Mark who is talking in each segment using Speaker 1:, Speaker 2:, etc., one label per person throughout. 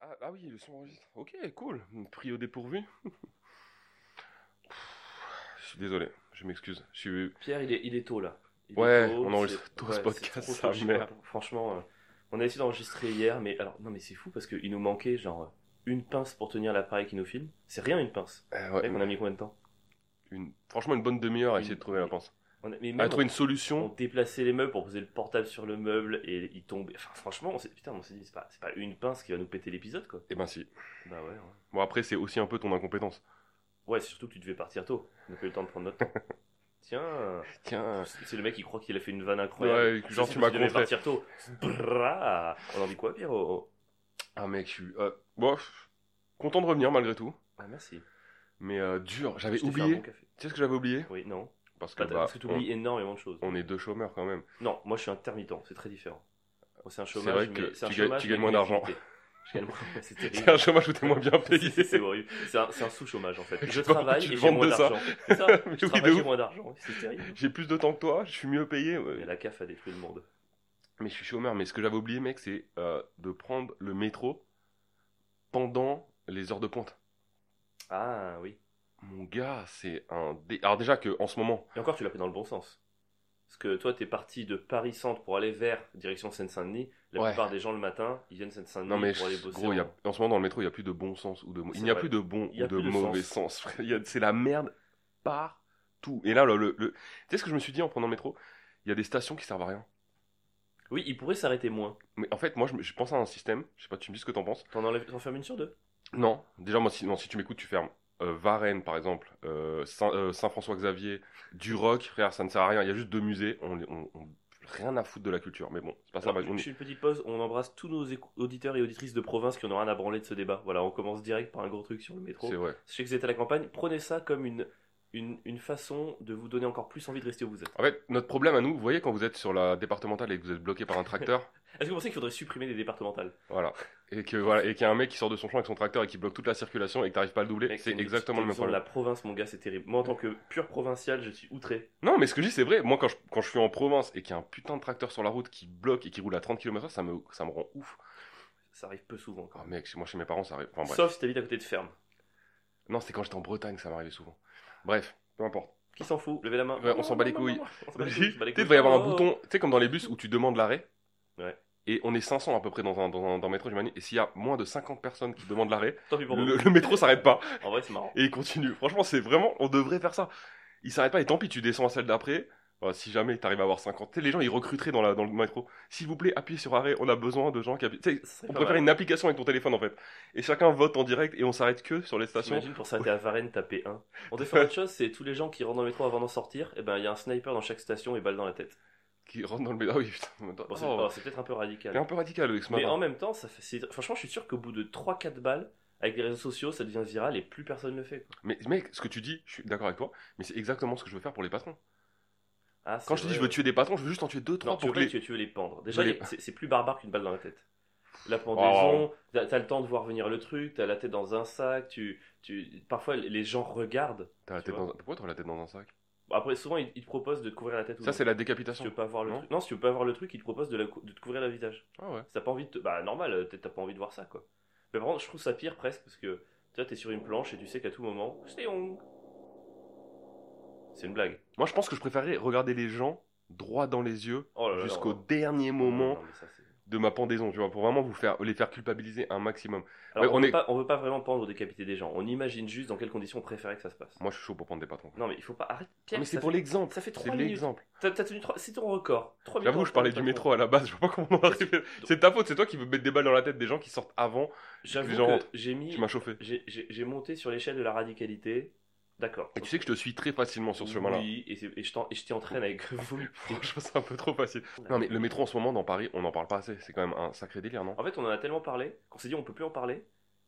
Speaker 1: ah oui, le son enregistre. Ok, cool. Pris au dépourvu. je suis désolé, je m'excuse. Je suis... euh,
Speaker 2: Pierre, il est, il est tôt là. Il est
Speaker 1: Ouais,
Speaker 2: tôt,
Speaker 1: on enregistre
Speaker 2: c'est-
Speaker 1: tôt
Speaker 2: ouais,
Speaker 1: ce
Speaker 2: c'est
Speaker 1: podcast,
Speaker 2: trop
Speaker 1: sa
Speaker 2: tôt chez
Speaker 1: mère.
Speaker 2: moi. Franchement, euh, on a essayé d'enregistrer hier, mais alors, non, mais c'est fou parce qu'il nous manquait genre euh, une pince pour tenir l'appareil qui nous filme. C'est rien une pince.
Speaker 1: Eh ouais,
Speaker 2: Mec, on a mis combien de temps
Speaker 1: une- Franchement, une bonne demi-heure à essayer de trouver la pince.
Speaker 2: on a, mais
Speaker 1: À
Speaker 2: même,
Speaker 1: trouver une
Speaker 2: on,
Speaker 1: solution.
Speaker 2: déplaçait les meubles pour poser le portable sur le meuble et il tombait. Enfin, franchement, on s'est, putain, on s'est dit, c'est pas, c'est pas une pince qui va nous péter l'épisode quoi.
Speaker 1: Eh ben si.
Speaker 2: Bah ouais, ouais.
Speaker 1: Bon, après, c'est aussi un peu ton incompétence.
Speaker 2: Ouais, c'est surtout que tu devais partir tôt. On n'a pas eu le temps de prendre notre temps. Tiens,
Speaker 1: Tiens.
Speaker 2: c'est le mec qui croit qu'il a fait une vanne incroyable.
Speaker 1: Ouais, genre,
Speaker 2: Ça,
Speaker 1: tu m'as
Speaker 2: devais
Speaker 1: contré.
Speaker 2: partir tôt. Brrra. On en dit quoi, oh, Pierrot
Speaker 1: Ah mec, je suis. euh, bof. Content de revenir malgré tout.
Speaker 2: Ah, merci.
Speaker 1: Mais euh, dur, j'avais
Speaker 2: Je t'ai fait
Speaker 1: oublié.
Speaker 2: un bon café.
Speaker 1: Tu sais ce que j'avais oublié
Speaker 2: Oui, non.
Speaker 1: Parce que,
Speaker 2: Pas-
Speaker 1: bah,
Speaker 2: parce que tu
Speaker 1: on,
Speaker 2: oublies énormément de choses.
Speaker 1: on est deux chômeurs quand même.
Speaker 2: Non, moi je suis intermittent, c'est très différent. Bon, c'est un
Speaker 1: C'est
Speaker 2: chômage,
Speaker 1: vrai
Speaker 2: mais
Speaker 1: que
Speaker 2: c'est un
Speaker 1: tu gagnes-
Speaker 2: chômage,
Speaker 1: tu gagnes
Speaker 2: mais
Speaker 1: moins
Speaker 2: une
Speaker 1: d'argent.
Speaker 2: activité. Je gagne moins, c'est
Speaker 1: C'est un
Speaker 2: terrible.
Speaker 1: chômage où t'es moins bien payé.
Speaker 2: C'est- c'est horrible. C'est un, c'est un sous-chômage en fait.
Speaker 1: Je
Speaker 2: Je
Speaker 1: sais pas pourquoi
Speaker 2: travaille
Speaker 1: tu te
Speaker 2: et j'ai
Speaker 1: vantes
Speaker 2: moins
Speaker 1: de ça.
Speaker 2: d'argent. C'est ça.
Speaker 1: Mais
Speaker 2: Je
Speaker 1: oui,
Speaker 2: travaille
Speaker 1: de
Speaker 2: j'ai
Speaker 1: ouf.
Speaker 2: moins d'argent, c'est terrible.
Speaker 1: J'ai plus de temps que toi, je suis mieux payé. ouais.
Speaker 2: Mais la CAF a détruit le monde.
Speaker 1: Mais je suis chômeur, mais ce que j'avais oublié, mec, c'est euh, de prendre le métro pendant les heures de pointe.
Speaker 2: Ah oui.
Speaker 1: Mon gars, c'est un. dé- Alors, déjà que en ce moment,
Speaker 2: Et encore, tu l'as pris dans le bon sens. Parce que toi, t'es parti de Paris-Centre pour aller vers direction Seine-Saint-Denis. La
Speaker 1: Ouais.
Speaker 2: plupart des gens le matin, ils viennent Seine-Saint-Denis
Speaker 1: non mais
Speaker 2: pour aller
Speaker 1: je-
Speaker 2: bosser.
Speaker 1: gros,
Speaker 2: en-
Speaker 1: il y a- en ce moment dans le métro, il n'y a plus de bon sens ou de.
Speaker 2: C'est
Speaker 1: Il n'y a
Speaker 2: vrai.
Speaker 1: plus de bon
Speaker 2: Il y a
Speaker 1: ou de
Speaker 2: plus de
Speaker 1: mauvais sens. frère. Il y a- C'est la merde partout. Et là, le, le- le- tu sais ce que je me suis dit en prenant le métro Il y a des stations qui servent à rien.
Speaker 2: Oui, ils pourraient s'arrêter moins.
Speaker 1: Mais en fait, moi, je, me- je pense à un système. Je sais pas, tu me dis ce que t'en penses.
Speaker 2: T'en enlèves, t'en fermes une sur deux
Speaker 1: Non, déjà, moi, si, non, si tu m'écoutes, tu fermes. Euh, Varennes, par exemple, euh, Saint, françois xavier du rock, frère, ça ne sert à rien. Il y a juste deux musées. On, les- on- on- rien à foutre de la culture. Mais bon, c'est pas Ah, ça.
Speaker 2: Alors,
Speaker 1: on-
Speaker 2: Je suis une petite pause, on embrasse tous nos éco- auditeurs et auditrices de province qui en auront rien à branler de ce débat. Voilà, on commence direct par un gros truc sur le métro.
Speaker 1: C'est vrai.
Speaker 2: Je sais que vous êtes à la campagne, prenez ça comme une, une, une façon de vous donner encore plus envie de rester où vous êtes.
Speaker 1: En fait, notre problème à nous, vous voyez, quand vous êtes sur la départementale et que vous êtes bloqué par un tracteur,
Speaker 2: Est-ce que vous pensez qu'il faudrait supprimer des départementales
Speaker 1: voilà, et que voilà, et qu'il y a un mec qui sort de son champ avec son tracteur et qui bloque toute la circulation et que t'arrives pas à le doubler,
Speaker 2: Mec,
Speaker 1: c'est
Speaker 2: une
Speaker 1: exactement le même
Speaker 2: petite zone,
Speaker 1: problème.
Speaker 2: La province, mon gars, c'est terrible. Moi, en tant que pur provincial, je suis outré.
Speaker 1: Non, mais ce que je dis, c'est vrai. Moi, quand je, quand je suis en province et qu'il y a un putain de tracteur sur la route qui bloque et qui roule à 30 km/h, ça me, ça me rend ouf.
Speaker 2: Ça arrive peu souvent quand
Speaker 1: Ah,
Speaker 2: même.
Speaker 1: mec, chez moi, chez mes parents, ça arrive. Enfin, bref.
Speaker 2: Sauf si t'habites à côté de ferme.
Speaker 1: Non, c'était quand j'étais en Bretagne que ça m'arrivait souvent. Bref, peu importe.
Speaker 2: Qui s'en fout Levez la main.
Speaker 1: Ouais, on s'en bat les
Speaker 2: Non, non, non,
Speaker 1: couilles.
Speaker 2: non, non, on s'en bat
Speaker 1: Tu
Speaker 2: les couilles, on s'en bat
Speaker 1: sais,
Speaker 2: les
Speaker 1: il
Speaker 2: couilles.
Speaker 1: devrait y avoir un
Speaker 2: Oh.
Speaker 1: bouton, tu sais, comme dans les bus où tu demandes l'arrêt.
Speaker 2: Ouais.
Speaker 1: Et on est 500 à peu près dans un, dans un- dans le métro, j'imagine. Et s'il y a moins de 50 personnes qui demandent l'arrêt,
Speaker 2: Tant pis pour
Speaker 1: le,
Speaker 2: vous.
Speaker 1: le métro s'arrête pas
Speaker 2: En vrai, c'est marrant.
Speaker 1: et il continue. Franchement, c'est vraiment, on devrait faire ça. Il s'arrête pas et tant pis, tu descends à celle d'après. Voilà, si jamais t'arrives à avoir 50, tu sais, les gens ils recruteraient dans, la, dans le métro. S'il vous plaît, appuyez sur arrêt, on a besoin de gens qui appuient. Tu sais,
Speaker 2: Ça serait
Speaker 1: on
Speaker 2: pas
Speaker 1: pourrait faire
Speaker 2: mal.
Speaker 1: une application avec ton téléphone en fait. Et chacun vote en direct et on s'arrête que sur les stations.
Speaker 2: T'imagines pour ça, t'es à Varennes, t'as P1. On devait faire autre chose, c'est tous les gens qui rentrent dans le métro avant d'en sortir, et ben il y a un sniper dans chaque station et balle dans la tête.
Speaker 1: Qui rentrent dans le métro. Ah oui, putain. attends.
Speaker 2: Bon, c'est
Speaker 1: Oh.
Speaker 2: alors, c'est peut-être un peu
Speaker 1: Il est
Speaker 2: radical.
Speaker 1: un peu radical avec ce
Speaker 2: Mais
Speaker 1: matin.
Speaker 2: en même temps, ça fait, c'est- franchement, je suis sûr qu'au bout de 3-4 balles, avec les réseaux sociaux, ça devient viral et plus personne le fait. quoi.
Speaker 1: Mais mec, ce que tu dis, je suis d'accord avec toi, mais c'est exactement ce que je veux faire pour les patrons.
Speaker 2: Ah, c'est
Speaker 1: Quand je te dis
Speaker 2: vrai,
Speaker 1: je veux
Speaker 2: ouais.
Speaker 1: tuer des patrons, je veux juste en tuer deux, trois
Speaker 2: Non, tu veux,
Speaker 1: pour que
Speaker 2: pas
Speaker 1: les...
Speaker 2: les tuer, tu veux les pendre. Déjà,
Speaker 1: les-
Speaker 2: c'est c'est plus barbare qu'une balle dans la tête. La pendaison, t'as t'as le temps de voir venir le truc, t'as la tête dans un sac, tu, tu, parfois les gens regardent.
Speaker 1: T'as la
Speaker 2: tu
Speaker 1: tête
Speaker 2: vois.
Speaker 1: dans un... Pourquoi t'as la tête dans un sac
Speaker 2: Après, souvent, ils, ils te proposent de te couvrir la tête. ou
Speaker 1: Ça
Speaker 2: non.
Speaker 1: c'est la
Speaker 2: si
Speaker 1: décapitation.
Speaker 2: tu veux pas voir le
Speaker 1: Non.
Speaker 2: truc. Non, si tu veux pas voir le truc, ils te proposent de, la cou- de te couvrir le visage.
Speaker 1: Ah ouais.
Speaker 2: Si t'as pas envie de te... Bah, normal, euh, t'as t'as pas envie de voir ça, quoi. Mais par contre, je trouve ça pire presque, parce que tu vois, t'es sur une planche et tu sais qu'à tout moment, c'est on. C'est une blague.
Speaker 1: Moi je pense que je préférerais regarder les gens droit dans les yeux
Speaker 2: Oh là là,
Speaker 1: jusqu'au
Speaker 2: non.
Speaker 1: dernier moment
Speaker 2: Non, mais ça, c'est-
Speaker 1: de ma pendaison, tu vois, pour vraiment vous faire les faire culpabiliser un maximum. Ouais,
Speaker 2: Alors, on,
Speaker 1: on
Speaker 2: veut
Speaker 1: est-
Speaker 2: pas, on veut pas vraiment pendre ou décapiter des gens. On imagine juste dans quelles conditions on préférait que ça se passe.
Speaker 1: Moi je suis chaud pour prendre des patrons.
Speaker 2: Non, mais il faut pas. Arrête, Pierre.
Speaker 1: mais c'est
Speaker 2: ça
Speaker 1: pour
Speaker 2: fait-
Speaker 1: l'exemple.
Speaker 2: ça fait
Speaker 1: C'est
Speaker 2: trois minutes.
Speaker 1: l'exemple.
Speaker 2: T'as t'as tenu trois. C'est ton record. Trois
Speaker 1: J'avoue,
Speaker 2: minutes,
Speaker 1: je parlais
Speaker 2: t'as
Speaker 1: du
Speaker 2: pas
Speaker 1: métro à la base, je vois pas comment on arrive. C'est ta faute, c'est toi qui veux mettre des balles dans la tête des gens qui sortent avant.
Speaker 2: J'avoue
Speaker 1: Les gens
Speaker 2: que
Speaker 1: rentrent.
Speaker 2: j'ai mis.
Speaker 1: Tu m'as chauffé.
Speaker 2: J'ai j'ai- j'ai monté sur l'échelle de la radicalité. D'accord.
Speaker 1: Et tu sais que je te suis très facilement sur ce chemin-là.
Speaker 2: Oui, et, c'est- et je t'en- et je t'y entraîne avec vous.
Speaker 1: Franchement, c'est un peu trop facile. Non, mais le métro en ce moment dans Paris, on n'en parle pas assez. C'est quand même un sacré délire, non
Speaker 2: En fait, on en a tellement parlé qu'on s'est dit on peut plus en parler.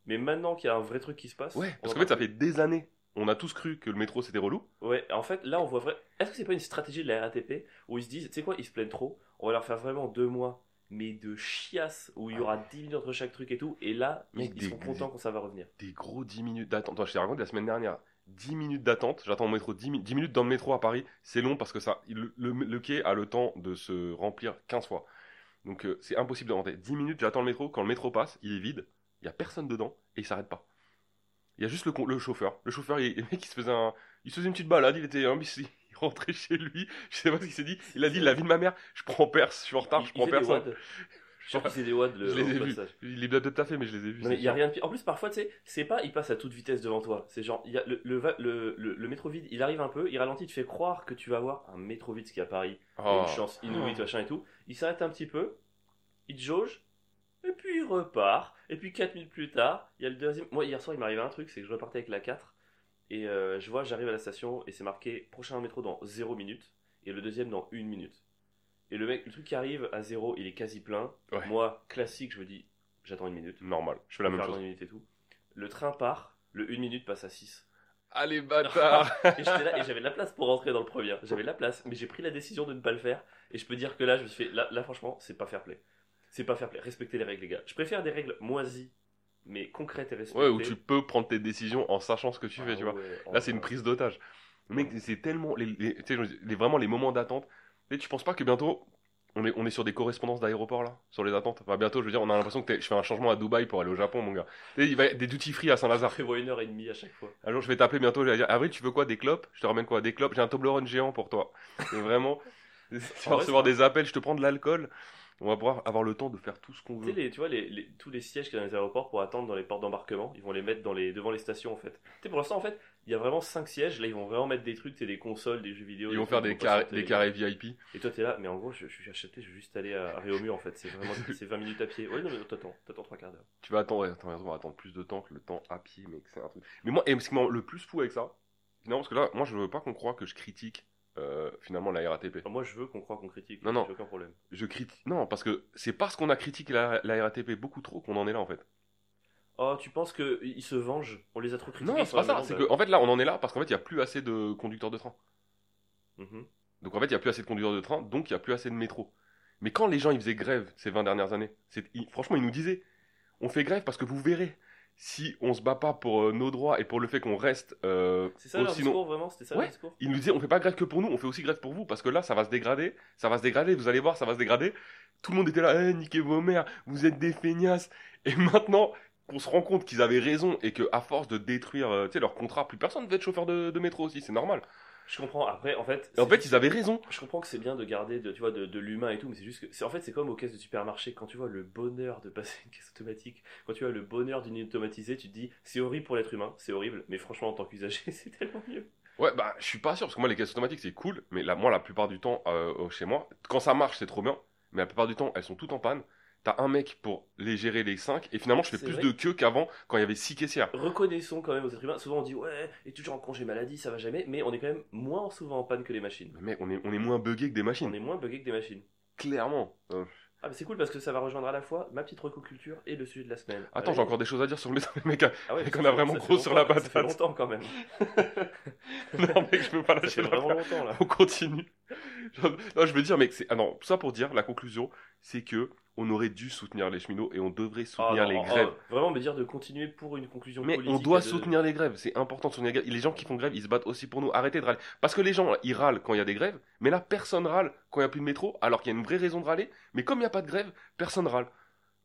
Speaker 2: Mais maintenant qu'il y a un vrai truc qui se passe.
Speaker 1: Ouais,
Speaker 2: on
Speaker 1: parce
Speaker 2: en
Speaker 1: qu'en fait, ça
Speaker 2: parle
Speaker 1: fait des années. On a tous cru que le métro c'était relou.
Speaker 2: plus. Ouais, en fait, là, on voit vrai. Est-ce que c'est pas une stratégie de la RATP où ils se disent, tu sais quoi, ils se plaignent trop, on va leur faire vraiment deux mois, mais de chiasse où il y aura 10 minutes entre chaque truc et tout. Et là, ils,
Speaker 1: Mec,
Speaker 2: ils
Speaker 1: des-
Speaker 2: sont contents quand ça va revenir.
Speaker 1: Des gros 10 minutes d'attente. Toi, je t'ai raconté la semaine dernière. 10 minutes d'attente. J'attends mon métro 10, mi- 10 minutes dans le métro à Paris. C'est long parce que ça, le, le- le quai a le temps de se remplir 15 fois. Donc euh, c'est impossible de rentrer. 10 minutes, j'attends le métro. Quand le métro passe, il est vide. il y a personne dedans et il s'arrête pas. Il y a juste le, con- le chauffeur. Le chauffeur, il, le mec, il se faisait un- il se faisait une petite balade, il était imbécile. Il rentrait chez lui, je sais pas ce qu'il s'est dit. Il a dit la vie de ma mère, je prends perse, je suis en retard,
Speaker 2: Il-
Speaker 1: je
Speaker 2: il
Speaker 1: prends
Speaker 2: fait des
Speaker 1: personne.
Speaker 2: wads. Je pense qu'il fait des wads le,
Speaker 1: Je les ai
Speaker 2: au
Speaker 1: vus.
Speaker 2: passage.
Speaker 1: Il est bien tout à fait, mais je les ai vus.
Speaker 2: Non, mais
Speaker 1: c'est
Speaker 2: y a
Speaker 1: sûr.
Speaker 2: rien de pire. En plus, parfois, tu sais, c'est pas il passe à toute vitesse devant toi. C'est genre, il y a le, le, va- le, le- le métro vide, il arrive un peu, il ralentit, il te fait croire que tu vas voir un métro vide, ce qui est à Paris. il y a
Speaker 1: Oh.
Speaker 2: Une chance inouïe, machin et tout. Il s'arrête un petit peu, il te jauge, et puis il repart. Et puis 4 minutes plus tard, il y a le deuxième. Moi, hier soir, il m'est arrivé un truc, c'est que je repartais avec la 4. Et euh, je vois, j'arrive à la station, et c'est marqué prochain métro dans 0 minutes, et le deuxième dans 1 minute. Et le mec, le truc qui arrive à 0, il est quasi plein.
Speaker 1: Ouais.
Speaker 2: Moi, classique, je me dis, j'attends une minute
Speaker 1: Normal, je fais la même
Speaker 2: faire dans
Speaker 1: chose.
Speaker 2: une minute et tout. Le train part, le 1 minute passe à 6.
Speaker 1: Allez, bâtard
Speaker 2: Et j'étais là et j'avais de la place pour rentrer dans le premier. J'avais de la place, mais j'ai pris la décision de ne pas le faire. Et je peux dire que là, je me suis fait. Là, là, franchement, c'est pas fair play. C'est pas fair play. Respectez les règles, les gars. Je préfère des règles moisies, mais concrètes et respectées.
Speaker 1: Ouais, où tu peux prendre tes décisions en sachant ce que tu fais,
Speaker 2: Ah
Speaker 1: tu vois. Là, c'est une prise d'otage. Mec, c'est tellement. Les, les- tu sais, je me dis, les- vraiment les moments d'attente. Et tu penses pas que bientôt. On est, on est sur des correspondances d'aéroports là, sur les attentes. Enfin, bientôt, je veux dire, on a l'impression que t'es- je fais un changement à Dubaï pour aller au Japon, mon gars. Tu sais, il va y a des duty free à Saint-Lazare.
Speaker 2: Prévois une heure et demie à chaque fois.
Speaker 1: Un jour, je vais t'appeler bientôt, je vais dire Avril, tu veux quoi Des clopes Je te ramène quoi Des clopes J'ai un Toblerone géant pour toi. Et vraiment,
Speaker 2: Ah
Speaker 1: tu vas
Speaker 2: vrai,
Speaker 1: recevoir des appels, je te prends de l'alcool. On va pouvoir avoir le temps de faire tout ce qu'on
Speaker 2: Tu sais,
Speaker 1: veut.
Speaker 2: les- tu vois, les, les- tous les sièges qu'il y a dans les aéroports pour attendre dans les portes d'embarquement, ils vont les mettre dans les, devant les stations en fait. Tu sais, pour l'instant, en fait, il y a vraiment 5 sièges. Là, ils vont vraiment mettre des trucs, c'est des consoles, des jeux vidéo.
Speaker 1: Ils
Speaker 2: des
Speaker 1: vont
Speaker 2: trucs
Speaker 1: faire
Speaker 2: pour
Speaker 1: des,
Speaker 2: pas
Speaker 1: carrés-
Speaker 2: sortir
Speaker 1: des
Speaker 2: les-
Speaker 1: carrés VIP.
Speaker 2: Et toi, t'es là, mais en gros, je, je suis acheté, je vais juste aller à Réomu en fait. C'est vraiment c'est 20 minutes à pied. Ouais, non, mais t'attends, t'attends 3 quarts d'heure.
Speaker 1: Tu vas attendre, ouais, attends, attends, attendre plus de temps que le temps à pied, mec, c'est un truc. Mais moi, et ce qui m'a le plus fou avec ça, finalement, parce que là, moi, je veux pas qu'on croie que je critique euh, finalement la RATP.
Speaker 2: Enfin, moi, je veux qu'on croit qu'on critique.
Speaker 1: Non, non.
Speaker 2: J'ai aucun problème.
Speaker 1: Je critique. Non, parce que c'est parce qu'on a critiqué la, la RATP beaucoup trop qu'on en est là, en fait.
Speaker 2: Oh, tu penses qu'ils se vengent On les a trop critiqués.
Speaker 1: Non, c'est pas ça. C'est que, en fait, là, on en est là parce qu'en fait, il y a plus assez de conducteurs de train.
Speaker 2: que.
Speaker 1: Donc, en fait, il y a plus assez de conducteurs de train, donc il y a plus assez de métro. Mais quand les gens, ils faisaient grève ces 20 dernières années, c'est, ils- franchement, ils nous disaient on fait grève parce que vous verrez. Si on se bat pas pour euh, nos droits et pour le fait qu'on reste euh,
Speaker 2: C'est ça leur
Speaker 1: aussi
Speaker 2: discours, vraiment C'était ça
Speaker 1: Ouais.
Speaker 2: leur discours
Speaker 1: Il nous disait, on fait pas grève que pour nous, on fait aussi grève pour vous, parce que là, ça va se dégrader, ça va se dégrader, vous allez voir, ça va se dégrader. Tout le monde était là, eh, niquez vos mères, vous êtes des feignasses. Et maintenant qu'on se rend compte qu'ils avaient raison et que à force de détruire euh, tu sais, leur contrat, plus personne ne veut être chauffeur de, de métro aussi, c'est normal.
Speaker 2: Je comprends. Après, en fait.
Speaker 1: Et en
Speaker 2: c'est-
Speaker 1: fait, ils avaient raison.
Speaker 2: Je comprends que c'est bien de garder de, tu vois, de, de l'humain et tout, mais c'est juste que. c'est- En fait, c'est comme aux caisses de supermarché. Quand tu vois le bonheur de passer une caisse automatique, quand tu vois le bonheur d'une ligne automatisée, tu te dis c'est horrible pour l'être humain, c'est horrible, mais franchement, en tant qu'usager, c'est tellement mieux.
Speaker 1: Ouais, bah, je suis pas sûr, parce que moi, les caisses automatiques, c'est cool, mais là, moi, la plupart du temps, euh, euh, chez moi, quand ça marche, c'est trop bien, mais la plupart du temps, elles sont toutes en panne. T'as un mec pour les gérer les cinq, et finalement, je fais
Speaker 2: C'est
Speaker 1: plus
Speaker 2: vrai.
Speaker 1: de queue qu'avant, quand il y avait six caissières.
Speaker 2: reconnaissons quand même aux êtres humains, souvent on dit ouais, et toujours en congé maladie, ça va jamais, mais on est quand même moins souvent en panne que les machines.
Speaker 1: Mais mec, on est, on est moins buggé que des machines.
Speaker 2: On est moins buggé que des machines.
Speaker 1: Clairement. Euh,
Speaker 2: Ah, mais c'est cool parce que ça va rejoindre à la fois ma petite recoculture et le sujet de la semaine.
Speaker 1: attends,
Speaker 2: Allez.
Speaker 1: j'ai encore des choses à dire sur les mecs.
Speaker 2: Ah ouais,
Speaker 1: mec,
Speaker 2: ça
Speaker 1: on a
Speaker 2: fait-
Speaker 1: vraiment
Speaker 2: ça fait
Speaker 1: gros sur la
Speaker 2: longtemps, Ça fait
Speaker 1: patate.
Speaker 2: longtemps quand même.
Speaker 1: Non, mec, je peux pas
Speaker 2: Ça
Speaker 1: lâcher
Speaker 2: fait
Speaker 1: la
Speaker 2: vraiment
Speaker 1: parole.
Speaker 2: longtemps là.
Speaker 1: On continue. Genre, Non, je veux dire, mec, c'est. Ah non, tout ça pour dire, la conclusion, c'est que on aurait dû soutenir les cheminots et on devrait soutenir
Speaker 2: Ah, non,
Speaker 1: les
Speaker 2: ah,
Speaker 1: grèves.
Speaker 2: vraiment me dire de continuer pour une conclusion
Speaker 1: Mais
Speaker 2: politique.
Speaker 1: on doit
Speaker 2: de-
Speaker 1: soutenir les grèves, c'est important de soutenir les grèves. Les gens qui font grève, ils se battent aussi pour nous. Arrêtez de râler. Parce que les gens, ils râlent quand il y a des grèves, mais là, personne râle quand il n'y a plus de métro, alors qu'il y a une vraie raison de râler. Mais comme il n'y a pas de grève, personne râle.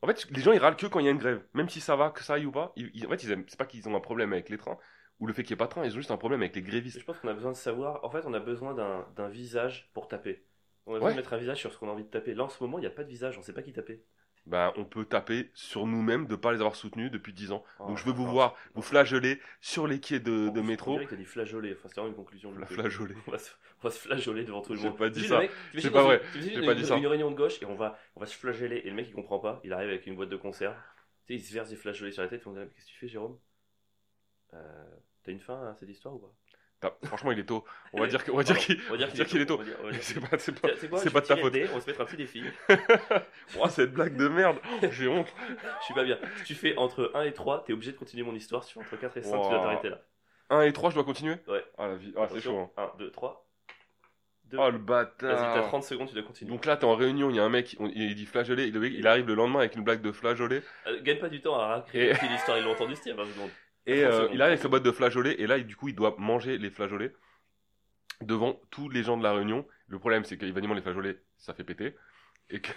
Speaker 1: En fait, les gens, ils râlent que quand il y a une grève. Même si ça va, que ça aille ou pas. ils- ils- en fait, ils aiment- c'est pas qu'ils ont un problème avec les trains ou le fait qu'il n'y ait pas de train, ils ont juste un problème avec les grévistes.
Speaker 2: Je pense qu'on a besoin de savoir. En fait, on a besoin d'un d'un visage pour taper. On a besoin
Speaker 1: Ouais.
Speaker 2: de mettre un visage sur ce qu'on a envie de taper. Là, en ce moment, il n'y a pas de visage, on sait pas qui taper.
Speaker 1: Bah, on peut taper sur nous-mêmes de pas les avoir soutenus depuis 10 ans.
Speaker 2: Oh,
Speaker 1: Donc, je veux vous
Speaker 2: oh,
Speaker 1: voir vous flageoler sur les quais de,
Speaker 2: En
Speaker 1: de
Speaker 2: plus, On
Speaker 1: métro.
Speaker 2: dirait que t'as dit flageoler. Enfin, c'est vraiment une conclusion.
Speaker 1: La
Speaker 2: loupée.
Speaker 1: flageoler.
Speaker 2: On va, se, on va se flageoler devant tout le
Speaker 1: J'ai
Speaker 2: monde.
Speaker 1: pas dit
Speaker 2: T'imagines
Speaker 1: ça.
Speaker 2: le mec- t'imagines
Speaker 1: pas
Speaker 2: dans
Speaker 1: vrai.
Speaker 2: une- t'imagines
Speaker 1: J'ai
Speaker 2: dans
Speaker 1: pas
Speaker 2: une-
Speaker 1: dit ça.
Speaker 2: Une réunion de gauche et on va, on va se flageller. Et le mec il comprend pas. Il arrive avec une boîte de conserve. Tu sais, il se verse des flageolets sur la tête. On dit ah, mais qu'est-ce que tu fais, Jérôme Euh, T'as une fin à cette histoire ou pas
Speaker 1: T'as- Franchement, il est tôt. On va dire que- on va dire
Speaker 2: Pardon,
Speaker 1: qu'il
Speaker 2: On va dire
Speaker 1: dire qu'il est tôt.
Speaker 2: On va dire- on va dire qu'il
Speaker 1: c'est
Speaker 2: est
Speaker 1: pas, c'est
Speaker 2: tôt.
Speaker 1: pas,
Speaker 2: C'est quoi,
Speaker 1: c'est
Speaker 2: je vais
Speaker 1: pas de ta
Speaker 2: tirer
Speaker 1: faute.
Speaker 2: le dé, on va se mettre un petit défi.
Speaker 1: Oh, cette blague de merde. Oh, J'ai honte.
Speaker 2: Je suis pas bien. Si tu fais entre 1 et 3, t'es obligé de continuer mon histoire. Si tu fais entre 4 et 5, tu
Speaker 1: Wow.
Speaker 2: dois t'arrêter là.
Speaker 1: 1 et 3, je dois continuer
Speaker 2: Ouais.
Speaker 1: Ah, la vie. Ah, c'est chaud. hein.
Speaker 2: 1, 2, 3, 2.
Speaker 1: Oh, le
Speaker 2: Vas-y, t'as
Speaker 1: bâtard.
Speaker 2: 30 secondes, tu dois continuer.
Speaker 1: Donc là, t'es en réunion, il y a un mec, on- il dit flageoler. le mec, il arrive le lendemain avec une blague de flageoler.
Speaker 2: Euh, Gagne pas du temps à
Speaker 1: Et-
Speaker 2: raconter l'histoire, ils l'ont entendu, hein, c'était il y a 20 secondes.
Speaker 1: Et
Speaker 2: Attends,
Speaker 1: euh,
Speaker 2: Ah, c'est bon.
Speaker 1: il arrive avec sa boîte de flageolets, et là, il- du coup, il doit manger les flageolets devant tous les gens de la réunion. Le problème, c'est qu'évidemment, les flageolets, ça fait péter. Et que,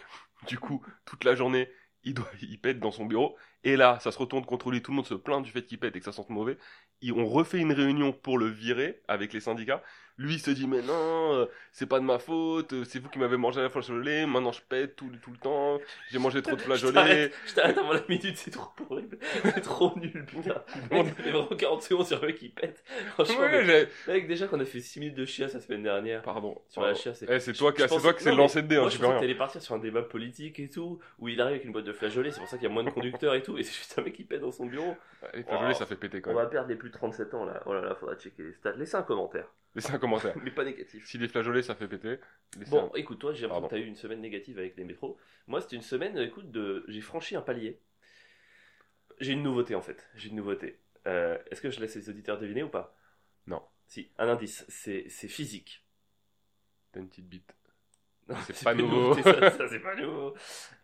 Speaker 1: du coup, toute la journée, il, doit, il pète dans son bureau, Et là, ça se retourne contre lui, tout le monde se plaint du fait qu'il pète et que ça sente mauvais. Et on refait une réunion pour le virer avec les syndicats. Lui, il se dit, mais non, euh, c'est pas de ma faute, euh, c'est vous qui m'avez mangé la flageolet, maintenant je pète tout, tout le temps, j'ai mangé trop de
Speaker 2: Je
Speaker 1: flageolets.
Speaker 2: t'arrête, je t'arrête avant la minute, c'est trop horrible. C'est trop nul, putain.
Speaker 1: Bon.
Speaker 2: Mec, t'avais vraiment 40 secondes sur le mec qui pète.
Speaker 1: Ouais,
Speaker 2: Franchement, mais-
Speaker 1: j'ai-
Speaker 2: mec, déjà qu'on a fait 6 minutes de chiasse la semaine dernière.
Speaker 1: Pardon.
Speaker 2: Sur la
Speaker 1: pardon.
Speaker 2: chiasse, c'est
Speaker 1: Eh, c'est toi qui
Speaker 2: je
Speaker 1: c'est
Speaker 2: pense-
Speaker 1: toi qui c'est
Speaker 2: non,
Speaker 1: le lancer de dés, hein,
Speaker 2: Moi,
Speaker 1: tu
Speaker 2: je
Speaker 1: peux
Speaker 2: pensais que
Speaker 1: rien.
Speaker 2: t'allais partir sur un débat politique et tout, où il arrive avec une boîte de flageolets, c'est pour ça qu'il y a moins de conducteurs et tout, et c'est juste un mec qui pète dans son bureau.
Speaker 1: Les flageolets,
Speaker 2: Oh.
Speaker 1: ça fait péter quand
Speaker 2: On
Speaker 1: même.
Speaker 2: va perdre les plus de 37 ans là. Oh là là, faudra checker les stats. Laissez un commentaire,
Speaker 1: Laissez un commentaire.
Speaker 2: mais pas négatif.
Speaker 1: Si les flageolets, ça fait péter. laissez
Speaker 2: Bon,
Speaker 1: un-
Speaker 2: écoute, toi, j'ai l'impression
Speaker 1: Pardon.
Speaker 2: que t'as eu une semaine négative avec les métros. Moi, c'était une semaine, écoute, de... j'ai franchi un palier. J'ai une nouveauté en fait. J'ai une nouveauté. Euh, Est-ce que je laisse les auditeurs deviner ou pas
Speaker 1: Non.
Speaker 2: Si, un indice, c'est c'est physique.
Speaker 1: T'as une petite bite.
Speaker 2: Non,
Speaker 1: C'est pas
Speaker 2: une
Speaker 1: nouveau.
Speaker 2: nouveauté, ça, ça, c'est pas nouveau.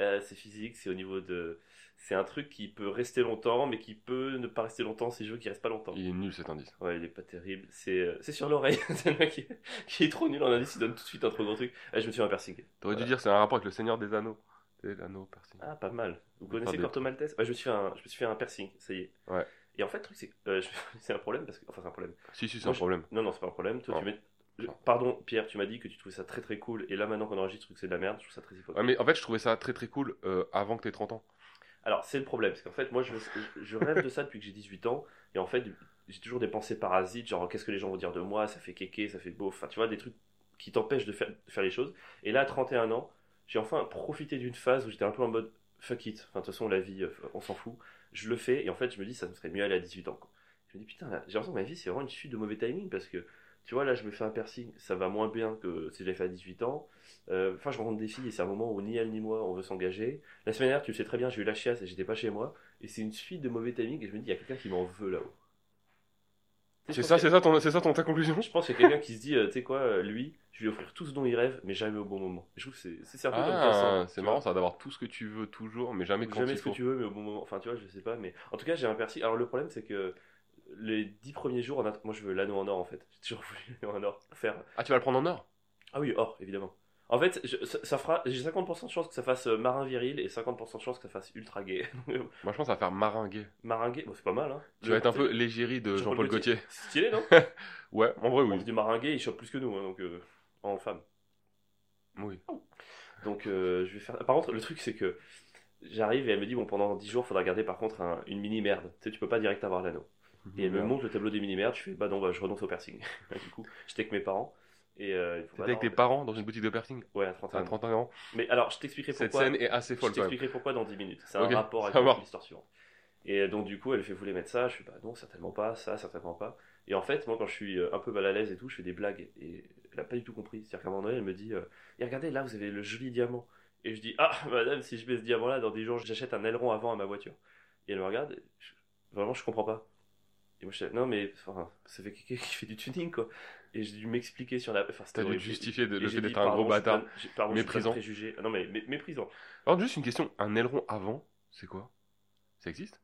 Speaker 2: Euh, c'est physique, c'est au niveau de. C'est un truc qui peut rester longtemps, mais qui peut ne pas rester longtemps. C'est le jeu qui reste pas longtemps.
Speaker 1: Il est nul cet indice.
Speaker 2: Ouais, il est pas terrible. C'est euh, c'est sur l'oreille. c'est le mec qui, qui est trop nul en indice, il donne tout de suite un trop gros truc. Ah, je me suis un piercing.
Speaker 1: T'aurais dû
Speaker 2: Voilà.
Speaker 1: dire, c'est un rapport avec le Seigneur des Anneaux. C'est l'anneau piercing.
Speaker 2: Ah, pas mal. Vous
Speaker 1: Pas
Speaker 2: connaissez
Speaker 1: bête.
Speaker 2: Corto Maltese Ouais, je me suis fait un, je me suis fait un piercing, ça y est.
Speaker 1: Ouais.
Speaker 2: Et en fait, le truc, c'est euh, je- c'est un problème parce que. Enfin, c'est un problème.
Speaker 1: Si, si, c'est
Speaker 2: Moi,
Speaker 1: un
Speaker 2: je-
Speaker 1: problème.
Speaker 2: Non, non, c'est pas un problème. Toi,
Speaker 1: Non.
Speaker 2: tu mets- je-
Speaker 1: Non.
Speaker 2: Pardon, Pierre, tu m'as dit que tu trouvais ça très très cool. Et là, maintenant qu'on enregistre, tu trouves que c'est de la merde. Je trouve ça très hypocrite.
Speaker 1: Ouais, mais en fait, je trouvais ça très très cool euh, avant que t'aies 30 ans.
Speaker 2: Alors, c'est le problème, parce qu'en fait, moi, je, je rêve de ça depuis que j'ai 18 ans, et en fait, j'ai toujours des pensées parasites, genre, qu'est-ce que les gens vont dire de moi, ça fait kéké, ça fait beau, enfin, tu vois, des trucs qui t'empêchent de faire, de faire les choses. Et là, à 31 ans, j'ai enfin profité d'une phase où j'étais un peu en mode, fuck it, enfin, de toute façon, la vie, euh, on s'en fout, je le fais, et en fait, je me dis, ça me serait mieux aller à 18 ans, quoi. Je me dis, putain, là, j'ai l'impression que ma vie, c'est vraiment une chute de mauvais timing, parce que, tu vois, là, je me fais un piercing, ça va moins bien que si je l'avais fait à 18 ans. Euh, Enfin, je rencontre des filles, et c'est un moment où ni elles ni moi, on veut s'engager. La semaine dernière, tu le sais très bien, j'ai eu la chiasse et j'étais pas chez moi. Et c'est une suite de mauvais timing et je me dis, il y a quelqu'un qui m'en veut là-haut. Tu
Speaker 1: C'est
Speaker 2: sais, je
Speaker 1: ça,
Speaker 2: pense
Speaker 1: c'est ça, ton, c'est ça ton, ta conclusion
Speaker 2: qu'il- Je pense qu'il y a quelqu'un qui se dit, euh, tu sais quoi, euh, lui, je vais lui offrir tout ce dont il rêve, mais jamais au bon moment. Et je trouve que c'est- c'est c'est un peu comme Cassan,
Speaker 1: Ah,
Speaker 2: tu
Speaker 1: c'est
Speaker 2: vois.
Speaker 1: marrant ça d'avoir tout ce que tu veux toujours, mais jamais quand
Speaker 2: Jamais
Speaker 1: il
Speaker 2: ce que
Speaker 1: faut.
Speaker 2: tu veux, mais au bon moment. Enfin, tu vois, je sais pas, mais en tout cas, j'ai un piercing. Alors, le problème, c'est que les dix premiers jours, en att- moi, je veux l'anneau en or en fait. J'ai toujours voulu l'anneau en or faire.
Speaker 1: Ah, tu vas le prendre en or
Speaker 2: Ah oui, or, évidemment. En fait, je- ça, ça fera, j'ai 50% de chance que ça fasse euh, marin viril et 50% de chance que ça fasse ultra gay.
Speaker 1: Moi, je pense que ça va faire maringuer.
Speaker 2: Maringué, bon, c'est pas mal, hein.
Speaker 1: Tu vas être un peu l'égérie de Jean-Paul Gaultier.
Speaker 2: C'est stylé, non
Speaker 1: Ouais, en vrai,
Speaker 2: On
Speaker 1: oui.
Speaker 2: fait du maringué, il chope plus que nous, hein, donc euh, en femme.
Speaker 1: Oui.
Speaker 2: Donc euh, je vais faire. Par contre, le truc c'est que j'arrive et elle me dit bon pendant 10 jours, faudra garder par contre un- une mini merde. Tu sais, tu peux pas direct avoir l'anneau. Et elle me montre le tableau des mini merdes. Je fais bah non, bah, je renonce au piercing. du coup, j'étais avec mes parents et euh, il faut
Speaker 1: T'étais
Speaker 2: pas-
Speaker 1: avec tes
Speaker 2: non,
Speaker 1: parents dans une boutique de piercing
Speaker 2: Ouais, à 31.
Speaker 1: à 31 ans.
Speaker 2: Mais alors, je t'expliquerai
Speaker 1: Cette
Speaker 2: pourquoi.
Speaker 1: scène est assez
Speaker 2: Je
Speaker 1: folle quand même.
Speaker 2: t'expliquerai pourquoi dans 10 minutes. C'est
Speaker 1: Ok,
Speaker 2: un rapport
Speaker 1: ça
Speaker 2: avec
Speaker 1: marche.
Speaker 2: l'histoire suivante. Et donc, du coup, elle fait Vous voulez mettre ça Je fais Bah non, certainement pas, ça, certainement pas. Et en fait, moi, quand je suis euh, un peu mal à l'aise et tout, je fais des blagues. Et elle n'a pas du tout compris. C'est-à-dire qu'à un moment donné, elle me dit euh, Et regardez, là, vous avez le joli diamant. Et je dis Ah, madame, si je mets ce diamant-là, dans 10 jours, j'achète un aileron avant à ma voiture. Et elle me regarde, et je- vraiment, je comprends pas. Et moi, je dis Non, mais enfin, ça fait quelqu'un qui fait du tuning, quoi. Et j'ai dû m'expliquer sur la. Enfin, c'était
Speaker 1: T'as dû te
Speaker 2: horrible.
Speaker 1: justifier de,
Speaker 2: Et
Speaker 1: le
Speaker 2: j'ai
Speaker 1: fait
Speaker 2: dit,
Speaker 1: d'être un
Speaker 2: Pardon,
Speaker 1: gros
Speaker 2: je suis pas-
Speaker 1: bâtard.
Speaker 2: j'ai- pardon, je suis pas
Speaker 1: Méprisant.
Speaker 2: préjugé. Ah Non, mais mé- méprisant.
Speaker 1: Alors, juste une question. Un aileron avant, c'est quoi Ça existe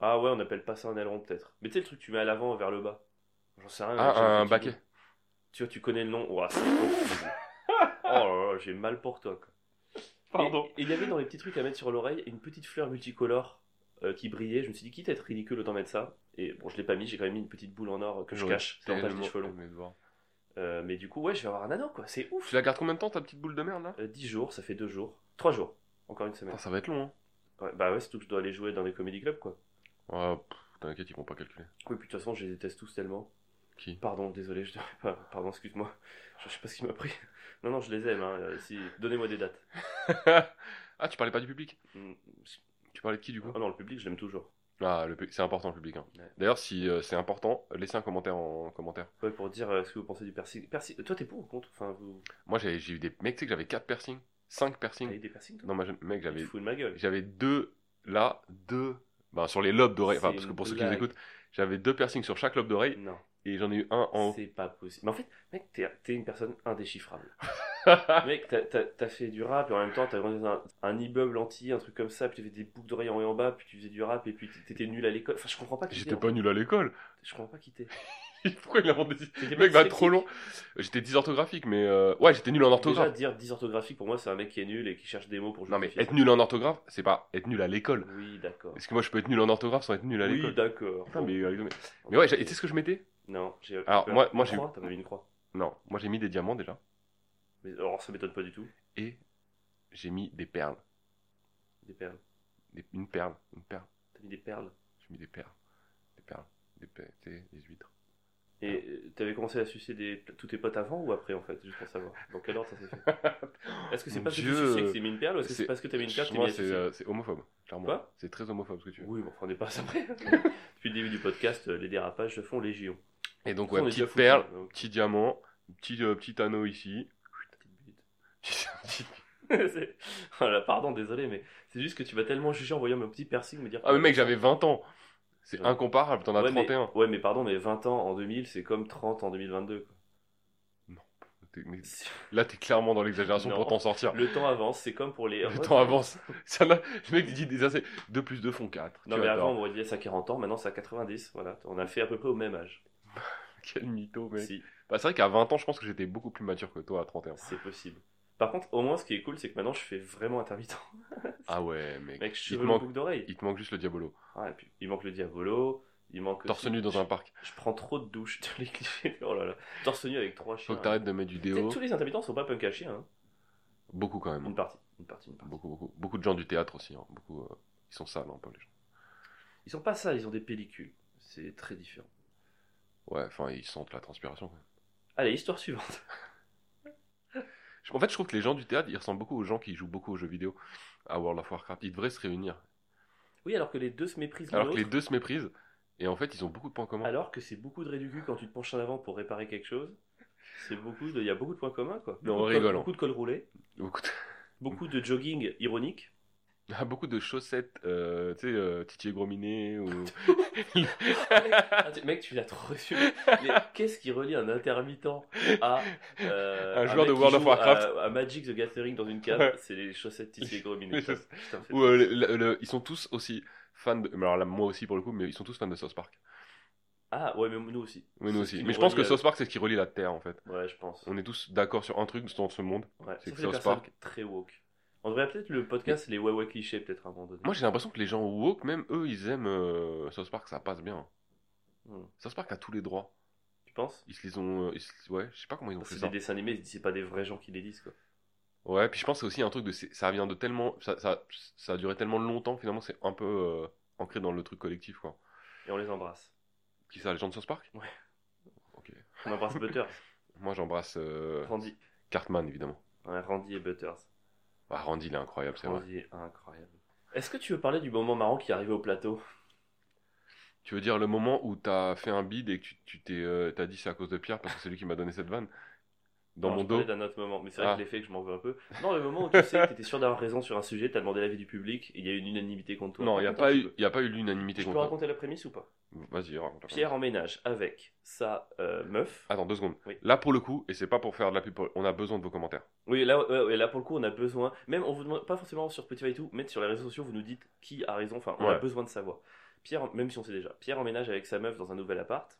Speaker 2: Ah ouais, on appelle pas ça un aileron peut-être. Mais tu sais le truc que tu mets à l'avant vers le bas. J'en sais rien. j'ai
Speaker 1: Ah, un
Speaker 2: fait
Speaker 1: baquet.
Speaker 2: tout. Tu vois, tu connais le nom. Ouah, c'est horrible. oh là là, j'ai mal pour toi. Quoi. Et et il y avait dans les petits trucs à mettre sur l'oreille une petite fleur multicolore euh, qui brillait. Je me suis dit, quitte à être ridicule, autant mettre ça. Et bon, je l'ai pas mis, j'ai quand même mis une petite boule en or que je
Speaker 1: J'aurais
Speaker 2: cache. C'est l'avantage des
Speaker 1: tellement
Speaker 2: cheveux longs.
Speaker 1: aimé le voir.
Speaker 2: Euh, mais du coup, ouais, je vais avoir un anneau quoi. C'est ouf.
Speaker 1: Tu la gardes combien de temps ta petite boule de merde là
Speaker 2: Euh, 10 jours, ça fait 2 jours. 3 jours. Encore une semaine.
Speaker 1: Putain, Ça va être long. Hein.
Speaker 2: Ouais, bah ouais, surtout que je dois aller jouer dans les comédie clubs quoi.
Speaker 1: Ouais, Oh, pff, T'inquiète, ils vont pas calculer.
Speaker 2: Oui, puis de toute façon, je les déteste tous tellement.
Speaker 1: Qui
Speaker 2: Pardon, désolé, je devrais pas. Pardon, excuse-moi. Je sais pas ce qui m'a pris. Non, non, je les aime. Hein, euh, si... Donnez-moi des dates.
Speaker 1: Ah, tu parlais pas du public
Speaker 2: Mm.
Speaker 1: Tu parlais de qui du coup
Speaker 2: Oh non, le public, je l'aime toujours.
Speaker 1: Ah, le pu- c'est important le public. hein.
Speaker 2: Ouais.
Speaker 1: D'ailleurs, si euh, c'est important, laissez un commentaire en commentaire.
Speaker 2: Ouais, pour dire euh, ce que vous pensez du piercing. Piercing- Toi, t'es pour ou contre Enfin, vous
Speaker 1: Moi, j'ai j'ai eu des. Mec, tu sais que j'avais 4 piercings 5
Speaker 2: avez
Speaker 1: piercings
Speaker 2: des piercings toi
Speaker 1: Non, moi, je- mec,
Speaker 2: Tu
Speaker 1: j'avais
Speaker 2: te fous de ma gueule.
Speaker 1: J'avais deux là, deux. Bah, sur les lobes d'oreille, enfin,
Speaker 2: C'est
Speaker 1: parce que
Speaker 2: une
Speaker 1: pour ceux qui nous
Speaker 2: blague.
Speaker 1: écoutent, j'avais deux piercings sur chaque lobe d'oreille
Speaker 2: Non,
Speaker 1: et j'en ai eu un en haut.
Speaker 2: c'est pas possible. Mais en fait, mec, t'es t'es une personne indéchiffrable. mec, t'as- t'as t'as fait du rap et en même temps, t'as grandi dans un, un immeuble entier, un truc comme ça, puis tu faisais des boucles d'oreilles en haut et en bas, puis tu faisais du rap et puis t'étais nul à l'école. Enfin, je comprends pas qui t'es.
Speaker 1: J'étais
Speaker 2: en
Speaker 1: pas
Speaker 2: fait.
Speaker 1: nul à l'école.
Speaker 2: Je comprends pas qui t'es.
Speaker 1: Pourquoi il invente des
Speaker 2: T'étais
Speaker 1: Le
Speaker 2: pas
Speaker 1: mec va
Speaker 2: dyslexique.
Speaker 1: trop long. J'étais dysorthographique, mais euh, ouais, j'étais nul en
Speaker 2: Déjà,
Speaker 1: orthographe.
Speaker 2: dire dysorthographique, pour moi, c'est un mec qui est nul et qui cherche des mots pour
Speaker 1: Non, mais
Speaker 2: justifier.
Speaker 1: être nul en orthographe, c'est pas être nul à l'école.
Speaker 2: Oui, d'accord.
Speaker 1: Parce que moi, je peux être nul en orthographe sans être nul à
Speaker 2: Oui,
Speaker 1: l'école.
Speaker 2: d'accord.
Speaker 1: Putain, mais, euh, mais- mais ouais, j'ai- et tu sais ce que je mettais
Speaker 2: Non, j'ai.
Speaker 1: Alors,
Speaker 2: peur.
Speaker 1: moi- moi,
Speaker 2: Une
Speaker 1: j'ai eu-
Speaker 2: croix, T'as mis une croix.
Speaker 1: Non, moi j'ai mis des diamants déjà
Speaker 2: Mais alors, ça m'étonne pas du tout.
Speaker 1: et j'ai mis des perles,
Speaker 2: Des perles.
Speaker 1: Des- une perle, une perle.
Speaker 2: T'as mis des perles.
Speaker 1: J'ai mis des perles, des perles, des, pe- des- des huîtres.
Speaker 2: Et
Speaker 1: Ah.
Speaker 2: euh, t'avais commencé à sucer des... tous tes potes avant ou après, en fait, juste pour savoir. Dans quel ordre ça s'est fait Est-ce que c'est
Speaker 1: Mon
Speaker 2: parce que
Speaker 1: Dieu.
Speaker 2: tu suçais que t'as mis une perle ou est-ce que c'est
Speaker 1: C'est-
Speaker 2: parce que t'as mis une perle que t'es
Speaker 1: Moi,
Speaker 2: mis à
Speaker 1: c'est
Speaker 2: sucer
Speaker 1: euh, c'est homophobe, clairement.
Speaker 2: Quoi
Speaker 1: C'est très homophobe ce que tu veux.
Speaker 2: Oui, bon, on n'est pas à ça près. Depuis le début du podcast, euh, les dérapages se font légion.
Speaker 1: Et donc
Speaker 2: Ça,
Speaker 1: ouais,
Speaker 2: on est déjà
Speaker 1: petite
Speaker 2: foutu,
Speaker 1: perle,
Speaker 2: donc,
Speaker 1: petit diamant, petit euh, petit anneau ici.
Speaker 2: petite bite. C'est- Voilà, pardon, désolé, mais c'est juste que tu vas tellement juger en voyant mon petit piercing me dire.
Speaker 1: ah mais mec, j'avais 20 ans. C'est
Speaker 2: Ouais.
Speaker 1: incomparable, t'en as
Speaker 2: Ouais, mais-
Speaker 1: 31.
Speaker 2: Ouais, mais pardon, mais 20 ans en 2000, c'est comme 30 en 2022. quoi.
Speaker 1: T'es- mais Là, t'es clairement dans l'exagération
Speaker 2: Non.
Speaker 1: pour t'en sortir.
Speaker 2: Le temps avance, c'est comme pour les.
Speaker 1: Le temps avance. Ça n'a- le mec il dit des assez 2 plus 2 font 4.
Speaker 2: Non, mais avant, on voyait ça à 40 ans, maintenant c'est à 90. Voilà, on a fait à peu près au même âge.
Speaker 1: Quel mytho, mec.
Speaker 2: Si,
Speaker 1: Bah, c'est vrai qu'à 20 ans, je pense que j'étais beaucoup plus mature que toi à 31.
Speaker 2: c'est possible. Par contre, au moins, ce qui est cool, c'est que maintenant je fais vraiment intermittent.
Speaker 1: Ah ouais, mec.
Speaker 2: Mec,
Speaker 1: il, te
Speaker 2: cheveux longs,
Speaker 1: manque,
Speaker 2: boucles d'oreilles.
Speaker 1: il te manque juste le diabolo.
Speaker 2: Ah, et puis, il manque le Diabolo, il manque.
Speaker 1: Torse
Speaker 2: aussi-
Speaker 1: nu dans un parc.
Speaker 2: Je prends trop de douches dans les clichés. Oh là là. Torse nu avec trois
Speaker 1: Faut
Speaker 2: chiens.
Speaker 1: que t'arrêtes de mettre du
Speaker 2: Tu sais,
Speaker 1: déo.
Speaker 2: Tous les intermittents sont pas punk à chien. hein.
Speaker 1: Beaucoup quand même.
Speaker 2: Une partie. Une partie, une partie.
Speaker 1: Beaucoup, beaucoup. Beaucoup de gens du théâtre aussi. hein. Beaucoup, euh, ils sont sales un peu, les gens.
Speaker 2: Ils sont pas sales, ils ont des pellicules. C'est très différent.
Speaker 1: Ouais, enfin, ils sentent la transpiration. quoi.
Speaker 2: Allez, histoire suivante.
Speaker 1: Je- En fait, je trouve que les gens du théâtre, ils ressemblent beaucoup aux gens qui jouent beaucoup aux jeux vidéo à World of Warcraft. Ils devraient se réunir.
Speaker 2: Oui, alors que les deux se méprisent l'un
Speaker 1: Alors que les
Speaker 2: l'autre,
Speaker 1: deux se méprisent. Et en fait, ils ont beaucoup de points communs.
Speaker 2: alors que c'est beaucoup de réducus quand tu te penches en avant pour réparer quelque chose. C'est beaucoup de... Il y a beaucoup de points communs, quoi.
Speaker 1: Non,
Speaker 2: beaucoup, de
Speaker 1: rigole,
Speaker 2: col,
Speaker 1: hein.
Speaker 2: beaucoup de col roulé,
Speaker 1: Beaucoup de-
Speaker 2: beaucoup de jogging ironique.
Speaker 1: Il y a beaucoup de chaussettes, euh, tu sais, euh, Titier Gros Minet ou.
Speaker 2: Ah, tu- mec, tu l'as trop reçu. Mais qu'est-ce qui relie un intermittent à euh,
Speaker 1: Un joueur
Speaker 2: mec
Speaker 1: de
Speaker 2: qui
Speaker 1: World of
Speaker 2: joue
Speaker 1: Warcraft.
Speaker 2: À, à Magic the Gathering dans une cave,
Speaker 1: Ouais.
Speaker 2: c'est les chaussettes tissées gros
Speaker 1: Les
Speaker 2: minutes.
Speaker 1: chaussettes. ou, euh, le- le- le- ils sont tous aussi fans de. mais Alors là, moi aussi pour le coup, mais ils sont tous fans de South Park.
Speaker 2: Ah ouais, mais nous aussi.
Speaker 1: Oui, nous
Speaker 2: C'est
Speaker 1: aussi.
Speaker 2: une
Speaker 1: Mais je pense que
Speaker 2: reliée à-
Speaker 1: South Park, c'est ce qui relie la Terre en fait.
Speaker 2: Ouais, je pense.
Speaker 1: On est tous d'accord sur un truc dans ce monde.
Speaker 2: Ouais,
Speaker 1: C'est
Speaker 2: sauf
Speaker 1: que
Speaker 2: les
Speaker 1: South
Speaker 2: personnes
Speaker 1: Park.
Speaker 2: Très woke. On devrait peut-être le podcast les ouais ouais clichés peut-être à un moment donné.
Speaker 1: Moi, j'ai l'impression que les gens woke, même eux, ils aiment euh, South Park, ça passe bien.
Speaker 2: Hmm.
Speaker 1: South Park a tous les droits.
Speaker 2: Tu penses
Speaker 1: Ils se les ont. euh, ils se- Ouais, je sais pas comment ils ont fait
Speaker 2: Bah, C'est
Speaker 1: ça.
Speaker 2: des dessins animés, c'est- c'est pas des vrais gens qui les disent quoi.
Speaker 1: Ouais, puis je pense que c'est aussi un truc de. c'est- Ça vient de tellement. Ça, ça, ça a duré tellement longtemps, finalement, c'est un peu euh, ancré dans le truc collectif quoi.
Speaker 2: Et on les embrasse.
Speaker 1: Qui ça, les gens de South Park
Speaker 2: Ouais.
Speaker 1: Ok.
Speaker 2: On embrasse Butters,
Speaker 1: Moi, j'embrasse euh,
Speaker 2: Randy.
Speaker 1: Cartman, évidemment.
Speaker 2: Ouais, Randy et Butters.
Speaker 1: Ah, Randy, il est incroyable, c'est vrai.
Speaker 2: Randy est incroyable. Est-ce que tu veux parler du moment marrant qui est arrivé au plateau
Speaker 1: Tu veux dire le moment où t'as fait un bid et que tu- tu t'es euh, t'as dit c'est à cause de Pierre parce que c'est lui qui m'a donné cette vanne dans
Speaker 2: Non,
Speaker 1: mon
Speaker 2: je parlais
Speaker 1: dos
Speaker 2: d'un autre moment, mais c'est vrai
Speaker 1: Ah.
Speaker 2: que je l'ai fait que je m'en veux un peu. Non, le moment où tu sais que t'étais sûr d'avoir raison sur un sujet, t'as demandé l'avis du public, et il y a eu une unanimité contre toi.
Speaker 1: Non, il n'y a,
Speaker 2: Raconte un
Speaker 1: pas
Speaker 2: petit
Speaker 1: eu-
Speaker 2: peu.
Speaker 1: y a pas eu l'unanimité
Speaker 2: Je peux
Speaker 1: contre.
Speaker 2: raconter la prémisse ou pas
Speaker 1: Vas-y, raconte.
Speaker 2: Pierre en ménage avec sa euh, meuf.
Speaker 1: Attends deux secondes.
Speaker 2: Oui.
Speaker 1: Là pour le coup, et c'est pas pour faire de la pub, on a besoin de vos commentaires.
Speaker 2: Oui, là, ouais, ouais, là pour le coup, on a besoin. Même, on vous demande pas forcément sur Spotify et tout, mais sur les réseaux sociaux, vous nous dites qui a raison. Enfin, on a
Speaker 1: Ouais.
Speaker 2: besoin de savoir. Pierre, même si on sait déjà, Pierre emménage avec sa meuf dans un nouvel appart.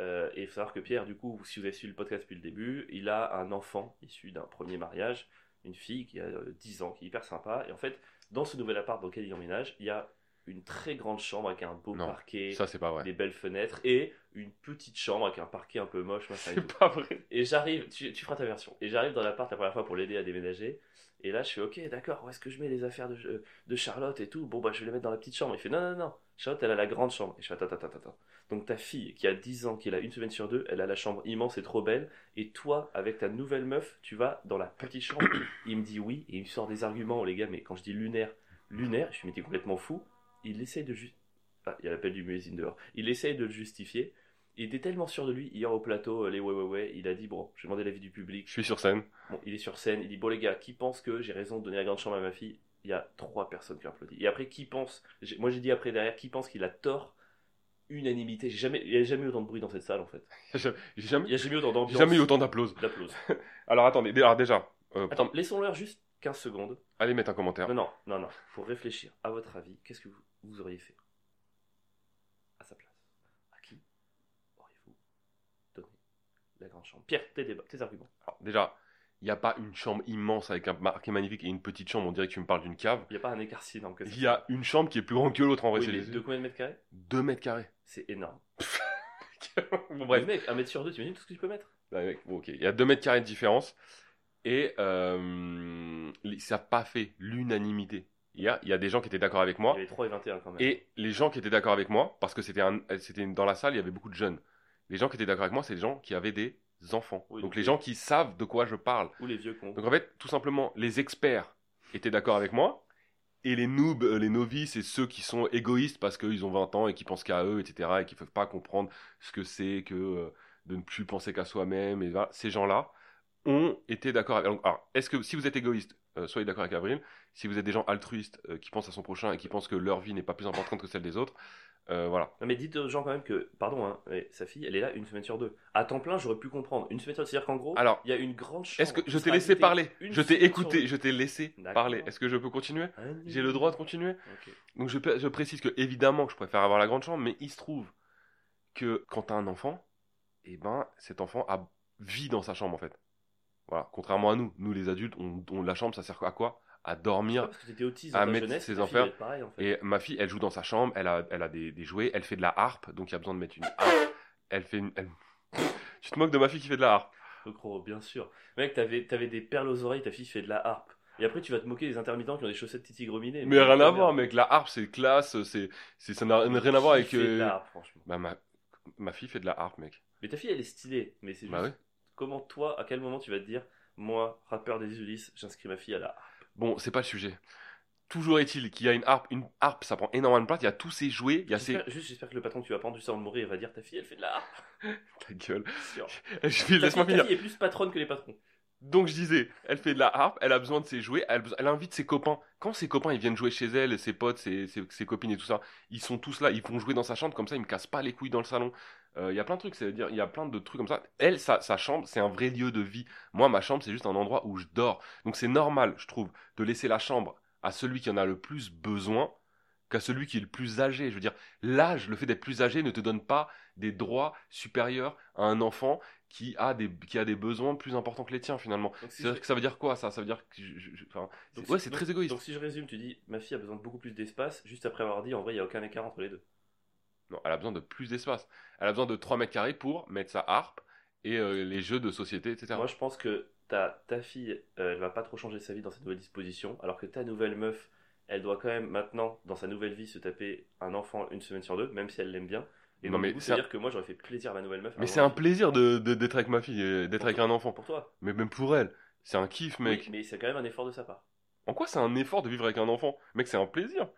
Speaker 2: Euh, et il faut savoir que Pierre, du coup, si vous avez suivi le podcast depuis le début, il a un enfant issu d'un premier mariage, une fille qui a euh, 10 ans, qui est hyper sympa. Et en fait, dans ce nouvel appart dans lequel il emménage, il y a une très grande chambre avec un beau
Speaker 1: Non,
Speaker 2: parquet,
Speaker 1: Ça c'est pas vrai.
Speaker 2: des belles fenêtres et une petite chambre avec un parquet un peu moche. machin et tout.
Speaker 1: pas vrai.
Speaker 2: Et j'arrive, tu, tu feras ta version. Et j'arrive dans l'appart la première fois pour l'aider à déménager. Et là, je fais OK, d'accord, où est-ce que je mets les affaires de, euh, de Charlotte et tout Bon, bah, je vais les mettre dans la petite chambre. Il fait Non, non, non, Charlotte, elle a la grande chambre. Et je fais Attends, attends, attends, attends. Donc, ta fille qui a 10 ans, qui est là une semaine sur deux, elle a la chambre immense et trop belle. Et toi, avec ta nouvelle meuf, tu vas dans la petite chambre. il me dit oui, et il me sort des arguments, les gars, mais quand je dis lunaire, lunaire, je me dis complètement fou. Il essaye de justifier. Ah, il y a l'appel du muezzin dehors. Il essaye de le justifier. Il était tellement sûr de lui hier au plateau, euh, les ouais ouais ouais, il a dit bon, je vais demander l'avis du public.
Speaker 1: Je suis sur scène.
Speaker 2: Bon, il est sur scène, il dit bon les gars, qui pense que j'ai raison de donner la grande chambre à ma fille Il y a trois personnes qui ont applaudi. Et après, qui pense j'ai- Moi j'ai dit après derrière, qui pense qu'il a tort Unanimité. J'ai jamais, il n'y a jamais eu autant de bruit dans cette salle en fait.
Speaker 1: J'ai
Speaker 2: Il
Speaker 1: jamais,
Speaker 2: n'y a jamais eu autant
Speaker 1: j'ai
Speaker 2: d'ambiance.
Speaker 1: jamais eu autant d'applause.
Speaker 2: d'applaudissements.
Speaker 1: Alors attendez, alors déjà, euh,
Speaker 2: Attends, laissons-leur juste 15 secondes.
Speaker 1: allez mettre un commentaire.
Speaker 2: Non, non, non, non. Pour réfléchir, à votre avis, qu'est-ce que vous, vous auriez fait À sa place. À qui auriez-vous chambre. Pierre, tes débats, tes arguments.
Speaker 1: Alors, déjà, il n'y a pas une chambre immense avec un parquet magnifique et une petite chambre. On dirait que tu me parles d'une cave.
Speaker 2: Il n'y a pas un écart si énorme que ça.
Speaker 1: Il y a une chambre qui est plus grande que l'autre en vrai.
Speaker 2: Oui,
Speaker 1: c'est
Speaker 2: mais
Speaker 1: les...
Speaker 2: de combien de mètres carrés
Speaker 1: 2 mètres carrés.
Speaker 2: C'est énorme.
Speaker 1: bon,
Speaker 2: Le
Speaker 1: bref.
Speaker 2: mec, un mètre sur deux, t'imagines tout ce que tu peux mettre
Speaker 1: Bah, Ouais, mec, bon, ok. Il y a 2 mètres carrés de différence. Et euh, les- ça n'a pas fait l'unanimité. Il y a, il y a des gens qui étaient d'accord avec moi.
Speaker 2: Il y avait 3 et 21 quand même.
Speaker 1: Oh. Et les gens qui étaient d'accord avec moi, parce que c'était un- c'était dans la salle, il y avait beaucoup de jeunes. Les gens qui étaient d'accord avec moi, c'est les gens qui avaient des enfants.
Speaker 2: Oui,
Speaker 1: donc
Speaker 2: donc
Speaker 1: les
Speaker 2: les-
Speaker 1: gens qui savent de quoi je parle.
Speaker 2: Ou les vieux cons.
Speaker 1: Donc en fait, tout simplement, les experts étaient d'accord avec moi. Et les noobs, euh, les novices et ceux qui sont égoïstes parce qu'ils ont 20 ans et qui pensent qu'à eux, etc. et qui ne peuvent pas comprendre ce que c'est que euh, de ne plus penser qu'à soi-même. Et voilà, ces gens-là ont été d'accord avec. Alors, alors, est-ce que si vous êtes égoïste, euh, soyez d'accord avec Avril. Si vous êtes des gens altruistes euh, qui pensent à son prochain et qui pensent que leur vie n'est pas plus importante que celle des autres, euh, voilà.
Speaker 2: Non mais dites aux gens quand même que, pardon, hein, mais sa fille, elle est là une semaine sur deux. À temps plein, j'aurais pu comprendre. Une semaine sur deux, c'est-à-dire qu'en gros,
Speaker 1: Alors,
Speaker 2: il y a une grande chance.
Speaker 1: est-ce que je t'ai laissé parler Je t'ai écouté, je t'ai laissé
Speaker 2: D'accord.
Speaker 1: parler. Est-ce que je peux continuer J'ai le droit de continuer
Speaker 2: Ah Ok.
Speaker 1: Donc je, pr- je précise que évidemment que je préfère avoir la grande chambre, mais il se trouve que quand t'as un enfant, eh ben cet enfant a, vit dans sa chambre en fait. Voilà, contrairement à nous, nous les adultes, on, on- la chambre ça sert à quoi À
Speaker 2: Ouais,
Speaker 1: dormir.
Speaker 2: Parce que t'étais autiste
Speaker 1: à
Speaker 2: dans ta
Speaker 1: mettre
Speaker 2: jeunesse,
Speaker 1: ses
Speaker 2: ta fille
Speaker 1: enfants
Speaker 2: doit être pareil en fait.
Speaker 1: Et ma fille, elle joue dans sa chambre, elle a, elle a des, des jouets, elle fait de la harpe, donc il y a besoin de mettre une harpe. Elle fait une. elle- tu te moques de ma fille qui fait de la harpe
Speaker 2: Le gros, bien sûr. Mec, t'avais t'avais des perles aux oreilles, ta fille fait de la harpe. Et après, tu vas te moquer des intermittents qui ont des chaussettes titi greminées.
Speaker 1: Mais rien à
Speaker 2: putain,
Speaker 1: voir,
Speaker 2: merde.
Speaker 1: mec, la harpe c'est classe, c'est, c'est, ça n'a rien à voir
Speaker 2: Qui
Speaker 1: avec.
Speaker 2: fait de
Speaker 1: euh,
Speaker 2: la harpe, franchement.
Speaker 1: Bah, ma, ma fille fait de la harpe, mec.
Speaker 2: Mais ta fille, elle est stylée. Mais c'est juste.
Speaker 1: Bah ouais.
Speaker 2: Comment toi, à quel moment tu vas te dire, moi, rappeur des Ulysses, j'inscris ma fille à la harpe
Speaker 1: Bon, c'est pas le sujet. Toujours est-il qu'il y a une harpe, une harpe, ça prend énormément de place. Il y a tous ces jouets, il y a ces.
Speaker 2: J'espère- Juste, j'espère que le patron que tu vas pendu ça en mourir, il va dire, ta fille, elle fait de la harpe.
Speaker 1: Ta gueule.
Speaker 2: Sûr.
Speaker 1: Je vais-
Speaker 2: Ta fille,
Speaker 1: Laisse-moi
Speaker 2: ta
Speaker 1: finir.
Speaker 2: fille est plus patronne que les patrons.
Speaker 1: Donc je disais, elle fait de la harpe, elle a besoin de ses jouets, elle, a besoin- elle invite ses copains. Quand ses copains ils viennent jouer chez elle, ses potes, ses, ses- ses copines et tout ça, ils sont tous là, ils vont jouer dans sa chambre comme ça, ils me cassent pas les couilles dans le salon. Euh, Il y a plein de trucs, c'est-à-dire il y a plein de trucs comme ça. Elle, sa, sa chambre, c'est un vrai lieu de vie. Moi, ma chambre, c'est juste un endroit où je dors. Donc c'est normal, je trouve, de laisser la chambre à celui qui en a le plus besoin qu'à celui qui est le plus âgé. Je veux dire, l'âge, le fait d'être plus âgé ne te donne pas des droits supérieurs à un enfant qui a des, qui a des besoins plus importants que les tiens finalement.
Speaker 2: Donc, si
Speaker 1: C'est-à-dire que ça veut dire quoi ça Ça veut dire que. je- je- je- enfin,
Speaker 2: Donc,
Speaker 1: ouais,
Speaker 2: si-
Speaker 1: c'est
Speaker 2: donc-
Speaker 1: très égoïste.
Speaker 2: Donc si je résume, tu dis ma fille a besoin de beaucoup plus d'espace juste après avoir dit en vrai il n'y a aucun écart entre les deux.
Speaker 1: Non, elle a besoin de plus d'espace. Elle a besoin de 3 mètres carrés pour mettre sa harpe et euh, les jeux de société, etc.
Speaker 2: Moi je pense que ta, ta fille euh, elle va pas trop changer sa vie dans cette nouvelle disposition alors que ta nouvelle meuf elle doit quand même maintenant dans sa nouvelle vie se taper un enfant une semaine sur deux même si elle l'aime bien. Et
Speaker 1: Non,
Speaker 2: donc,
Speaker 1: mais
Speaker 2: du coup,
Speaker 1: c'est
Speaker 2: c'est
Speaker 1: un-
Speaker 2: dire que moi j'aurais fait plaisir à ma nouvelle meuf.
Speaker 1: mais
Speaker 2: avant
Speaker 1: c'est un
Speaker 2: ma fille.
Speaker 1: plaisir de- de- d'être avec ma fille, et d'être avec un enfant.
Speaker 2: pour toi.
Speaker 1: Mais même pour elle, c'est un kiff, mec.
Speaker 2: Oui, mais c'est quand même un effort de sa part.
Speaker 1: En quoi c'est un effort de vivre avec un enfant Mec, c'est un plaisir.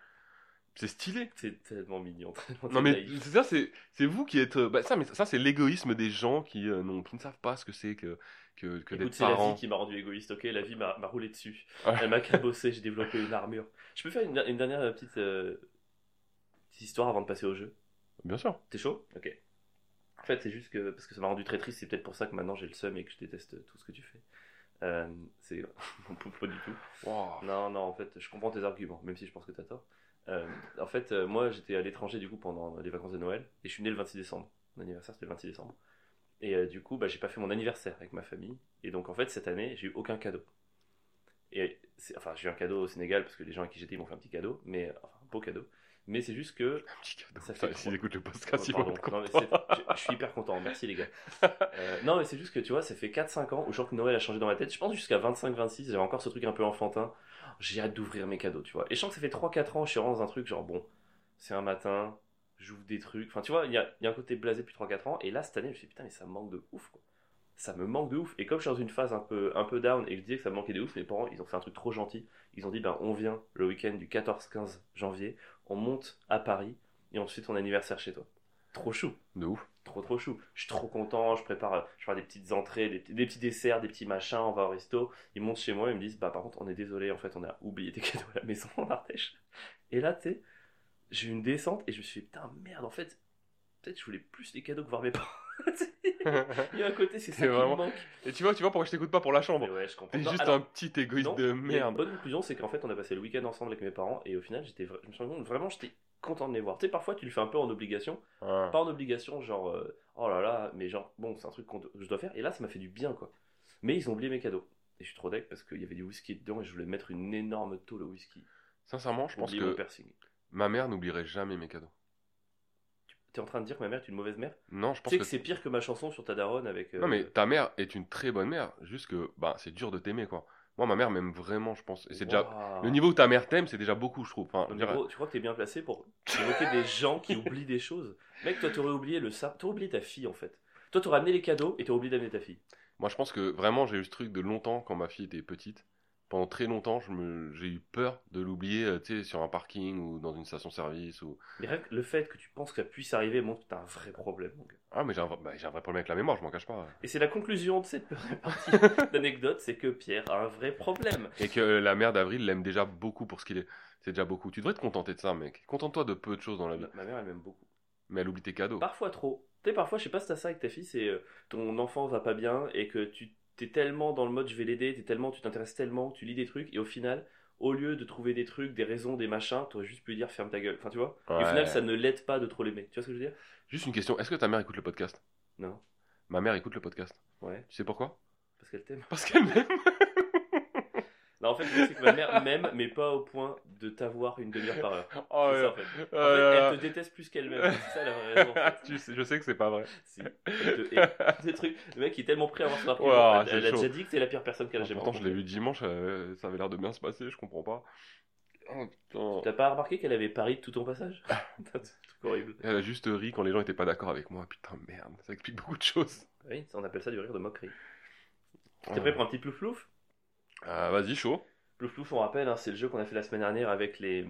Speaker 1: C'est stylé.
Speaker 2: C'est tellement mignon. tellement
Speaker 1: Non mais
Speaker 2: naïf.
Speaker 1: c'est ça, c'est c'est vous qui êtes. euh, bah, ça, mais ça c'est l'égoïsme des gens qui, euh, non, qui ne savent pas ce que c'est que que, que
Speaker 2: Écoute,
Speaker 1: d'être
Speaker 2: c'est la vie
Speaker 1: parent.
Speaker 2: qui m'a rendu égoïste, ok La vie m'a m'a roulé dessus.
Speaker 1: Ouais.
Speaker 2: Elle m'a cabossé, j'ai développé une armure. Je peux faire une, une dernière petite, euh, petite histoire avant de passer au jeu
Speaker 1: Bien sûr.
Speaker 2: T'es chaud Ok. En fait, c'est juste que, parce que ça m'a rendu très triste, c'est peut-être pour ça que maintenant j'ai le seum et que je déteste tout ce que tu fais. Euh, c'est. On peut pas du tout.
Speaker 1: Wow.
Speaker 2: Non, non, en fait, je comprends tes arguments, même si je pense que t'as tort. Euh, en fait, euh, moi, j'étais à l'étranger, du coup, pendant les vacances de Noël, et je suis né le 26 décembre. Mon anniversaire, c'était le 26 décembre. Et euh, du coup, bah, j'ai pas fait mon anniversaire avec ma famille. Et donc, en fait, cette année, j'ai eu aucun cadeau. Et c'est- enfin, j'ai eu un cadeau au Sénégal, parce que les gens à qui j'étais, ils m'ont fait un petit cadeau, mais, euh, enfin, un beau cadeau. Mais c'est juste que...
Speaker 1: Un petit cadeau.
Speaker 2: Ça fait
Speaker 1: Putain,
Speaker 2: trois-
Speaker 1: S'ils écoutent le podcast, ils
Speaker 2: Oh,
Speaker 1: vont
Speaker 2: pardon.
Speaker 1: être
Speaker 2: Non, mais
Speaker 1: contents.
Speaker 2: c'est- je, je suis hyper content, merci les gars. Euh, non, mais c'est juste que tu vois, ça fait 4-5 ans où je crois que Noël a changé dans ma tête. Je pense jusqu'à 25-26, j'avais encore ce truc un peu enfantin. J'ai hâte d'ouvrir mes cadeaux, tu vois. Et je sens que ça fait 3-4 ans, je suis vraiment dans un truc genre, bon, c'est un matin, j'ouvre des trucs. Enfin, tu vois, il y a, il y a un côté blasé depuis 3-4 ans. Et là, cette année, je me suis dit, putain, mais ça me manque de ouf, quoi. Ça me manque de ouf. Et comme je suis dans une phase un peu, un peu down et que je disais que ça me manquait de ouf, mes parents, ils ont fait un truc trop gentil. Ils ont dit, ben, on vient le week-end du 14-15 janvier, on monte à Paris et on se fait ton anniversaire chez toi. Trop chou
Speaker 1: De ouf.
Speaker 2: trop trop chou. Je suis trop content, je prépare, je prépare des petites entrées, des, petits- des petits desserts, des petits machins, on va au resto. Ils montent chez moi, ils me disent, bah par contre, on est désolé, en fait, on a oublié tes cadeaux à la maison en Ardèche. Et là, tu sais, j'ai eu une descente et je me suis dit, putain, merde, en fait, peut-être je voulais plus les cadeaux que voir mes parents. Il y a un côté, c'est ça
Speaker 1: C'est
Speaker 2: qui me
Speaker 1: vraiment-
Speaker 2: manque.
Speaker 1: Et tu vois, tu vois pourquoi je t'écoute pas pour la chambre.
Speaker 2: Mais ouais, je comprends.
Speaker 1: T'es
Speaker 2: Non,
Speaker 1: juste
Speaker 2: alors,
Speaker 1: un petit égoïste
Speaker 2: non,
Speaker 1: de
Speaker 2: il y a une
Speaker 1: merde.
Speaker 2: bonne conclusion, c'est qu'en fait, on a passé le week-end ensemble avec mes parents et au final, j'étais, vra- je me suis rendu compte, vraiment, j'étais content de les voir. Tu sais, parfois, tu le fais un peu en obligation.
Speaker 1: Ah.
Speaker 2: Pas en obligation, genre, euh, oh là là, mais genre, bon, c'est un truc qu'on do- que je dois faire. Et là, ça m'a fait du bien, quoi. Mais ils ont oublié mes cadeaux. Et je suis trop deck parce qu'il y avait du whisky dedans et je voulais mettre une énorme tôle au whisky.
Speaker 1: Sincèrement, je pense
Speaker 2: Oublié mon
Speaker 1: que
Speaker 2: piercing.
Speaker 1: ma mère n'oublierait jamais mes cadeaux.
Speaker 2: T'es en train de dire que ma mère est une mauvaise mère
Speaker 1: Non, je
Speaker 2: Tu
Speaker 1: pense
Speaker 2: sais
Speaker 1: que.
Speaker 2: que c'est pire que ma chanson sur ta daronne avec. euh,
Speaker 1: Non, mais ta mère est une très bonne mère, juste que bah, c'est dur de t'aimer, quoi. Moi, ma mère m'aime vraiment, je pense. Et c'est déjà.
Speaker 2: Waouh.
Speaker 1: Le niveau où ta mère t'aime, c'est déjà beaucoup, je trouve. Enfin,
Speaker 2: Non,
Speaker 1: je
Speaker 2: mais
Speaker 1: dirais-
Speaker 2: gros, tu crois que t'es bien placé pour évoquer des gens qui oublient des choses Mec, toi, t'aurais oublié le ça. T'aurais oublié ta fille, en fait. Toi, t'aurais amené les cadeaux et t'aurais oublié d'amener ta fille.
Speaker 1: Moi, je pense que vraiment, j'ai eu ce truc de longtemps quand ma fille était petite. Pendant très longtemps, je me- j'ai eu peur de l'oublier, euh, tu sais, sur un parking ou dans une station-service ou.
Speaker 2: Mais rien que le fait que tu penses que ça puisse arriver montre que t'as un vrai problème, mon gars.
Speaker 1: Ah, mais j'ai un, vrai- bah, j'ai un vrai problème avec la mémoire, je m'en cache pas.
Speaker 2: Et c'est la conclusion de cette première partie d'anecdote, c'est que Pierre a un vrai problème.
Speaker 1: Et que la mère d'Avril l'aime déjà beaucoup pour ce qu'il est. C'est déjà beaucoup. Tu devrais te contenter de ça, mec. Contente-toi de peu de choses dans la vie.
Speaker 2: Ma ma mère, elle m'aime beaucoup.
Speaker 1: Mais elle oublie tes cadeaux.
Speaker 2: Parfois trop. Tu sais, parfois, je sais pas si t'as ça avec ta fille, c'est euh, ton enfant va pas bien et que tu t'es tellement dans le mode je vais l'aider, t'es tellement, tu t'intéresses tellement, tu lis des trucs et au final, au lieu de trouver des trucs, des raisons, des machins, t'aurais juste pu dire ferme ta gueule. Enfin, tu vois. Et au
Speaker 1: Ouais.
Speaker 2: final, ça ne l'aide pas de trop l'aimer. Tu vois ce que je veux dire
Speaker 1: Juste une question. Est-ce que ta mère écoute le podcast
Speaker 2: Non.
Speaker 1: Ma mère écoute le podcast.
Speaker 2: Ouais,
Speaker 1: Tu sais pourquoi
Speaker 2: parce qu'elle t'aime.
Speaker 1: Parce qu'elle m'aime.
Speaker 2: Non, en fait, le truc, c'est que ma mère m'aime, mais pas au point de t'avoir une demi-heure par heure.
Speaker 1: Oh,
Speaker 2: C'est ça, en fait. En fait, elle te déteste plus qu'elle-même. C'est ça la vraie raison. en fait.
Speaker 1: Euh, tu sais- je sais que c'est pas vrai.
Speaker 2: Si. Elle te hait. C'est le truc. Le mec il est tellement prêt à avoir son argument.
Speaker 1: Ouah,
Speaker 2: elle elle
Speaker 1: c'est
Speaker 2: a
Speaker 1: chaud.
Speaker 2: déjà dit que t'es la pire personne qu'elle a jamais
Speaker 1: Pourtant, je l'ai
Speaker 2: rencontrée.
Speaker 1: vu dimanche, euh, ça avait l'air de bien se passer, je comprends pas. Oh, putain.
Speaker 2: T'as pas remarqué qu'elle avait pari de tout ton passage C'est un truc horrible.
Speaker 1: Elle a juste ri quand les gens étaient pas d'accord avec moi. Putain, merde, ça explique beaucoup de choses.
Speaker 2: Oui, ça, on appelle ça du rire de moquerie. T'es
Speaker 1: Ah.
Speaker 2: prêt pour un petit plouf-plouf
Speaker 1: Ah, Vas-y, chaud.
Speaker 2: Plouf-plouf, on rappelle, hein, c'est le jeu qu'on a fait la semaine dernière avec les,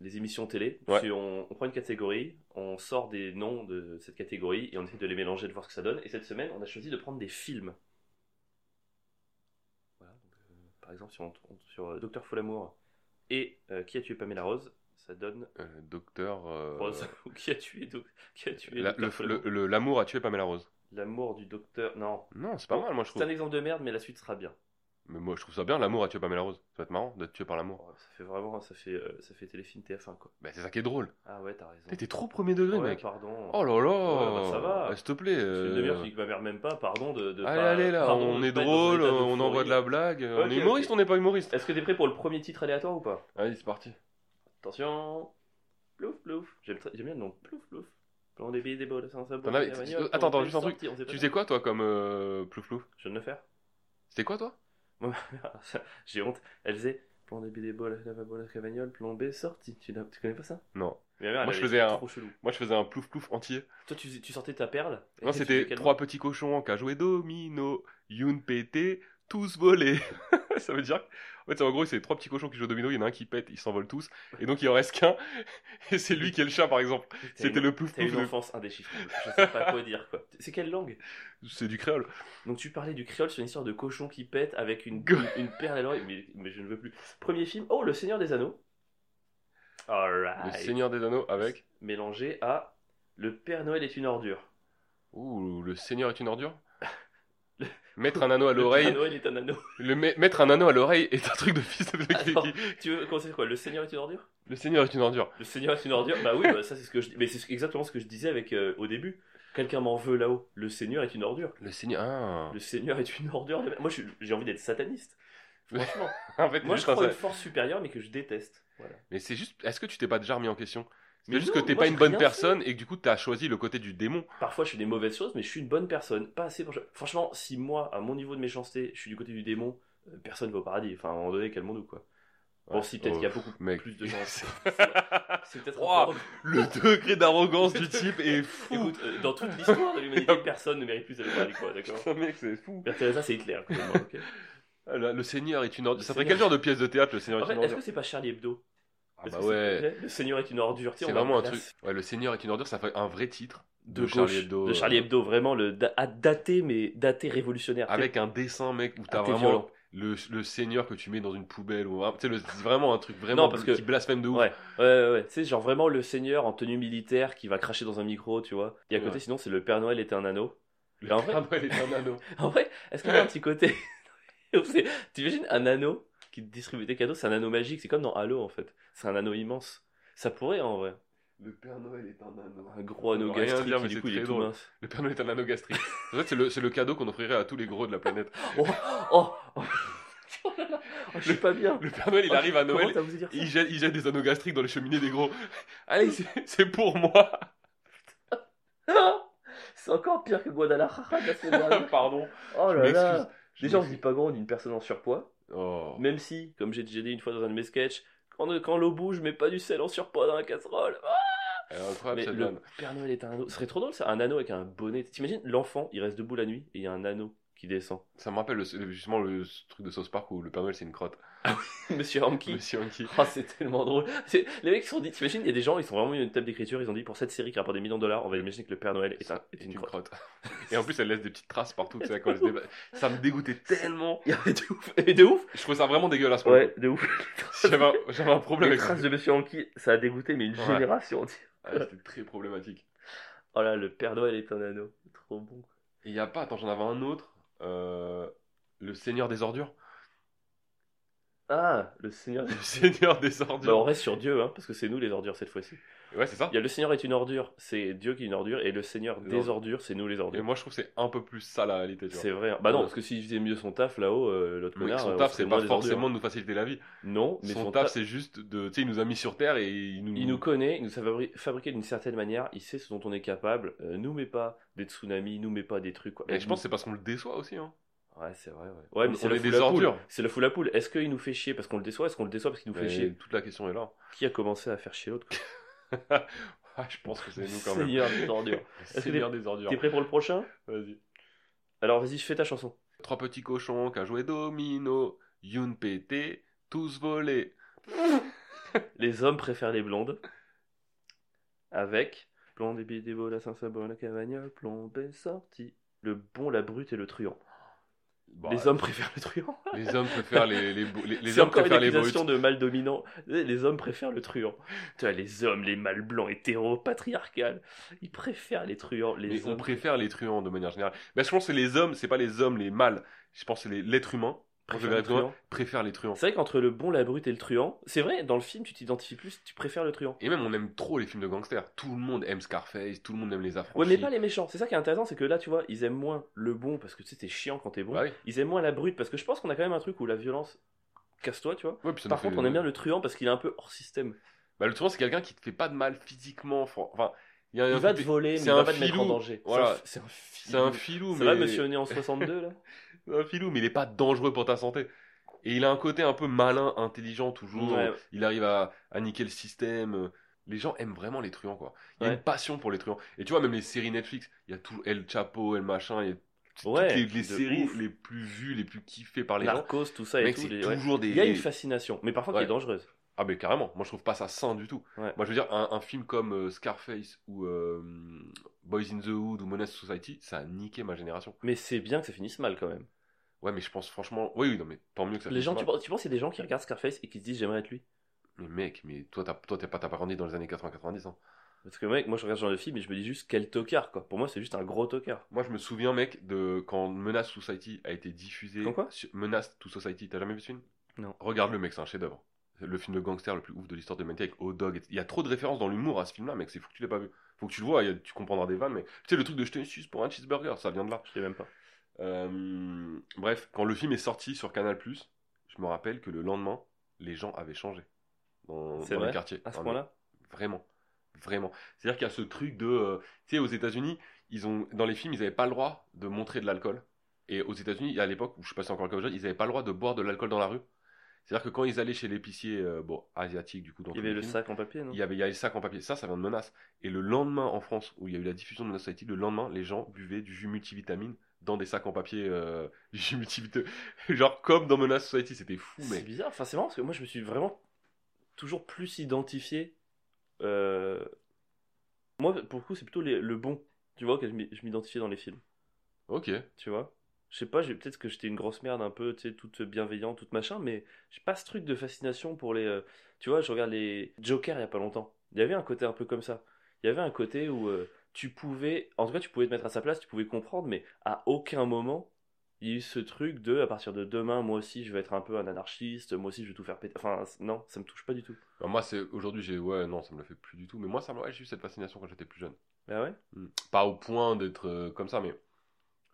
Speaker 2: les émissions télé.
Speaker 1: Ouais.
Speaker 2: C'est- On, on prend une catégorie, on sort des noms de cette catégorie et on essaie de les mélanger, de voir ce que ça donne. Et cette semaine, on a choisi de prendre des films. Voilà, donc, euh, par exemple, si on tombe sur euh, Docteur Folamour et euh, Qui a tué Pamela Rose, ça donne
Speaker 1: Euh, docteur. euh,
Speaker 2: Rose ou Qui a tué, Doc- qui a tué
Speaker 1: la-
Speaker 2: Docteur
Speaker 1: le-
Speaker 2: Folamour.
Speaker 1: le- le- L'amour a tué Pamela Rose.
Speaker 2: L'amour du Docteur. Non.
Speaker 1: Non, c'est pas
Speaker 2: Bon,
Speaker 1: mal, moi je
Speaker 2: C'est
Speaker 1: trouve.
Speaker 2: un exemple de merde, mais la suite sera bien.
Speaker 1: Mais moi je trouve ça bien, l'amour a tué Pamela Rose. Ça va être marrant d'être tué par l'amour.
Speaker 2: Oh, ça fait vraiment, ça fait, euh, ça fait téléfilm TF1 quoi.
Speaker 1: Bah, c'est ça qui est drôle.
Speaker 2: Ah ouais, t'as raison.
Speaker 1: T'étais trop premier degré,
Speaker 2: Ouais,
Speaker 1: mec.
Speaker 2: Pardon.
Speaker 1: Oh là là.
Speaker 2: Ouais, bah, ça va.
Speaker 1: Eh, S'il te plaît.
Speaker 2: C'est une
Speaker 1: euh,
Speaker 2: demi-heure qui ma mère même pas, pardon de. de
Speaker 1: Allez,
Speaker 2: pas-
Speaker 1: allez, là,
Speaker 2: pardon
Speaker 1: on
Speaker 2: de
Speaker 1: est
Speaker 2: pas être dans un
Speaker 1: drôle, euh,
Speaker 2: état d'euphorie.
Speaker 1: on envoie de la blague. on
Speaker 2: Ok,
Speaker 1: est
Speaker 2: ok.
Speaker 1: humoriste, on n'est pas humoriste.
Speaker 2: Est-ce que t'es prêt pour le premier titre aléatoire ou pas
Speaker 1: Allez, c'est parti.
Speaker 2: Attention Plouf plouf J'aime très- j'aime bien le nom Plouf plouf Plan des billets des bols, sans sabot.
Speaker 1: T'en avais-
Speaker 2: la
Speaker 1: tu-
Speaker 2: bagnole,
Speaker 1: attends, attends,
Speaker 2: on
Speaker 1: juste un
Speaker 2: fait
Speaker 1: truc.
Speaker 2: sortir, on sait pas
Speaker 1: Tu
Speaker 2: faire.
Speaker 1: faisais quoi, toi, comme euh, plouf-plouf
Speaker 2: Je viens de le faire.
Speaker 1: C'était quoi, toi
Speaker 2: Moi, ma mère, j'ai honte. Elle faisait Plan des billets des bols, lavabo, la cavagnole, plan B, sorti. Tu, n'as- tu connais pas ça
Speaker 1: Non.
Speaker 2: Mais Ma mère,
Speaker 1: Moi,
Speaker 2: elle
Speaker 1: je
Speaker 2: avait
Speaker 1: faisais
Speaker 2: ça
Speaker 1: un-
Speaker 2: trop chelou.
Speaker 1: Moi, je faisais un plouf-plouf entier.
Speaker 2: Toi, tu, faisais- tu sortais ta perle et
Speaker 1: Non,
Speaker 2: tu faisais
Speaker 1: c'était
Speaker 2: quel
Speaker 1: trois petits cochons qui a joué domino, Youn pété, tous volés. ça veut dire en fait, c'est- en gros, c'est trois petits cochons qui jouent au domino, il y en a un qui pète, ils s'envolent tous, et donc il en reste qu'un, et c'est lui qui est le chat, par exemple.
Speaker 2: nom T'as
Speaker 1: C'était
Speaker 2: une-
Speaker 1: le plouf
Speaker 2: T'as
Speaker 1: plouf.
Speaker 2: une enfance indéchiffrable. Je sais pas quoi dire quoi. C'est quelle langue
Speaker 1: de- C'est du créole.
Speaker 2: Donc tu parlais du créole sur une histoire de cochon qui pète avec une,
Speaker 1: Go-
Speaker 2: une, une perle à l'oreille, mais, mais je ne veux plus. Premier film, oh Le Seigneur des Anneaux.
Speaker 1: Le
Speaker 2: Alright.
Speaker 1: Seigneur des Anneaux avec.
Speaker 2: Mélangé à Le Père Noël est une ordure.
Speaker 1: Ouh, le Seigneur est une ordure. Mettre un anneau à
Speaker 2: Le
Speaker 1: l'oreille.
Speaker 2: Père Noël est un anneau.
Speaker 1: Le me- mettre un anneau à l'oreille est un truc de fils de.
Speaker 2: Attends. tu veux qu'on sait quoi Le Seigneur est une ordure
Speaker 1: Le Seigneur est une ordure.
Speaker 2: Le Seigneur est une ordure Bah oui, bah ça c'est ce que je dis. Mais c'est ce- exactement ce que je disais avec euh, au début. Quelqu'un m'en veut là-haut. Le Seigneur est une ordure.
Speaker 1: Le Seigneur. Ah.
Speaker 2: Le Seigneur est une ordure. de- Moi je suis- j'ai envie d'être sataniste. Franchement.
Speaker 1: En fait,
Speaker 2: Moi je
Speaker 1: juste un
Speaker 2: crois à
Speaker 1: sa-
Speaker 2: une force supérieure mais que je déteste. Voilà.
Speaker 1: Mais c'est juste. Est-ce que tu t'es pas déjà remis en question C'est
Speaker 2: Mais
Speaker 1: juste
Speaker 2: non,
Speaker 1: que t'es
Speaker 2: moi,
Speaker 1: pas
Speaker 2: j'ai
Speaker 1: une bonne
Speaker 2: rien
Speaker 1: personne et que du coup t'as choisi le côté du démon.
Speaker 2: Parfois, je fais des mauvaises choses, mais je suis une bonne personne. Pas assez pour. Franchement, si moi, à mon niveau de méchanceté, je suis du côté du démon, euh, personne va au paradis. Enfin, à un moment donné, calmons-nous, quoi. Bon,
Speaker 1: Ouais.
Speaker 2: si, peut-être
Speaker 1: Oh,
Speaker 2: qu'il y a beaucoup
Speaker 1: mec.
Speaker 2: plus de gens. C'est peut-être. un
Speaker 1: Ouah.
Speaker 2: peu-
Speaker 1: Le degré d'arrogance du type est fou.
Speaker 2: Écoute, euh, dans toute l'histoire de l'humanité, personne ne mérite plus d'aller au paradis, quoi, d'accord
Speaker 1: Putain, mec, c'est fou.
Speaker 2: Mère Teresa, c'est Hitler. quoi, moi, ok
Speaker 1: Ah, Le, le Seigneur est une ordure.
Speaker 2: Le
Speaker 1: Ça ferait
Speaker 2: Seigneur-
Speaker 1: quel genre de pièce de théâtre, le Seigneur
Speaker 2: En
Speaker 1: est une
Speaker 2: fait, est-ce
Speaker 1: ordure
Speaker 2: que c'est pas Charlie Hebdo
Speaker 1: Ah
Speaker 2: Est-ce
Speaker 1: bah
Speaker 2: que c'est-
Speaker 1: ouais.
Speaker 2: Le Seigneur est une ordure. tu sais,
Speaker 1: C'est
Speaker 2: on va
Speaker 1: vraiment
Speaker 2: en
Speaker 1: un truc.
Speaker 2: classe
Speaker 1: Ouais, le Seigneur est une ordure, ça ferait un vrai titre
Speaker 2: De, Charlie Hebdo. De Charlie
Speaker 1: euh,
Speaker 2: Hebdo, vraiment, le da- à dater, mais daté révolutionnaire.
Speaker 1: Avec un dessin, mec, où t'as
Speaker 2: Ah, t'es
Speaker 1: vraiment
Speaker 2: violent.
Speaker 1: le, le Seigneur que tu mets dans une poubelle. Ou, un- tu sais, le- c'est vraiment un truc vraiment
Speaker 2: Non, parce que-
Speaker 1: qui blasphème de ouf.
Speaker 2: Ouais, ouais, ouais, ouais. Tu sais, genre vraiment le seigneur en tenue militaire qui va cracher dans un micro, tu vois. Et à côté,
Speaker 1: Ouais.
Speaker 2: sinon, c'est le Père Noël était un anneau.
Speaker 1: Le
Speaker 2: Mais en vrai-
Speaker 1: Père Noël est un anneau.
Speaker 2: En vrai, est-ce qu'il y a un petit côté. C'est- T'imagines un anneau qui te distribue des cadeaux, c'est un anneau magique, c'est comme dans Halo en fait. C'est un anneau immense. Ça pourrait en vrai.
Speaker 1: Le Père Noël est un anneau.
Speaker 2: Un gros anneau
Speaker 1: Rien à
Speaker 2: gastrique,
Speaker 1: dire, mais
Speaker 2: et du
Speaker 1: c'est
Speaker 2: coup, il
Speaker 1: très
Speaker 2: est tout
Speaker 1: drôle.
Speaker 2: mince.
Speaker 1: Le Père Noël est un anneau gastrique. en fait, c'est le, c'est le cadeau qu'on offrirait à tous les gros de la planète.
Speaker 2: Oh, oh. Oh là là. Oh, je suis pas bien. Oh,
Speaker 1: Le Père Noël, il arrive à
Speaker 2: Comment
Speaker 1: Noël,
Speaker 2: t'as osé dire ça
Speaker 1: il jette, il jette des anneaux gastriques dans les cheminées des gros. Allez, c'est c'est pour moi.
Speaker 2: Ah C'est encore pire que Guadalajara de la semaine dernière.
Speaker 1: Pardon.
Speaker 2: Oh
Speaker 1: Je
Speaker 2: là là.
Speaker 1: Je
Speaker 2: Ah Déjà, on se dit
Speaker 1: m'excuse.
Speaker 2: pas grand d'une personne en surpoids.
Speaker 1: Oh.
Speaker 2: Même si, comme j'ai déjà dit une fois dans un de mes sketchs, quand, quand l'eau bouge, je mets pas du sel en surpoids dans la casserole. Ah
Speaker 1: Elle est incroyable,
Speaker 2: Mais
Speaker 1: cette
Speaker 2: le
Speaker 1: vanne.
Speaker 2: Père Noël est un anneau. Ce serait trop drôle ça, un anneau avec un bonnet. T'imagines, l'enfant, il reste debout la nuit et il y a un anneau qui descend.
Speaker 1: Ça me rappelle le- justement le truc de Sauce Park où le Père Noël, c'est une crotte.
Speaker 2: Monsieur Hanky.
Speaker 1: Monsieur Anki.
Speaker 2: Oh, c'est tellement drôle. C'est- Les mecs se sont dit, t'imagines, il y a des gens, ils sont vraiment mis à une table d'écriture, ils ont dit pour cette série qui rapporte des millions de dollars, on va imaginer que le Père Noël est, un- est une crotte.
Speaker 1: Et en plus, elle laisse des petites traces partout. tu sais, quand elle se déba- Ça me dégoûtait tellement.
Speaker 2: Et de ouf, et de ouf.
Speaker 1: Je trouvais ça vraiment dégueulasse. pour le
Speaker 2: Ouais, de ouf.
Speaker 1: coup. J'avais un, j'avais un problème
Speaker 2: Les
Speaker 1: avec ça.
Speaker 2: traces de Monsieur Hanky, ça a dégoûté, mais une
Speaker 1: Ouais.
Speaker 2: génération entière.
Speaker 1: Ah, C'était très problématique.
Speaker 2: Oh là, le Père Noël est un anneau. Trop bon.
Speaker 1: Et il n'y a pas, attends, j'en avais un autre. euh, Le Seigneur des Ordures.
Speaker 2: Ah, le Seigneur.
Speaker 1: Le Seigneur des
Speaker 2: Bah, on
Speaker 1: Ordures.
Speaker 2: reste sur Dieu, hein, parce que c'est nous les ordures cette fois-ci.
Speaker 1: Ouais, c'est ça.
Speaker 2: Il y a le Seigneur est une ordure, c'est Dieu qui est une ordure, et le Seigneur
Speaker 1: Les
Speaker 2: des
Speaker 1: ordures.
Speaker 2: ordures, c'est nous les
Speaker 1: Et
Speaker 2: ordures.
Speaker 1: moi, je trouve que c'est un peu plus ça la réalité. tu vois.
Speaker 2: C'est vrai. hein. Bah non, parce que s'il faisait mieux son taf là-haut, euh, l'autre
Speaker 1: Mais
Speaker 2: connard.
Speaker 1: son
Speaker 2: euh, on
Speaker 1: taf,
Speaker 2: serait
Speaker 1: c'est
Speaker 2: moins
Speaker 1: pas
Speaker 2: des ordures.
Speaker 1: forcément de nous faciliter la vie.
Speaker 2: Non, mais
Speaker 1: son, taf,
Speaker 2: taf,
Speaker 1: c'est juste de. Tu sais, il nous a mis sur Terre et il nous.
Speaker 2: Il nous connaît, il nous a fabri- fabriqué d'une certaine manière, il sait ce dont on est capable, euh, nous met pas des tsunamis, nous met pas des trucs. Quoi.
Speaker 1: Et je pense que c'est parce qu'on le déçoit aussi. Hein.
Speaker 2: Ouais, c'est vrai, ouais. Ouais,
Speaker 1: On-
Speaker 2: mais c'est
Speaker 1: on
Speaker 2: le
Speaker 1: est
Speaker 2: fou
Speaker 1: des
Speaker 2: la poule.
Speaker 1: ordures.
Speaker 2: C'est le fou la poule. Est-ce qu'il nous fait chier parce qu'on le déçoit Est-ce qu'on le déçoit parce qu'il nous fait
Speaker 1: Mais
Speaker 2: chier
Speaker 1: Toute la question est là.
Speaker 2: Qui a commencé à faire chier l'autre quoi
Speaker 1: Ah, je pense que c'est nous quand même.
Speaker 2: Seigneur des ordures.
Speaker 1: Le
Speaker 2: que
Speaker 1: Seigneur des Ordures.
Speaker 2: T'es prêt pour le prochain
Speaker 1: Vas-y.
Speaker 2: Alors vas-y, je fais ta chanson.
Speaker 1: Trois petits cochons qui a joué domino, Youn pété, tous volés.
Speaker 2: Les hommes préfèrent les blondes. Avec Blonde et Bidébo, la Saint-Sabon, la Cavagnole, Plombe est sorti. Le bon, la brute et le truand.
Speaker 1: Bon,
Speaker 2: les
Speaker 1: euh,
Speaker 2: hommes préfèrent le truand.
Speaker 1: les hommes préfèrent les, les, bou- les, les
Speaker 2: C'est
Speaker 1: hommes
Speaker 2: encore une
Speaker 1: préfèrent les brutes.
Speaker 2: accusation de mal dominant. Eh, Les hommes préfèrent le truand. Tu vois, les hommes, les mâles blancs, hétéros, patriarcales, ils préfèrent les truands. Les
Speaker 1: Mais on
Speaker 2: hommes-
Speaker 1: préfère les truands de manière générale. Mais je pense que c'est les hommes, c'est pas les hommes, les mâles. Je pense que c'est les- l'être humain. Quand je
Speaker 2: préfèrent
Speaker 1: regarde
Speaker 2: les
Speaker 1: l'être humain,
Speaker 2: truands.
Speaker 1: préfère les truands.
Speaker 2: C'est vrai qu'entre le bon, la brute et le truand, c'est vrai, dans le film, tu t'identifies plus, tu préfères le truand.
Speaker 1: Et même on aime trop les films de gangsters. Tout le monde aime Scarface, tout le monde aime les affranchis.
Speaker 2: Ouais, mais pas les méchants. C'est ça qui est intéressant, c'est que là, tu vois, ils aiment moins le bon parce que tu sais, t'es chiant quand t'es bon.
Speaker 1: Bah oui.
Speaker 2: Ils aiment moins la brute parce que je pense qu'on a quand même un truc où la violence casse-toi, tu vois.
Speaker 1: Ouais, puis ça
Speaker 2: Par
Speaker 1: nous fait- euh,
Speaker 2: contre, on aime bien le truand parce qu'il est un peu hors système.
Speaker 1: Bah, le truand, c'est quelqu'un qui te fait pas de mal physiquement. fran- Enfin, il y a un
Speaker 2: Il va te
Speaker 1: côté-
Speaker 2: voler, mais il
Speaker 1: c'est
Speaker 2: va
Speaker 1: un
Speaker 2: pas te mettre en
Speaker 1: filou.
Speaker 2: danger. C'est un-
Speaker 1: Voilà.
Speaker 2: C'est un filou.
Speaker 1: C'est un filou,
Speaker 2: Ça
Speaker 1: mais.
Speaker 2: va, monsieur né en 62, là
Speaker 1: Un filou, mais il est pas dangereux pour ta santé. Et il a un côté un peu malin, intelligent toujours.
Speaker 2: Ouais.
Speaker 1: Il arrive à, à niquer le système. euh, Les gens aiment vraiment les truands, quoi. Il y a
Speaker 2: Ouais.
Speaker 1: une passion pour les truands. Et tu vois, même les séries Netflix, il y a tout El Chapo, El Machin, il y a toutes
Speaker 2: Ouais,
Speaker 1: les, les
Speaker 2: de
Speaker 1: séries
Speaker 2: ouf.
Speaker 1: les plus vues, les plus kiffées par les gens.
Speaker 2: Narcos, tout ça et
Speaker 1: Mec,
Speaker 2: tout.
Speaker 1: c'est
Speaker 2: les- ouais.
Speaker 1: toujours des.
Speaker 2: Il y a une fascination, mais parfois qui
Speaker 1: Ouais.
Speaker 2: est dangereuse.
Speaker 1: Ah, mais carrément, moi je trouve pas ça sain du tout.
Speaker 2: Ouais.
Speaker 1: Moi je veux dire, un, un film comme euh, Scarface ou euh, Boys in the Hood ou Menace Society, ça a niqué ma génération.
Speaker 2: Mais c'est bien que ça finisse mal quand même.
Speaker 1: Ouais, mais je pense franchement. Oui, oui, non, mais tant mieux que ça
Speaker 2: les
Speaker 1: finisse
Speaker 2: gens,
Speaker 1: mal.
Speaker 2: tu penses, tu penses qu'il y a des gens qui regardent Scarface et qui se disent j'aimerais être lui
Speaker 1: Mais mec, mais toi, t'as, toi, t'es pas, t'as pas grandi dans les années 80-90. Hein.
Speaker 2: Parce que mec, moi je regarde ce genre de film et je me dis juste quel tocard quoi. Pour moi c'est juste un gros tocard.
Speaker 1: Moi, je me souviens, mec, de quand Menace Society a été diffusé.
Speaker 2: Quand quoi
Speaker 1: sur- Menace to Society, t'as jamais vu ce film
Speaker 2: Non.
Speaker 1: Regarde le mec, c'est un chef-d'œuvre. C'est Le film de gangster le plus ouf de l'histoire de l'humanité avec O-Dog. et- Il y a trop de références dans l'humour à ce film-là, mec. C'est fou que tu l'aies pas vu. Faut que tu le vois, il y a- tu comprendras des vannes, mec. Tu sais, le truc de je te suce pour un cheeseburger, ça vient de là.
Speaker 2: Je sais même pas.
Speaker 1: Euh, bref, quand le film est sorti sur Canal, je me rappelle que le lendemain, les gens avaient changé dans,
Speaker 2: C'est
Speaker 1: dans les
Speaker 2: vrai
Speaker 1: quartiers.
Speaker 2: À ce
Speaker 1: Non, mais
Speaker 2: point-là
Speaker 1: Vraiment. Vraiment. C'est-à-dire qu'il y a ce truc de. euh, tu sais, aux États-Unis, ils ont, dans les films, ils n'avaient pas le droit de montrer de l'alcool. Et aux États-Unis, à l'époque, où je passais encore le cas aujourd'hui, ils n'avaient pas le droit de boire de l'alcool dans la rue. C'est-à-dire que quand ils allaient chez l'épicier, euh, bon, asiatique, du coup, dans
Speaker 2: Il y
Speaker 1: tous
Speaker 2: avait
Speaker 1: les
Speaker 2: le
Speaker 1: films,
Speaker 2: sac en papier non
Speaker 1: il y avait il y avait le sac en papier. Ça, ça vient de menace. Et le lendemain, en France, où il y a eu la diffusion de Menace Society, le lendemain, les gens buvaient du jus multivitamine dans des sacs en papier, euh, du jus multivitamine. Genre comme dans Menace Society, c'était fou,
Speaker 2: C'est
Speaker 1: mec.
Speaker 2: bizarre, enfin c'est marrant parce que moi je me suis vraiment toujours plus identifié. euh, Moi pour le coup c'est plutôt les- le bon, tu vois, que je m'i- je m'identifiais dans les films.
Speaker 1: Ok.
Speaker 2: tu vois. Je sais pas, j'ai peut-être que j'étais une grosse merde un peu, tu sais, toute bienveillante, toute machin, mais j'ai pas ce truc de fascination pour les. euh, tu vois, je regarde les Joker il y a pas longtemps. Il y avait un côté un peu comme ça. Il y avait un côté où euh, tu pouvais, en tout cas, tu pouvais te mettre à sa place, tu pouvais comprendre, mais à aucun moment il y a eu ce truc de à partir de demain, moi aussi je vais être un peu un anarchiste, moi aussi je vais tout faire péter. Enfin, c- non, ça me touche pas du tout.
Speaker 1: Alors moi, c'est aujourd'hui, j'ai ouais, non, ça me le fait plus du tout. Mais moi, ça, me- ouais, j'ai eu cette fascination quand j'étais plus jeune.
Speaker 2: Bah ouais
Speaker 1: Mm. Pas au point d'être euh, comme ça, mais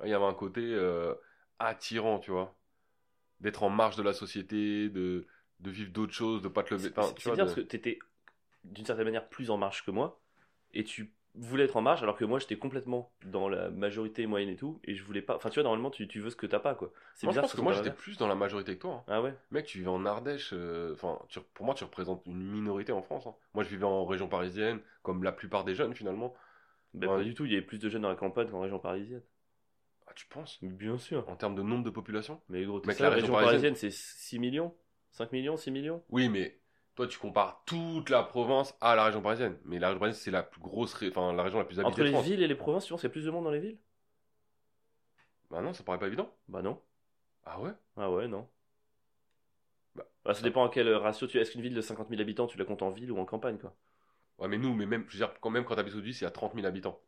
Speaker 1: il y avait un côté euh, attirant, tu vois, d'être en marge de la société, de, de vivre d'autres choses, de pas te lever.
Speaker 2: C'est
Speaker 1: enfin,
Speaker 2: c'est-
Speaker 1: tu
Speaker 2: c'est
Speaker 1: vois,
Speaker 2: bien
Speaker 1: de-
Speaker 2: parce que t'étais d'une certaine manière plus en marche que moi et tu voulais être en marche alors que moi j'étais complètement dans la majorité moyenne et tout et je voulais pas. Enfin, tu vois, normalement tu, tu veux ce que t'as pas quoi. C'est
Speaker 1: Moi, je
Speaker 2: bizarre
Speaker 1: pense
Speaker 2: ce
Speaker 1: que moi,
Speaker 2: t'as
Speaker 1: j'étais
Speaker 2: pas.
Speaker 1: plus dans la majorité que toi. hein.
Speaker 2: Ah ouais
Speaker 1: Mec, tu vivais en Ardèche, euh, enfin, tu- pour moi, tu représentes une minorité en France. hein. Moi, je vivais en région parisienne, comme la plupart des jeunes finalement.
Speaker 2: Bah,
Speaker 1: Ouais.
Speaker 2: Pas du tout, il y avait plus de jeunes dans la campagne qu'en région parisienne.
Speaker 1: Ah, tu penses
Speaker 2: Bien sûr.
Speaker 1: En termes de nombre de population
Speaker 2: Mais gros, t'es
Speaker 1: Mec,
Speaker 2: ça,
Speaker 1: la
Speaker 2: la
Speaker 1: région
Speaker 2: région
Speaker 1: parisienne-
Speaker 2: parisienne, c'est 6 millions 5 millions 6 millions
Speaker 1: Oui, mais toi, tu compares toute la province à la région parisienne. Mais la région parisienne, c'est la plus grosse, ré- enfin, la région la plus
Speaker 2: Entre
Speaker 1: habitée de
Speaker 2: les
Speaker 1: France.
Speaker 2: villes et les provinces, tu penses qu'il y a plus de monde dans les villes
Speaker 1: Bah non, ça paraît pas évident.
Speaker 2: Bah non.
Speaker 1: Ah ouais
Speaker 2: Ah ouais, non.
Speaker 1: Bah.
Speaker 2: Bah, ça dépend à quel ratio tu. Est-ce qu'une ville de 50 000 habitants, tu la comptes en ville ou en campagne, quoi
Speaker 1: Ouais, mais nous, mais même, je veux dire, quand même, quand t'habites au 10, il y a 30 000 habitants.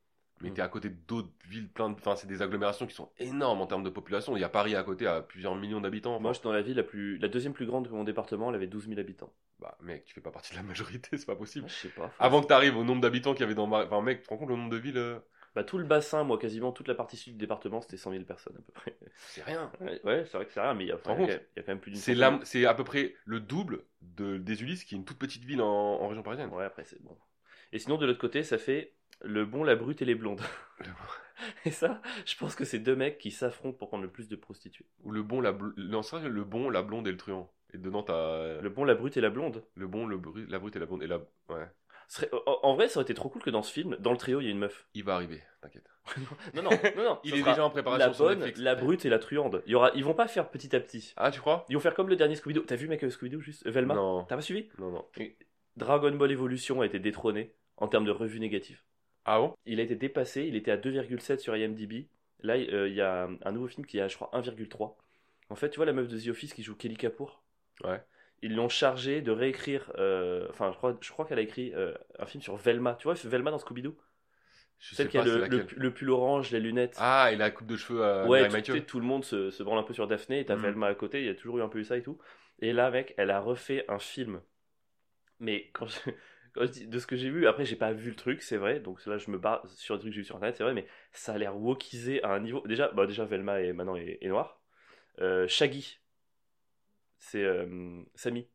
Speaker 1: Mais
Speaker 2: Mm.
Speaker 1: t'es à côté d'autres villes plein de. Enfin, c'est des agglomérations qui sont énormes en termes de population. Il y a Paris à côté à plusieurs millions d'habitants. enfin.
Speaker 2: Moi, j'étais dans la ville la plus, la deuxième plus grande de mon département, elle avait 12 000 habitants.
Speaker 1: Bah, mec, tu fais pas partie de la majorité, c'est pas possible.
Speaker 2: Ah, je sais pas. faut-
Speaker 1: Avant que t'arrives au nombre d'habitants qu'il y avait dans Mar... Enfin, mec, tu te rends compte le nombre de villes euh,
Speaker 2: Bah, tout le bassin, moi, quasiment toute la partie sud du département, c'était 100 000 personnes à peu près.
Speaker 1: C'est rien.
Speaker 2: Ouais, ouais, c'est vrai que c'est rien, mais il y a,
Speaker 1: T'en
Speaker 2: il y a
Speaker 1: comptes
Speaker 2: quand même- il y a quand même plus d'une.
Speaker 1: C'est
Speaker 2: centaine.
Speaker 1: la- c'est à peu près le double de... des Ulysses, qui est une toute petite ville en, en région parisienne.
Speaker 2: Ouais, après, c'est bon. Et sinon, de l'autre côté, ça fait le bon, la brute et les blondes.
Speaker 1: Le
Speaker 2: et ça, je pense que c'est deux mecs qui s'affrontent pour prendre le plus de prostituées.
Speaker 1: Où le bon, la, bl- non, c'est vrai, le bon, la blonde et le truand. Et dedans, t'as euh,
Speaker 2: Le bon, la brute et la blonde.
Speaker 1: le bon, le bru- la brute et la blonde. Et la... Ouais,
Speaker 2: Serait- en- En vrai, ça aurait été trop cool que dans ce film, dans le trio, il y ait une meuf.
Speaker 1: il va arriver, t'inquiète.
Speaker 2: Non, non, non, non.
Speaker 1: Il
Speaker 2: ça
Speaker 1: est
Speaker 2: sera
Speaker 1: déjà en préparation
Speaker 2: La
Speaker 1: sur
Speaker 2: bonne,
Speaker 1: Netflix.
Speaker 2: la brute et la truande. Il y aura... Ils vont pas faire petit à petit.
Speaker 1: Ah, tu crois
Speaker 2: Ils vont faire comme le dernier Scooby-Doo. T'as vu, mec, euh, Scooby-Doo, juste euh, Velma
Speaker 1: Non,
Speaker 2: T'as pas suivi
Speaker 1: non, non.
Speaker 2: Dragon Ball Evolution a été détrôné en termes de revues négatives.
Speaker 1: Ah bon
Speaker 2: Il a été dépassé, il était à 2,7 sur IMDb. Là, euh, il y a un nouveau film qui est à, je crois, 1,3. En fait, tu vois la meuf de The Office qui joue Kelly Kapoor
Speaker 1: Ouais.
Speaker 2: Ils l'ont chargée de réécrire. euh, Enfin, je crois, je crois qu'elle a écrit euh, un film sur Velma. Tu vois, Velma dans Scooby-Doo
Speaker 1: Je sais
Speaker 2: Celle qui a
Speaker 1: pas, c'est
Speaker 2: le,
Speaker 1: laquelle.
Speaker 2: le- le pull orange, les lunettes.
Speaker 1: Ah, et la coupe de cheveux à
Speaker 2: ouais,
Speaker 1: Mary
Speaker 2: tu
Speaker 1: Michael.
Speaker 2: sais, tout le monde se, se branle un peu sur Daphné, et t'as
Speaker 1: Mm.
Speaker 2: Velma à côté, il y a toujours eu un peu eu ça et tout. Et là, mec, elle a refait un film. Mais quand je, quand je dis de ce que j'ai vu, après, j'ai pas vu le truc, c'est vrai, donc là, je me bats sur des trucs que j'ai vu sur internet, c'est vrai, mais ça a l'air wokisé à un niveau. Déjà, bah, déjà Velma est maintenant est, est noire. Euh, Shaggy, c'est euh, Samy.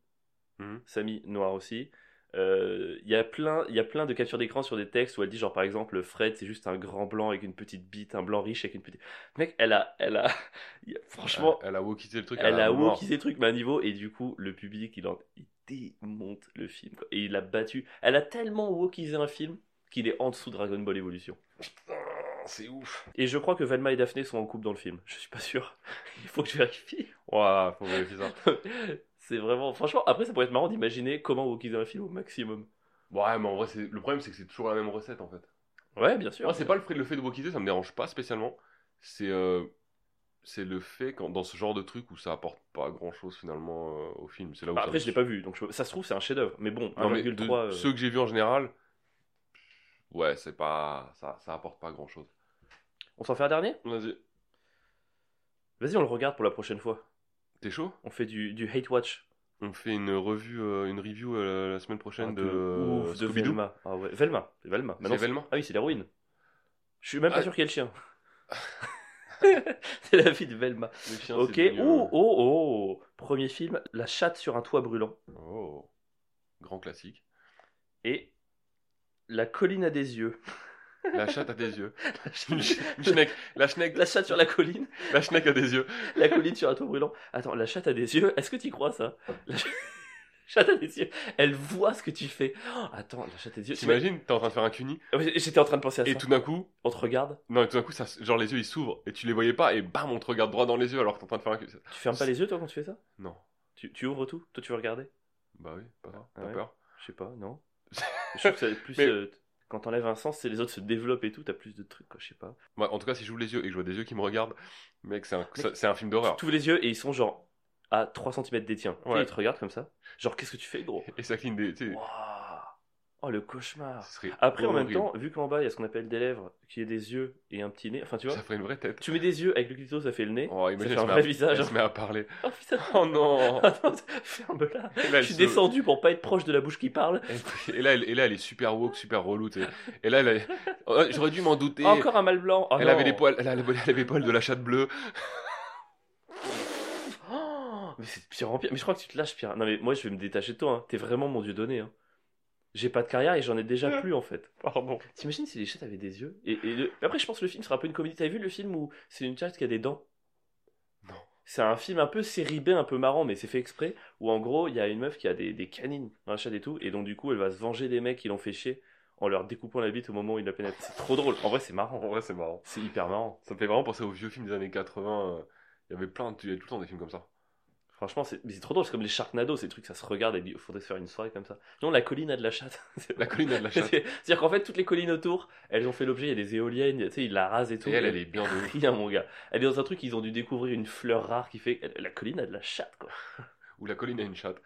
Speaker 1: Mhm.
Speaker 2: Samy, noir aussi. Euh, Il y a plein, il y a plein de captures d'écran sur des textes où elle dit genre par exemple Fred c'est juste un grand blanc avec une petite bite, un blanc riche avec une petite. Mec, elle a, elle a, il y a- franchement,
Speaker 1: Elle, elle a wokisé le truc.
Speaker 2: elle a
Speaker 1: mort.
Speaker 2: wokisé le truc mais à un niveau et du coup le public il en il démonte le film quoi. et il l'a battu. Elle a tellement wokisé un film qu'il est en dessous de Dragon Ball Evolution.
Speaker 1: Putain, C'est ouf.
Speaker 2: Et je crois que Velma et Daphné sont en couple dans le film. Je suis pas sûr. Il faut que je vérifie.
Speaker 1: Ouah, faut vérifier ça.
Speaker 2: c'est vraiment. Franchement, après, ça pourrait être marrant d'imaginer comment wokiser un film au maximum.
Speaker 1: Ouais, mais en vrai, c'est- le problème, c'est que c'est toujours la même recette en fait.
Speaker 2: Ouais, bien sûr.
Speaker 1: Moi, Ah, c'est pas le fait, le fait de wokiser, ça me dérange pas spécialement. C'est euh, c'est le fait quand, dans ce genre de truc où ça apporte pas grand chose finalement euh, au film. C'est là où
Speaker 2: Bah,
Speaker 1: ça
Speaker 2: après,
Speaker 1: me-
Speaker 2: je l'ai pas vu, donc je- ça se trouve, c'est un chef-d'œuvre. Mais bon,
Speaker 1: Non, mais de
Speaker 2: 1,3. euh,
Speaker 1: Ceux que j'ai vus en général, ouais, c'est pas ça, ça apporte pas grand chose.
Speaker 2: On s'en fait un dernier
Speaker 1: Vas-y,
Speaker 2: Vas-y, on le regarde pour la prochaine fois.
Speaker 1: t'es chaud
Speaker 2: On fait du, du hate watch.
Speaker 1: On fait une revue, euh, une review euh, la semaine prochaine
Speaker 2: Ah,
Speaker 1: de
Speaker 2: que-
Speaker 1: euh,
Speaker 2: ouf, de
Speaker 1: Scooby-Doo.
Speaker 2: Velma. Ah ouais, Velma. c'est Velma.
Speaker 1: C'est
Speaker 2: Maintenant, c'est-
Speaker 1: Velma
Speaker 2: Ah oui, c'est l'héroïne. Je suis même pas
Speaker 1: Ah.
Speaker 2: sûr qu'il y ait le chien. c'est la vie de Velma.
Speaker 1: Le chien,
Speaker 2: ok,
Speaker 1: c'est devenu,
Speaker 2: oh, oh, oh. Premier film, La chatte sur un toit brûlant.
Speaker 1: euh, oh, grand classique.
Speaker 2: Et La colline à des yeux.
Speaker 1: La chatte a des yeux. Schneck, la schneck,
Speaker 2: La chatte sur la colline,
Speaker 1: la schneck a des yeux.
Speaker 2: la colline sur un toit brûlant. Attends, la chatte a des yeux. Est-ce que tu crois ça La ch- chatte a des yeux. Elle voit ce que tu fais. Oh, attends, la chatte a des yeux.
Speaker 1: T'imagines, t'es en train de faire un cuni
Speaker 2: Ah oui, J'étais en train de penser à
Speaker 1: et
Speaker 2: ça.
Speaker 1: tout d'un coup,
Speaker 2: On te regarde.
Speaker 1: Non, et tout d'un coup, ça, se- genre les yeux ils s'ouvrent et tu les voyais pas et bam, on te regarde droit dans les yeux alors que t'es en train de faire un cul.
Speaker 2: Tu fermes pas les yeux toi quand tu fais ça
Speaker 1: Non,
Speaker 2: tu, tu ouvres tout Toi tu veux regarder
Speaker 1: bah oui, pas grave,
Speaker 2: Ah
Speaker 1: t'as
Speaker 2: ouais.
Speaker 1: peur.
Speaker 2: Je sais pas, non. Je trouve que ça va être plus.
Speaker 1: Mais-
Speaker 2: euh, quand t'enlèves un sens, c'est les autres se développent et tout, t'as plus de trucs, quoi, je sais pas.
Speaker 1: Moi, en tout cas, si j'ouvre les yeux et que je vois des yeux qui me regardent, mec, c'est un, ça- c'est un film d'horreur.
Speaker 2: Tu ouvres les yeux et ils sont genre à 3 cm des tiens. Tu sais,
Speaker 1: Ouais.
Speaker 2: Ils te regardent comme ça. Genre, qu'est-ce que tu fais, gros
Speaker 1: Et ça cligne des. tu sais,
Speaker 2: Waouh Oh, le cauchemar.
Speaker 1: Ce serait
Speaker 2: Après, en même
Speaker 1: Oh, horrible.
Speaker 2: temps, vu qu'en bas, il y a ce qu'on appelle des lèvres, qui est des yeux et un petit nez. Enfin, tu vois,
Speaker 1: ça ferait une vraie tête.
Speaker 2: tu mets des yeux avec le clito, ça fait le nez.
Speaker 1: Oh,
Speaker 2: ça
Speaker 1: imagine,
Speaker 2: fait
Speaker 1: elle se
Speaker 2: un
Speaker 1: met
Speaker 2: vrai
Speaker 1: à-
Speaker 2: visage.
Speaker 1: elle se met à parler.
Speaker 2: Oh putain.
Speaker 1: Oh non
Speaker 2: Attends, ferme-la.
Speaker 1: Et là, elle
Speaker 2: Je suis
Speaker 1: se-
Speaker 2: descendu pour pas être proche de la bouche qui parle.
Speaker 1: Et là, elle, et là, elle est super woke, super relou. tu sais. Et là, elle a- Oh, j'aurais dû m'en douter.
Speaker 2: Encore un mal blanc. Oh,
Speaker 1: elle,
Speaker 2: non.
Speaker 1: avait les poils, elle, avait, elle avait les poils de la chatte bleue.
Speaker 2: Oh, mais c'est de pire en pire. Mais je crois que tu te lâches, Pierre. Non, mais moi, je vais me détacher de toi. hein. T'es vraiment mon dieu donné. hein. J'ai pas de carrière et j'en ai déjà plus, en fait.
Speaker 1: Pardon.
Speaker 2: T'imagines si les chats avaient des yeux et, et le- Après, je pense que le film sera un peu une comédie. T'as vu le film où c'est une chatte qui a des dents
Speaker 1: Non.
Speaker 2: C'est un film un peu série B, un peu marrant, mais c'est fait exprès. Où en gros, il y a une meuf qui a des, des canines dans la chatte et tout. Et donc, du coup, elle va se venger des mecs qui l'ont fait chier en leur découpant la bite au moment où ils la pénètrent. C'est trop drôle. En vrai, c'est
Speaker 1: En
Speaker 2: marrant.
Speaker 1: vrai, c'est marrant.
Speaker 2: C'est hyper marrant.
Speaker 1: Ça me fait vraiment penser aux vieux films des années 80. euh, Il y avait plein, de... il y avait tout le temps des films comme ça.
Speaker 2: Franchement, c'est mais c'est trop drôle. C'est comme les Sharknado, c'est des trucs, ça se regarde et il faudrait se faire une soirée comme ça. Non, la colline a de la chatte. C'est-
Speaker 1: La colline a de la chatte.
Speaker 2: C'est-à-dire qu'en fait, toutes les collines autour, elles ont fait l'objet, il y a des éoliennes, tu sais, ils la rasent et tout.
Speaker 1: Et elle, elle est bien de ouf.
Speaker 2: Rien, mon gars. Elle est dans un truc, ils ont dû découvrir une fleur rare qui fait. La colline a de la chatte, quoi.
Speaker 1: Ou la colline a une chatte.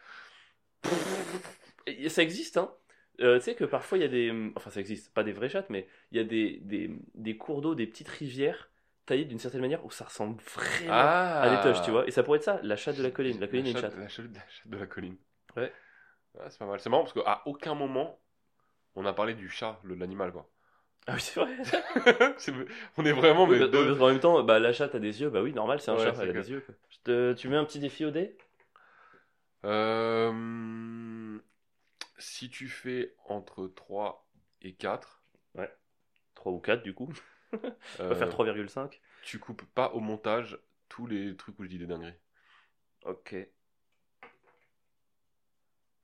Speaker 2: Et ça existe, hein. Euh, tu sais que parfois, il y a des. hum, Enfin, ça existe, pas des vraies chattes, mais il y a des, des, des cours d'eau, des petites rivières taillées d'une certaine manière où ça ressemble vraiment
Speaker 1: Ah
Speaker 2: à des touches, tu vois. Et ça pourrait être ça, la chatte de la colline. La colline est une
Speaker 1: chatte-
Speaker 2: chatte.
Speaker 1: La chatte, la chatte de la colline.
Speaker 2: Ouais.
Speaker 1: Ah, c'est pas mal. C'est marrant parce qu'à aucun moment, on a parlé du chat, le- de l'animal, quoi.
Speaker 2: Ah oui, c'est vrai.
Speaker 1: C'est- on est vraiment, mais
Speaker 2: Hein Oui, bah,
Speaker 1: deux-
Speaker 2: parce qu'en même temps, bah, la chatte a des yeux, bah oui, normal, c'est un
Speaker 1: Ouais,
Speaker 2: chat,
Speaker 1: c'est
Speaker 2: elle a
Speaker 1: clair.
Speaker 2: des yeux. quoi. Je te- tu mets un petit défi au dé
Speaker 1: Euh, si tu fais entre 3 et 4,
Speaker 2: 3 ou 4 du coup. On va faire 3,5.
Speaker 1: euh, tu coupes pas au montage tous les trucs où je dis des dingueries.
Speaker 2: Ok.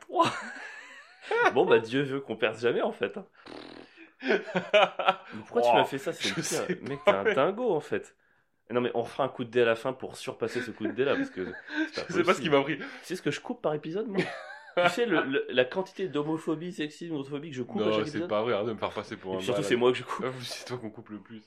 Speaker 2: Ouah. bon, bah Dieu veut qu'on perde jamais en fait. hein. Mais Pourquoi tu
Speaker 1: Ouah,
Speaker 2: m'as fait ça C'est
Speaker 1: je
Speaker 2: une pire-
Speaker 1: sais
Speaker 2: Mec, t'es
Speaker 1: pas,
Speaker 2: un
Speaker 1: mais-
Speaker 2: dingo en fait. Non, mais on fera un coup de dé à la fin pour surpasser ce coup de dé là parce que
Speaker 1: je sais pas ce qui m'a pris.
Speaker 2: C'est ce que je coupe par épisode, moi. tu sais, le- le- la quantité d'homophobie, sexisme, grossophobie que je coupe à
Speaker 1: Non,
Speaker 2: chaque
Speaker 1: c'est
Speaker 2: épisode.
Speaker 1: pas vrai, arrête de me faire passer pour
Speaker 2: Et
Speaker 1: un
Speaker 2: puis surtout,
Speaker 1: malade.
Speaker 2: c'est moi que je coupe.
Speaker 1: Ah, C'est toi qu'on coupe le plus.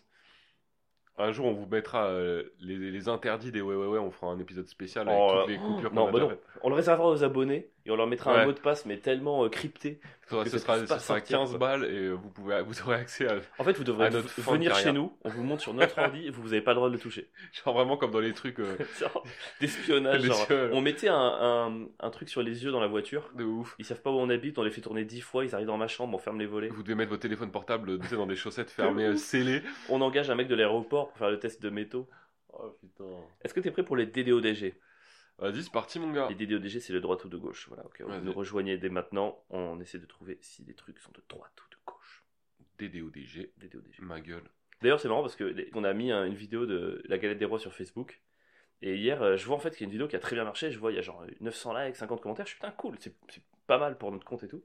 Speaker 1: Un jour, on vous mettra euh, les, les interdits des ouais ouais ouais. On fera un épisode spécial avec
Speaker 2: Oh,
Speaker 1: toutes les
Speaker 2: oh,
Speaker 1: coupures qu'on
Speaker 2: non,
Speaker 1: a
Speaker 2: bah
Speaker 1: déjà
Speaker 2: non.
Speaker 1: faites.
Speaker 2: On le réservera aux abonnés et on leur mettra un
Speaker 1: Ouais.
Speaker 2: mot de passe, mais tellement euh, crypté.
Speaker 1: Faudra-
Speaker 2: Que
Speaker 1: ce
Speaker 2: ça
Speaker 1: sera,
Speaker 2: puisse pas
Speaker 1: ce sera
Speaker 2: sortir,
Speaker 1: 15
Speaker 2: quoi.
Speaker 1: balles et vous pouvez, vous aurez accès à
Speaker 2: En fait, vous devrez
Speaker 1: À notre
Speaker 2: v-
Speaker 1: fin de
Speaker 2: venir
Speaker 1: carrière.
Speaker 2: chez nous, on vous monte sur notre ordi et vous n'avez pas le droit de le toucher.
Speaker 1: genre vraiment comme dans les trucs euh,
Speaker 2: Genre, D'espionnage.
Speaker 1: Des
Speaker 2: genre,
Speaker 1: yeux.
Speaker 2: On mettait un, un- un truc sur les yeux dans la voiture.
Speaker 1: de ouf.
Speaker 2: Ils savent pas où on habite, on les fait tourner dix fois, ils arrivent dans ma chambre, on ferme les volets.
Speaker 1: Vous devez mettre votre téléphone portable tu sais, dans des chaussettes fermées, euh, scellées.
Speaker 2: On engage un mec de l'aéroport pour faire le test de métaux.
Speaker 1: Oh putain.
Speaker 2: Est-ce que t'es prêt pour les DDODG
Speaker 1: Vas-y, c'est parti, mon gars.
Speaker 2: Les DDODG, c'est le droite ou de gauche. Voilà, ok. Vous
Speaker 1: Vas-y.
Speaker 2: nous rejoignez dès maintenant, on essaie de trouver si les trucs sont de droite ou de gauche.
Speaker 1: DDODG,
Speaker 2: DDODG.
Speaker 1: ma gueule.
Speaker 2: D'ailleurs, c'est marrant parce que les- on a mis un- une vidéo de la galette des rois sur Facebook. Et hier, euh, je vois en fait qu'il y a une vidéo qui a très bien marché. Je vois, il y a genre 900 likes, 50 commentaires. Je suis putain, cool, c'est c'est pas mal pour notre compte et tout.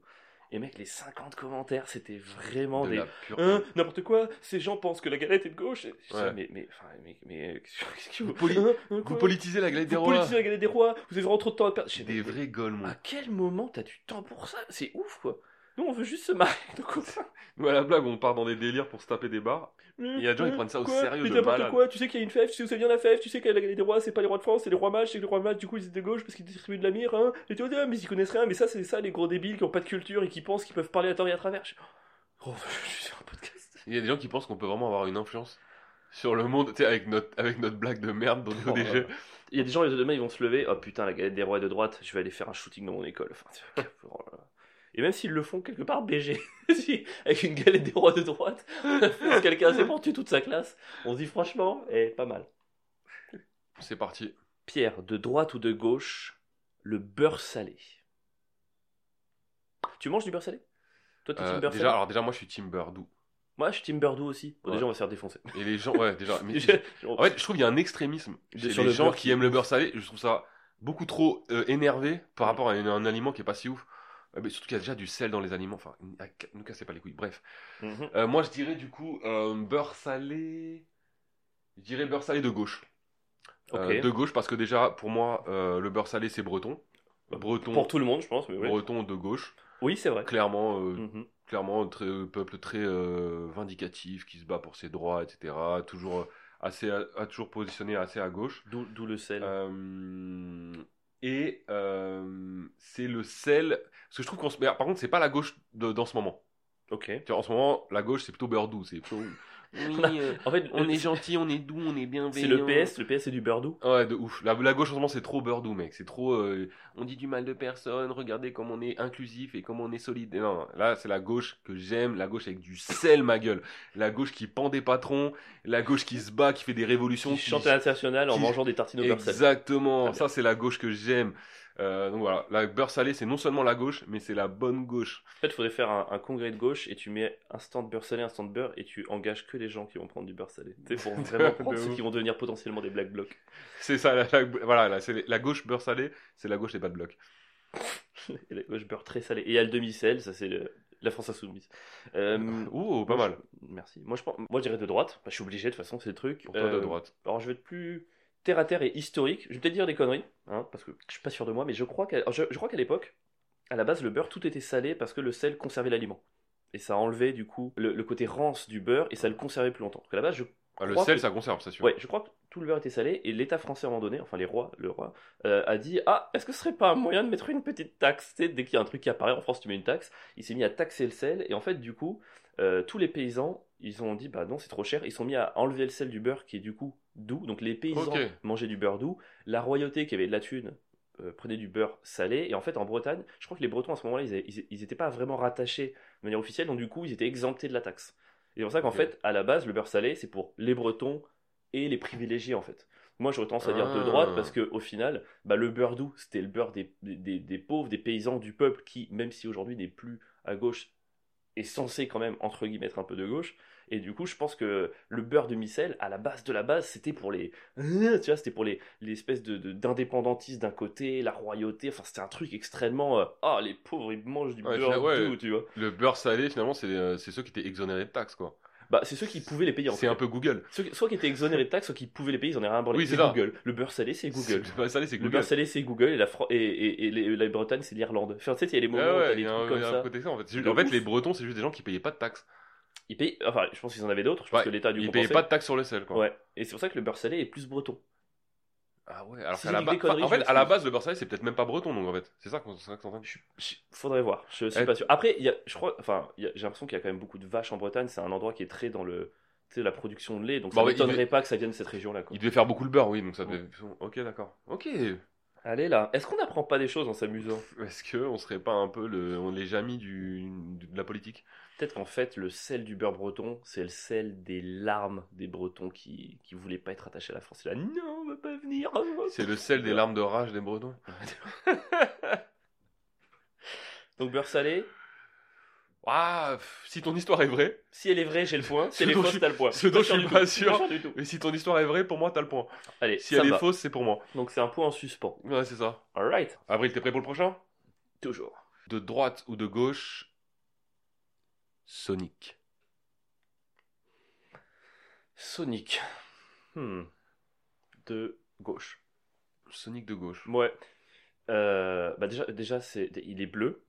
Speaker 2: Et mec, les 50 commentaires, c'était vraiment
Speaker 1: De
Speaker 2: des.
Speaker 1: la pure.
Speaker 2: Hein, n'importe quoi, ces gens pensent que la galette est de gauche. Et je dis,
Speaker 1: Ouais.
Speaker 2: mais, mais, enfin, mais, mais, euh, qu'est-ce que
Speaker 1: Vous
Speaker 2: vous.
Speaker 1: poli-
Speaker 2: Hein, hein,
Speaker 1: Vous
Speaker 2: quoi
Speaker 1: politisez la galette des
Speaker 2: Vous
Speaker 1: rois.
Speaker 2: politisez la galette des rois, vous avez vraiment trop de temps à perdre. Je sais,
Speaker 1: Des
Speaker 2: mais-
Speaker 1: vrais goles, mon.
Speaker 2: À quel moment t'as du temps pour ça C'est ouf quoi. Nous, on veut juste se marier avec nos copains.
Speaker 1: Nous, à la blague, on part dans des délires pour se taper des barres.
Speaker 2: Il
Speaker 1: y a des gens, ils prennent ça au sérieux
Speaker 2: Mais
Speaker 1: de
Speaker 2: n'importe
Speaker 1: malade.
Speaker 2: Mmh. quoi, tu sais qu'il y a une fève, tu sais où ça vient la fève, tu sais qu'il y a des rois, c'est pas les rois de France, c'est les rois mages, c'est que les rois mages, du coup ils étaient de gauche parce qu'ils distribuaient de la mire, hein. Et tu vois, ah, mais ils connaissent rien, mais ça c'est ça les gros débiles qui ont pas de culture et qui pensent qu'ils peuvent parler à tort et à travers. Je, oh, je suis sur un podcast.
Speaker 1: Il y a des gens qui pensent qu'on peut vraiment avoir une influence sur le monde, tu sais, avec notre, avec notre blague de merde dans
Speaker 2: Oh,
Speaker 1: le DG.
Speaker 2: voilà. Il y a des gens, les demain ils vont se lever, oh putain, la galette des rois est de droite, je vais aller faire un shooting dans mon école. Enfin, c'est- oh là là. Et même s'ils le font quelque part, BG, Si, avec une galette des rois de droite, parce que quelqu'un s'est pour tuer toute sa classe, on se dit franchement, eh, pas mal.
Speaker 1: C'est parti.
Speaker 2: Pierre, de droite ou de gauche, le beurre salé. Tu manges du beurre salé Toi, t'es
Speaker 1: Euh,
Speaker 2: team beurre
Speaker 1: déjà,
Speaker 2: salé
Speaker 1: alors déjà, moi, je suis Team Birdou.
Speaker 2: Moi, je suis team beurre doux aussi. Bon,
Speaker 1: Ouais.
Speaker 2: Déjà, on va se faire défoncer.
Speaker 1: Et les gens, ouais, déjà. mais- en fait, je trouve qu'il y a un extrémisme chez
Speaker 2: sur
Speaker 1: les
Speaker 2: le
Speaker 1: gens
Speaker 2: beurre
Speaker 1: qui
Speaker 2: qui-
Speaker 1: aiment le beurre salé. Je trouve ça beaucoup trop euh, énervé
Speaker 2: Mm.
Speaker 1: par rapport à un, un aliment qui est pas si ouf. Euh, Mais surtout qu'il y a déjà du sel dans les aliments. Enfin, à- nous cassez pas les couilles. Bref.
Speaker 2: Mhm.
Speaker 1: Euh, moi, je dirais du coup euh, beurre salé. Je dirais beurre salé de gauche. Euh,
Speaker 2: Ok.
Speaker 1: de gauche parce que déjà, pour moi, euh, le beurre salé, c'est breton. Breton,
Speaker 2: Pour tout le monde, je pense. Mais oui,
Speaker 1: breton de gauche.
Speaker 2: Oui, c'est vrai.
Speaker 1: Clairement, euh,
Speaker 2: Mhm.
Speaker 1: clairement, très, euh, peuple très euh, vindicatif qui se bat pour ses droits, etc. Toujours euh, assez, à- à- toujours positionné assez à gauche.
Speaker 2: D'où Mm. d'où le sel.
Speaker 1: Euh, et euh, c'est le sel. Parce que je trouve qu'on se. mais, Par contre, c'est pas la gauche de- dans ce moment.
Speaker 2: Ok.
Speaker 1: Tu vois, en ce moment, la gauche, c'est plutôt beurre doux. C'est plutôt. Oui, euh,
Speaker 2: En fait,
Speaker 1: on est
Speaker 2: c'est-
Speaker 1: gentil, on est doux, on est bienveillant.
Speaker 2: c'est le PS, le PS c'est du beurre doux.
Speaker 1: Ouais, de ouf. La, la gauche, en ce moment, c'est trop beurre doux, mec. C'est trop. euh, on dit du mal de personne, regardez comme on est inclusif et comme on est solide. Et Non, non, là, c'est la gauche que j'aime, la gauche avec du sel, ma gueule. La gauche qui pend des patrons, la gauche qui se bat, qui fait des révolutions.
Speaker 2: Qui chante à l'international en
Speaker 1: qui-
Speaker 2: mangeant des tartines au beurre salé.
Speaker 1: Exactement,
Speaker 2: Très bien.
Speaker 1: ça c'est la gauche que j'aime. Euh, donc voilà, la beurre salée c'est non seulement la gauche, mais c'est la bonne gauche.
Speaker 2: En fait, il faudrait faire un, un congrès de gauche et tu mets un stand beurre salé, un stand beurre et tu engages que les gens qui vont prendre du beurre salé. C'est pour vraiment prendre
Speaker 1: De
Speaker 2: ceux
Speaker 1: ouf.
Speaker 2: qui vont devenir potentiellement des black blocs.
Speaker 1: C'est ça, la, la- voilà, la, c'est la gauche beurre salée, c'est la gauche des bas de bloc.
Speaker 2: Et la gauche beurre très salé. Et il y a le demi-sel, ça c'est le- la France insoumise. Euh,
Speaker 1: Ouh, pas
Speaker 2: moi,
Speaker 1: mal.
Speaker 2: je- Merci. Moi je, pense- moi, je dirais de droite. Bah, je suis obligé de toute façon, c'est le truc.
Speaker 1: Pour toi de
Speaker 2: Euh,
Speaker 1: droite.
Speaker 2: Alors je vais être plus terre à terre et historique. Je vais peut-être dire des conneries, hein, parce que je suis pas sûr de moi, mais je crois qu'à alors, je, je crois qu'à l'époque, à la base, le beurre tout était salé parce que le sel conservait l'aliment. Et ça enlevait du coup le, le côté rance du beurre et ça le conservait plus longtemps. Parce que à la base, je,
Speaker 1: Ah, le
Speaker 2: crois
Speaker 1: sel
Speaker 2: que-
Speaker 1: ça conserve, c'est sûr.
Speaker 2: ouais, je crois que tout le beurre était salé et l'État français à un moment donné, enfin les rois, le roi, euh, a dit Ah, est-ce que ce serait pas un moyen de mettre une petite taxe Tu sais, Dès qu'il y a un truc qui apparaît en France, tu mets une taxe. Il s'est mis à taxer le sel et en fait, du coup, euh, tous les paysans, ils ont dit Bah non, c'est trop cher. Ils sont mis à enlever le sel du beurre qui est du coup doux. Donc les paysans
Speaker 1: Ok.
Speaker 2: mangeaient du beurre doux. La royauté qui avait de la thune euh, prenait du beurre salé. Et en fait, en Bretagne, je crois que les Bretons à ce moment-là, ils n'étaient pas vraiment rattachés de manière officielle. Donc du coup, ils étaient exemptés de la taxe. Et c'est pour ça qu'en
Speaker 1: Ok.
Speaker 2: fait, à la base, le beurre salé, c'est pour les Bretons et les privilégiés en fait. Moi, j'aurais tendance à dire de
Speaker 1: Ah.
Speaker 2: droite parce que au final, bah, le beurre doux, c'était le beurre des, des- des- des pauvres, des paysans, du peuple qui, même si aujourd'hui n'est plus à gauche, est censé quand même entre guillemets être un peu de gauche. Et du coup, je pense que le beurre de micelle, à la base de la base, c'était pour les, tu vois, c'était pour les l'espèce de de- d'indépendantisme d'un côté, la royauté. Enfin, c'était un truc extrêmement, euh, ah, les pauvres, ils mangent du
Speaker 1: Ouais,
Speaker 2: beurre
Speaker 1: ouais.
Speaker 2: doux, tu vois.
Speaker 1: Le beurre salé finalement c'est euh, c'est ceux qui étaient exonérés de taxes quoi.
Speaker 2: Bah, c'est ceux qui pouvaient les payer. en
Speaker 1: C'est
Speaker 2: tout
Speaker 1: un
Speaker 2: cas.
Speaker 1: peu Google.
Speaker 2: Ceux qui- soit qui étaient exonérés de taxes, soit qui pouvaient les payer, ils en avaient rien à branler.
Speaker 1: Oui, c'est
Speaker 2: c'est
Speaker 1: ça.
Speaker 2: Google. Le beurre salé, c'est Google.
Speaker 1: Le beurre salé c'est
Speaker 2: Le
Speaker 1: Google.
Speaker 2: beurre salé, c'est Google et la, Fran- et, et, et les- la Bretagne, c'est l'Irlande. Enfin, tu sais, il y a les
Speaker 1: Ah
Speaker 2: moments où il y a
Speaker 1: ouais,
Speaker 2: des
Speaker 1: il y a
Speaker 2: trucs
Speaker 1: un- il
Speaker 2: comme
Speaker 1: y a un
Speaker 2: ça.
Speaker 1: côté ça en fait. C'est juste-
Speaker 2: De
Speaker 1: En fait
Speaker 2: ouf.
Speaker 1: les Bretons c'est juste des gens qui payaient pas de taxes.
Speaker 2: Ils payent, enfin, je pense qu'ils en avaient d'autres, je pense
Speaker 1: Ouais,
Speaker 2: que l'État a dû
Speaker 1: Ils
Speaker 2: compenser.
Speaker 1: payaient pas de taxes sur le sel quoi.
Speaker 2: Ouais. Et c'est pour ça que le beurre salé est plus breton.
Speaker 1: Ah ouais, alors
Speaker 2: Si
Speaker 1: qu'à
Speaker 2: je
Speaker 1: la
Speaker 2: dis des
Speaker 1: base enfin,
Speaker 2: conneries,
Speaker 1: en
Speaker 2: je
Speaker 1: fait à la
Speaker 2: m'excuse.
Speaker 1: base le beurre salé c'est peut-être même pas breton donc en fait. C'est ça qu'on c'est ça qu'on s'entend.
Speaker 2: Je- je- faudrait voir, je suis
Speaker 1: Eh.
Speaker 2: pas sûr. Après, il y a, je crois, enfin, il y a- j'ai l'impression qu'il y a quand même beaucoup de vaches en Bretagne, c'est un endroit qui est très dans le, tu sais, la production de lait, donc ça
Speaker 1: Bah ouais, il
Speaker 2: m'étonnerait
Speaker 1: devait-
Speaker 2: pas que ça vienne de cette région-là. quoi.
Speaker 1: Il devait faire beaucoup le beurre oui donc ça
Speaker 2: Ouais.
Speaker 1: devait OK d'accord. OK.
Speaker 2: Allez là, est-ce qu'on apprend pas des choses en s'amusant
Speaker 1: Est-ce que on serait pas un peu le on les jamis du de la politique
Speaker 2: Peut-être qu'en fait, le sel du beurre breton, c'est le sel des larmes des Bretons qui, qui voulaient pas être attachés à la France. Et là, non, on va pas venir. Oh,
Speaker 1: C'est le sel des larmes de rage des Bretons.
Speaker 2: Donc, beurre salé,
Speaker 1: Ah, pff, si ton histoire est vraie,
Speaker 2: si elle est vraie, j'ai le point. Si elle est
Speaker 1: Ce dont
Speaker 2: fausse,
Speaker 1: je-
Speaker 2: t'as le point.
Speaker 1: ce dont je
Speaker 2: sûr
Speaker 1: suis
Speaker 2: du
Speaker 1: pas
Speaker 2: tout.
Speaker 1: sûr.
Speaker 2: sûr du tout.
Speaker 1: Et si ton histoire est vraie, pour moi, t'as le point.
Speaker 2: Allez,
Speaker 1: Si
Speaker 2: ça
Speaker 1: elle
Speaker 2: va.
Speaker 1: est fausse, c'est pour moi.
Speaker 2: Donc, c'est un point en suspens.
Speaker 1: Ouais, c'est ça.
Speaker 2: Alright.
Speaker 1: Avril, t'es prêt pour le prochain
Speaker 2: Toujours.
Speaker 1: De droite ou de gauche Sonic.
Speaker 2: Sonic. Hmm. De gauche.
Speaker 1: Sonic de gauche.
Speaker 2: Ouais. Euh, bah déjà, déjà c'est, il est bleu,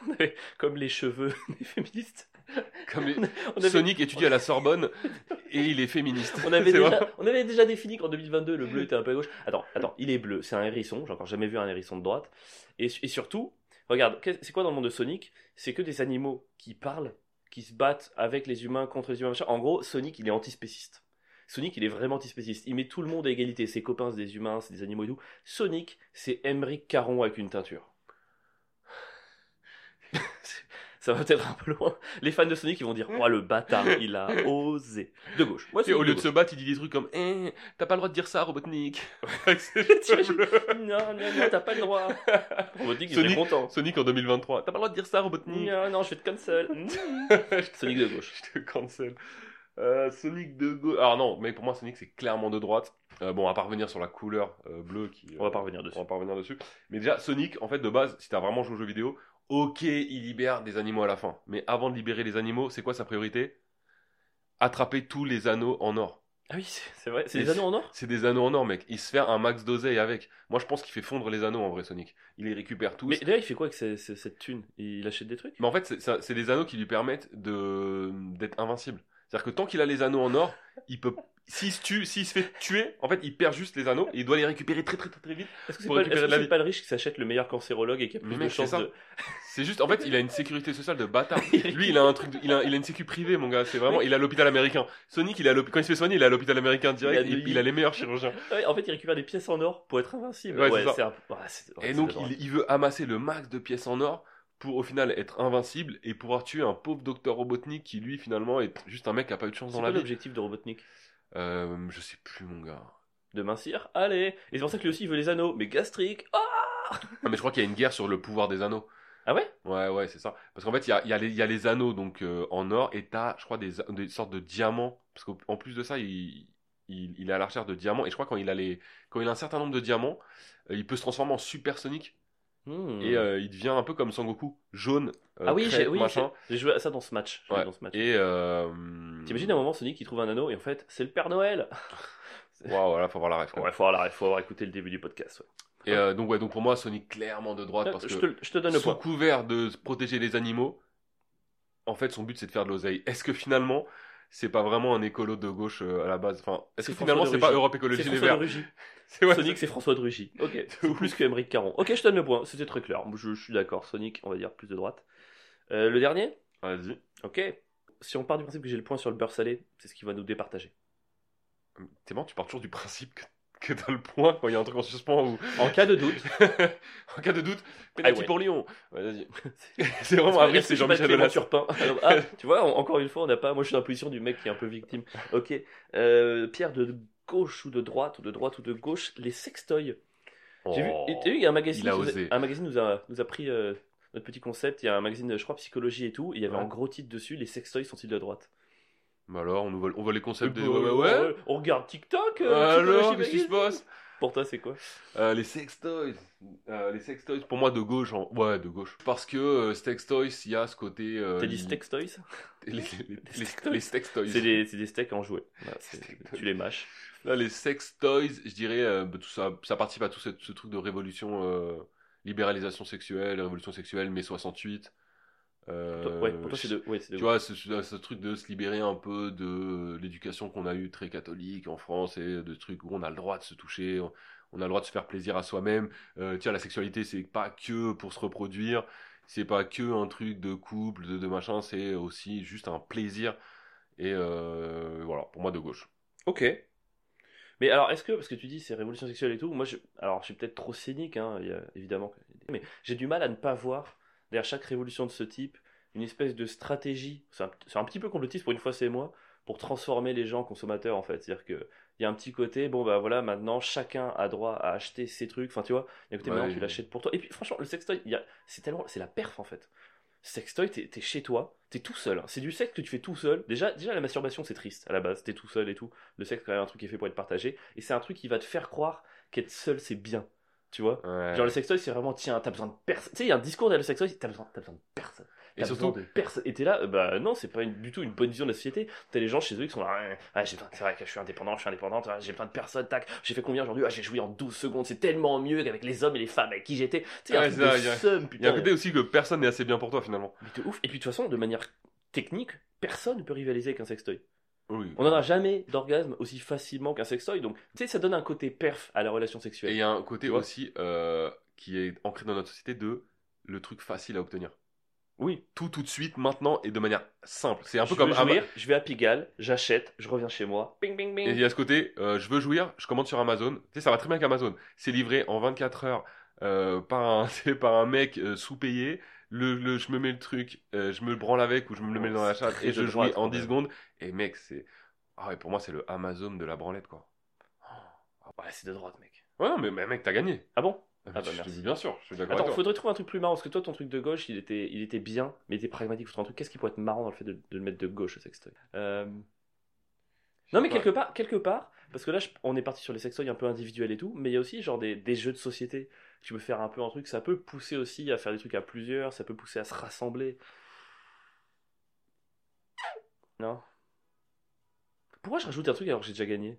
Speaker 2: comme les cheveux des féministes.
Speaker 1: Comme les-
Speaker 2: On avait-
Speaker 1: Sonic étudie à la Sorbonne et il est féministe.
Speaker 2: On avait,
Speaker 1: C'est
Speaker 2: déjà,
Speaker 1: vraiment-
Speaker 2: on avait déjà défini qu'en 2022, le bleu était un peu à gauche. Attends, attends, il est bleu, c'est un hérisson, j'ai encore jamais vu un hérisson de droite. Et, su- et surtout, regarde, qu'est- c'est quoi dans le monde de Sonic C'est que des animaux qui parlent, qui se battent avec les humains, contre les humains, machin. En gros, Sonic, il est antispéciste. Sonic, il est vraiment antispéciste. Il met tout le monde à égalité. Ses copains, c'est des humains, c'est des animaux et tout. Sonic, c'est Emmerich Caron avec une teinture. Ça va peut-être un peu loin. Les fans de Sonic, ils vont dire Oh, le bâtard, il a osé. De gauche. Moi,
Speaker 1: Hmm. Et
Speaker 2: Sonic
Speaker 1: au
Speaker 2: de
Speaker 1: lieu de
Speaker 2: gauche.
Speaker 1: se battre, il dit des trucs comme Eh, t'as pas le droit de dire ça, Robotnik. Avec ses
Speaker 2: T'imagines
Speaker 1: cheveux bleus.
Speaker 2: Non, non, non, t'as pas le droit. Robotnik, il est
Speaker 1: Sonic-
Speaker 2: content.
Speaker 1: Sonic en 2023. T'as pas le droit de dire ça, Robotnik.
Speaker 2: Non, non, je vais te cancel. Sonic de gauche.
Speaker 1: Je te cancel. Euh, Sonic de gauche. Alors non, mais pour moi, Sonic, c'est clairement de droite. Euh, bon, à part revenir sur la couleur euh, bleue qui.
Speaker 2: On va pas revenir dessus.
Speaker 1: On va pas revenir dessus. Mais déjà, Sonic, en fait, de base, si t'as vraiment joué aux jeux vidéo, ok, il libère des animaux à la fin. Mais avant de libérer les animaux, c'est quoi sa priorité Attraper tous les anneaux en or.
Speaker 2: Ah oui, c'est c'est vrai. C'est
Speaker 1: Mais
Speaker 2: des anneaux en or
Speaker 1: C'est des anneaux en or, mec. Il se fait un max d'oseille avec. Moi, je pense qu'il fait fondre les anneaux en vrai, Sonic. Il les récupère tous.
Speaker 2: Mais
Speaker 1: Mais,
Speaker 2: d'ailleurs, il fait quoi avec ces- ces- cette thune Il achète des trucs
Speaker 1: en fait, c'est- c'est c'est des anneaux qui lui permettent de d'être invincible. C'est-à-dire que tant qu'il a les anneaux en or, il peut. s'il se tue, s'il se fait tuer, en fait, il perd juste les anneaux et il doit les récupérer très très très très vite.
Speaker 2: Est-ce que c'est
Speaker 1: Pour
Speaker 2: pas,
Speaker 1: récupérer
Speaker 2: est-ce
Speaker 1: de
Speaker 2: que
Speaker 1: la
Speaker 2: c'est
Speaker 1: vie.
Speaker 2: pas le riche qui s'achète le meilleur cancérologue et qui a
Speaker 1: Le
Speaker 2: plus de
Speaker 1: mec, c'est
Speaker 2: chances
Speaker 1: ça.
Speaker 2: de.
Speaker 1: C'est juste, en fait, il a une sécurité sociale de bâtard. Lui, il a un truc, de- il a, il a une sécu privée, mon gars. C'est vraiment, il est à l'hôpital américain. Sonic, il est à l'hôpital, quand il se fait soigner, il est à l'hôpital américain direct.
Speaker 2: Il a
Speaker 1: Il,
Speaker 2: de-
Speaker 1: il a les meilleurs chirurgiens.
Speaker 2: Ouais, en fait, il récupère des pièces en or pour être invincible.
Speaker 1: Ouais, c'est ça.
Speaker 2: c'est un- ouais, c'est- ouais,
Speaker 1: Et
Speaker 2: c'est
Speaker 1: donc,
Speaker 2: adorable.
Speaker 1: il, il veut amasser le max de pièces en or pour au final être invincible et pouvoir tuer un pauvre docteur Robotnik qui lui finalement est juste un mec qui a pas eu de chance
Speaker 2: C'est
Speaker 1: dans
Speaker 2: quoi
Speaker 1: la vie.
Speaker 2: l'objectif de Robotnik
Speaker 1: Euh, je sais plus mon gars.
Speaker 2: De mincir Allez Et c'est pour ça que lui aussi il veut les anneaux, mais gastrique Ah
Speaker 1: Ah, mais je crois qu'il y a une guerre sur le pouvoir des anneaux.
Speaker 2: Ah ouais
Speaker 1: Ouais, ouais, c'est ça. Parce qu'en fait, il y a, il y, a les- il y a les anneaux donc euh, en or et t'as, je crois, des, des sortes de diamants. Parce qu'en plus de ça, il, il, il est à la recherche de diamants. Et je crois quand il a les, quand il a un certain nombre de diamants, euh, il peut se transformer en supersonique
Speaker 2: Hmm.
Speaker 1: et euh, il devient un peu comme Sangoku, jaune, euh,
Speaker 2: Ah oui,
Speaker 1: crête,
Speaker 2: j'ai oui,
Speaker 1: machin.
Speaker 2: j'ai- j'ai joué à ça dans ce match. J'ai joué
Speaker 1: Ouais.
Speaker 2: dans ce match.
Speaker 1: Et euh,
Speaker 2: T'imagines à un moment Sonic qui trouve un anneau et en fait c'est le Père Noël
Speaker 1: Waouh, voilà, faut avoir la ref. quoi.
Speaker 2: Ouais, faut avoir, la- faut avoir écouté le début du podcast. ouais.
Speaker 1: Et euh, donc ouais, donc pour moi, Sonic clairement de droite parce
Speaker 2: je,
Speaker 1: que
Speaker 2: te, je te donne le
Speaker 1: sous
Speaker 2: point.
Speaker 1: couvert de se protéger les animaux, en fait, son but c'est de faire de l'oseille. Est-ce que finalement, c'est pas vraiment un écolo de gauche euh, à la base Enfin, est-ce
Speaker 2: C'est
Speaker 1: que finalement,
Speaker 2: François
Speaker 1: c'est
Speaker 2: de
Speaker 1: pas
Speaker 2: Rugy.
Speaker 1: Europe
Speaker 2: C'est
Speaker 1: Écologie Les
Speaker 2: François de
Speaker 1: Verts
Speaker 2: Rugy.
Speaker 1: C'est ouais,
Speaker 2: Sonic, c'est François de Rugy. Ok, c'est
Speaker 1: ouf.
Speaker 2: plus que Émeric Caron. Ok, je te donne le point. C'était très clair. Je, je suis d'accord. Sonic, on va dire plus de droite. Euh, le dernier
Speaker 1: Vas-y.
Speaker 2: Ok. Si on part du principe que j'ai le point sur le beurre salé, c'est ce qui va nous départager.
Speaker 1: T'es bon, tu pars toujours du principe que, que t'as le point quand il y a un truc en suspens ou
Speaker 2: En cas de doute,
Speaker 1: en cas de doute, penalty
Speaker 2: Ah ouais.
Speaker 1: pour Lyon. Ouais, Vas-y. c'est vraiment avril, c'est Jean-Michel
Speaker 2: Delas.
Speaker 1: Aulas.
Speaker 2: Turpin. Alors, ah, tu vois, on- encore une fois, on n'a pas. Moi, je suis dans la position du mec qui est un peu victime. Ok. Euh, Pierre de gauche ou de droite ou de droite ou de gauche, les sextoys. J'ai vu.
Speaker 1: Oh.
Speaker 2: et T'as vu, il y a un magazine.
Speaker 1: il a
Speaker 2: qui nous
Speaker 1: osé.
Speaker 2: Un magazine nous a nous a pris euh, notre petit concept. Il y a un magazine, je crois, psychologie et tout. et il y avait
Speaker 1: Ouais.
Speaker 2: un gros titre dessus. Les sextoys sont-ils de droite
Speaker 1: Mais alors, on nous vole, on vole les concepts des.
Speaker 2: Euh,
Speaker 1: Ouais, ouais, ouais.
Speaker 2: On regarde TikTok. euh,
Speaker 1: Alors,
Speaker 2: psychologie
Speaker 1: qu'est-ce qui se
Speaker 2: magazine.
Speaker 1: passe
Speaker 2: Pour toi, c'est quoi
Speaker 1: Euh, les sextoys. Euh, les sextoys, pour moi, de gauche. en- Ouais, de gauche. Parce que euh, sextoys, il y a ce côté. euh,
Speaker 2: T'as dit
Speaker 1: li-
Speaker 2: sextoys
Speaker 1: Les, les, les, les-
Speaker 2: sextoys.
Speaker 1: les sextoys.
Speaker 2: C'est des, c'est des steaks en jouet. Voilà,
Speaker 1: C'est
Speaker 2: c'est-
Speaker 1: des-
Speaker 2: tu les mâches.
Speaker 1: Là, les sextoys, je dirais, euh, bah, tout ça, ça participe à tout ce, ce truc de révolution, euh, libéralisation sexuelle, révolution sexuelle, mai 68. Euh,
Speaker 2: Toi- ouais, pour toi, c'est de. Ouais, c'est de
Speaker 1: Tu vois, ce, ce- ce truc de se libérer un peu de l'éducation qu'on a eue très catholique en France et de trucs où on a le droit de se toucher, on, on a le droit de se faire plaisir à soi-même. Euh, tiens, la sexualité, c'est pas que pour se reproduire, c'est pas que un truc de couple, de, de machin, c'est aussi juste un plaisir. Et euh, voilà, pour moi, de gauche.
Speaker 2: Ok. Mais alors, est-ce que, parce que tu dis c'est révolution sexuelle et tout, moi, je, alors je suis peut-être trop cynique, hein, il y a- évidemment, mais j'ai du mal à ne pas voir derrière chaque révolution de ce type une espèce de stratégie. C'est un, c'est un petit peu complotiste pour une fois, c'est moi, pour transformer les gens en consommateurs en fait. C'est-à-dire que il y a un petit côté, bon bah voilà, maintenant chacun a droit à acheter ses trucs. Enfin, tu vois, il y a un côté,
Speaker 1: Ouais.
Speaker 2: maintenant tu l'achètes pour toi. Et puis, franchement, le sextoy, il y a- c'est tellement, c'est la perf en fait. Sextoy, t'es t'es chez toi, t'es tout seul. C'est du sexe que tu fais tout seul. Déjà, déjà la masturbation, c'est triste à la base. T'es tout seul et tout. Le sexe, c'est quand même un truc qui est fait pour être partagé. Et c'est un truc qui va te faire croire qu'être seul, c'est bien. Tu vois
Speaker 1: Ouais.
Speaker 2: Genre, le sextoy, c'est vraiment, tiens, t'as besoin de personne. Tu sais, il y a un discours derrière le sextoy, c'est, t'as besoin, t'as besoin de personne.
Speaker 1: et
Speaker 2: T'as
Speaker 1: surtout,
Speaker 2: besoin de personne. Et t'es là, euh, bah non, c'est pas une- du tout une bonne vision de la société. T'as les gens chez eux qui sont là, ouais, ouais, j'ai besoin, c'est vrai que je suis indépendant, je suis indépendante, ouais, j'ai plein de personnes, tac, j'ai fait combien aujourd'hui Ah, j'ai joué en 12 secondes, c'est tellement mieux qu'avec les hommes et les femmes avec qui j'étais. Tu sais, il y a
Speaker 1: Ouais,
Speaker 2: un truc
Speaker 1: c'est ça,
Speaker 2: de
Speaker 1: il y a-
Speaker 2: seum,
Speaker 1: il y a
Speaker 2: putain.
Speaker 1: un côté aussi que personne n'est assez bien pour toi finalement.
Speaker 2: Mais de ouf. Et puis de toute façon, de manière technique, personne ne peut rivaliser avec un sextoy.
Speaker 1: Oui.
Speaker 2: On n'aura jamais d'orgasme aussi facilement qu'un sextoy. Donc, tu sais, ça donne un côté perf à la relation
Speaker 1: Et il
Speaker 2: sexuelle.
Speaker 1: y a un côté
Speaker 2: Tu vois
Speaker 1: aussi euh, qui est ancré dans notre société de le truc facile à obtenir.
Speaker 2: Oui.
Speaker 1: Tout, tout de suite, maintenant et de manière simple. C'est un peu
Speaker 2: je
Speaker 1: comme.
Speaker 2: veux
Speaker 1: ah,
Speaker 2: jouir, je vais à Pigalle, j'achète, je reviens chez moi. Bing, bing,
Speaker 1: Et il
Speaker 2: bing.
Speaker 1: y a ce côté, euh, je veux jouir, je commande sur Amazon. Tu sais, ça va très bien avec Amazon. C'est livré en 24 heures euh, par, un, c'est par un mec euh, sous-payé. Le, le- je me mets le truc, euh, je me le branle avec ou je me le mets dans la
Speaker 2: C'est
Speaker 1: chatte
Speaker 2: très
Speaker 1: et je
Speaker 2: de
Speaker 1: jouis
Speaker 2: droite,
Speaker 1: en
Speaker 2: quand
Speaker 1: 10
Speaker 2: même.
Speaker 1: secondes. Et mec, c'est. Ah ouais, pour moi, c'est le Amazon de la branlette, quoi.
Speaker 2: Ouais, c'est de droite, mec.
Speaker 1: Ouais, non, mais, mais mec, t'as gagné.
Speaker 2: Ah bon
Speaker 1: Ah, mais
Speaker 2: bah,
Speaker 1: je te
Speaker 2: merci.
Speaker 1: dis bien sûr, je suis d'accord
Speaker 2: Attends,
Speaker 1: avec toi.
Speaker 2: faudrait trouver un truc plus marrant parce que toi, ton truc de gauche, il était, il était bien, mais il était pragmatique. Faut trouver un truc. Qu'est-ce qui pourrait être marrant dans le fait de, de le mettre de gauche, le sextoy Euh, Non, mais
Speaker 1: Je sais
Speaker 2: quelque part, quelque part, parce que là, je- on est parti sur les sextoys un peu individuels et tout, mais il y a aussi genre des, des jeux de société. Tu peux faire un peu un truc, ça peut pousser aussi à faire des trucs à plusieurs, ça peut pousser à se rassembler. Non Pourquoi je rajoute un truc alors que j'ai déjà gagné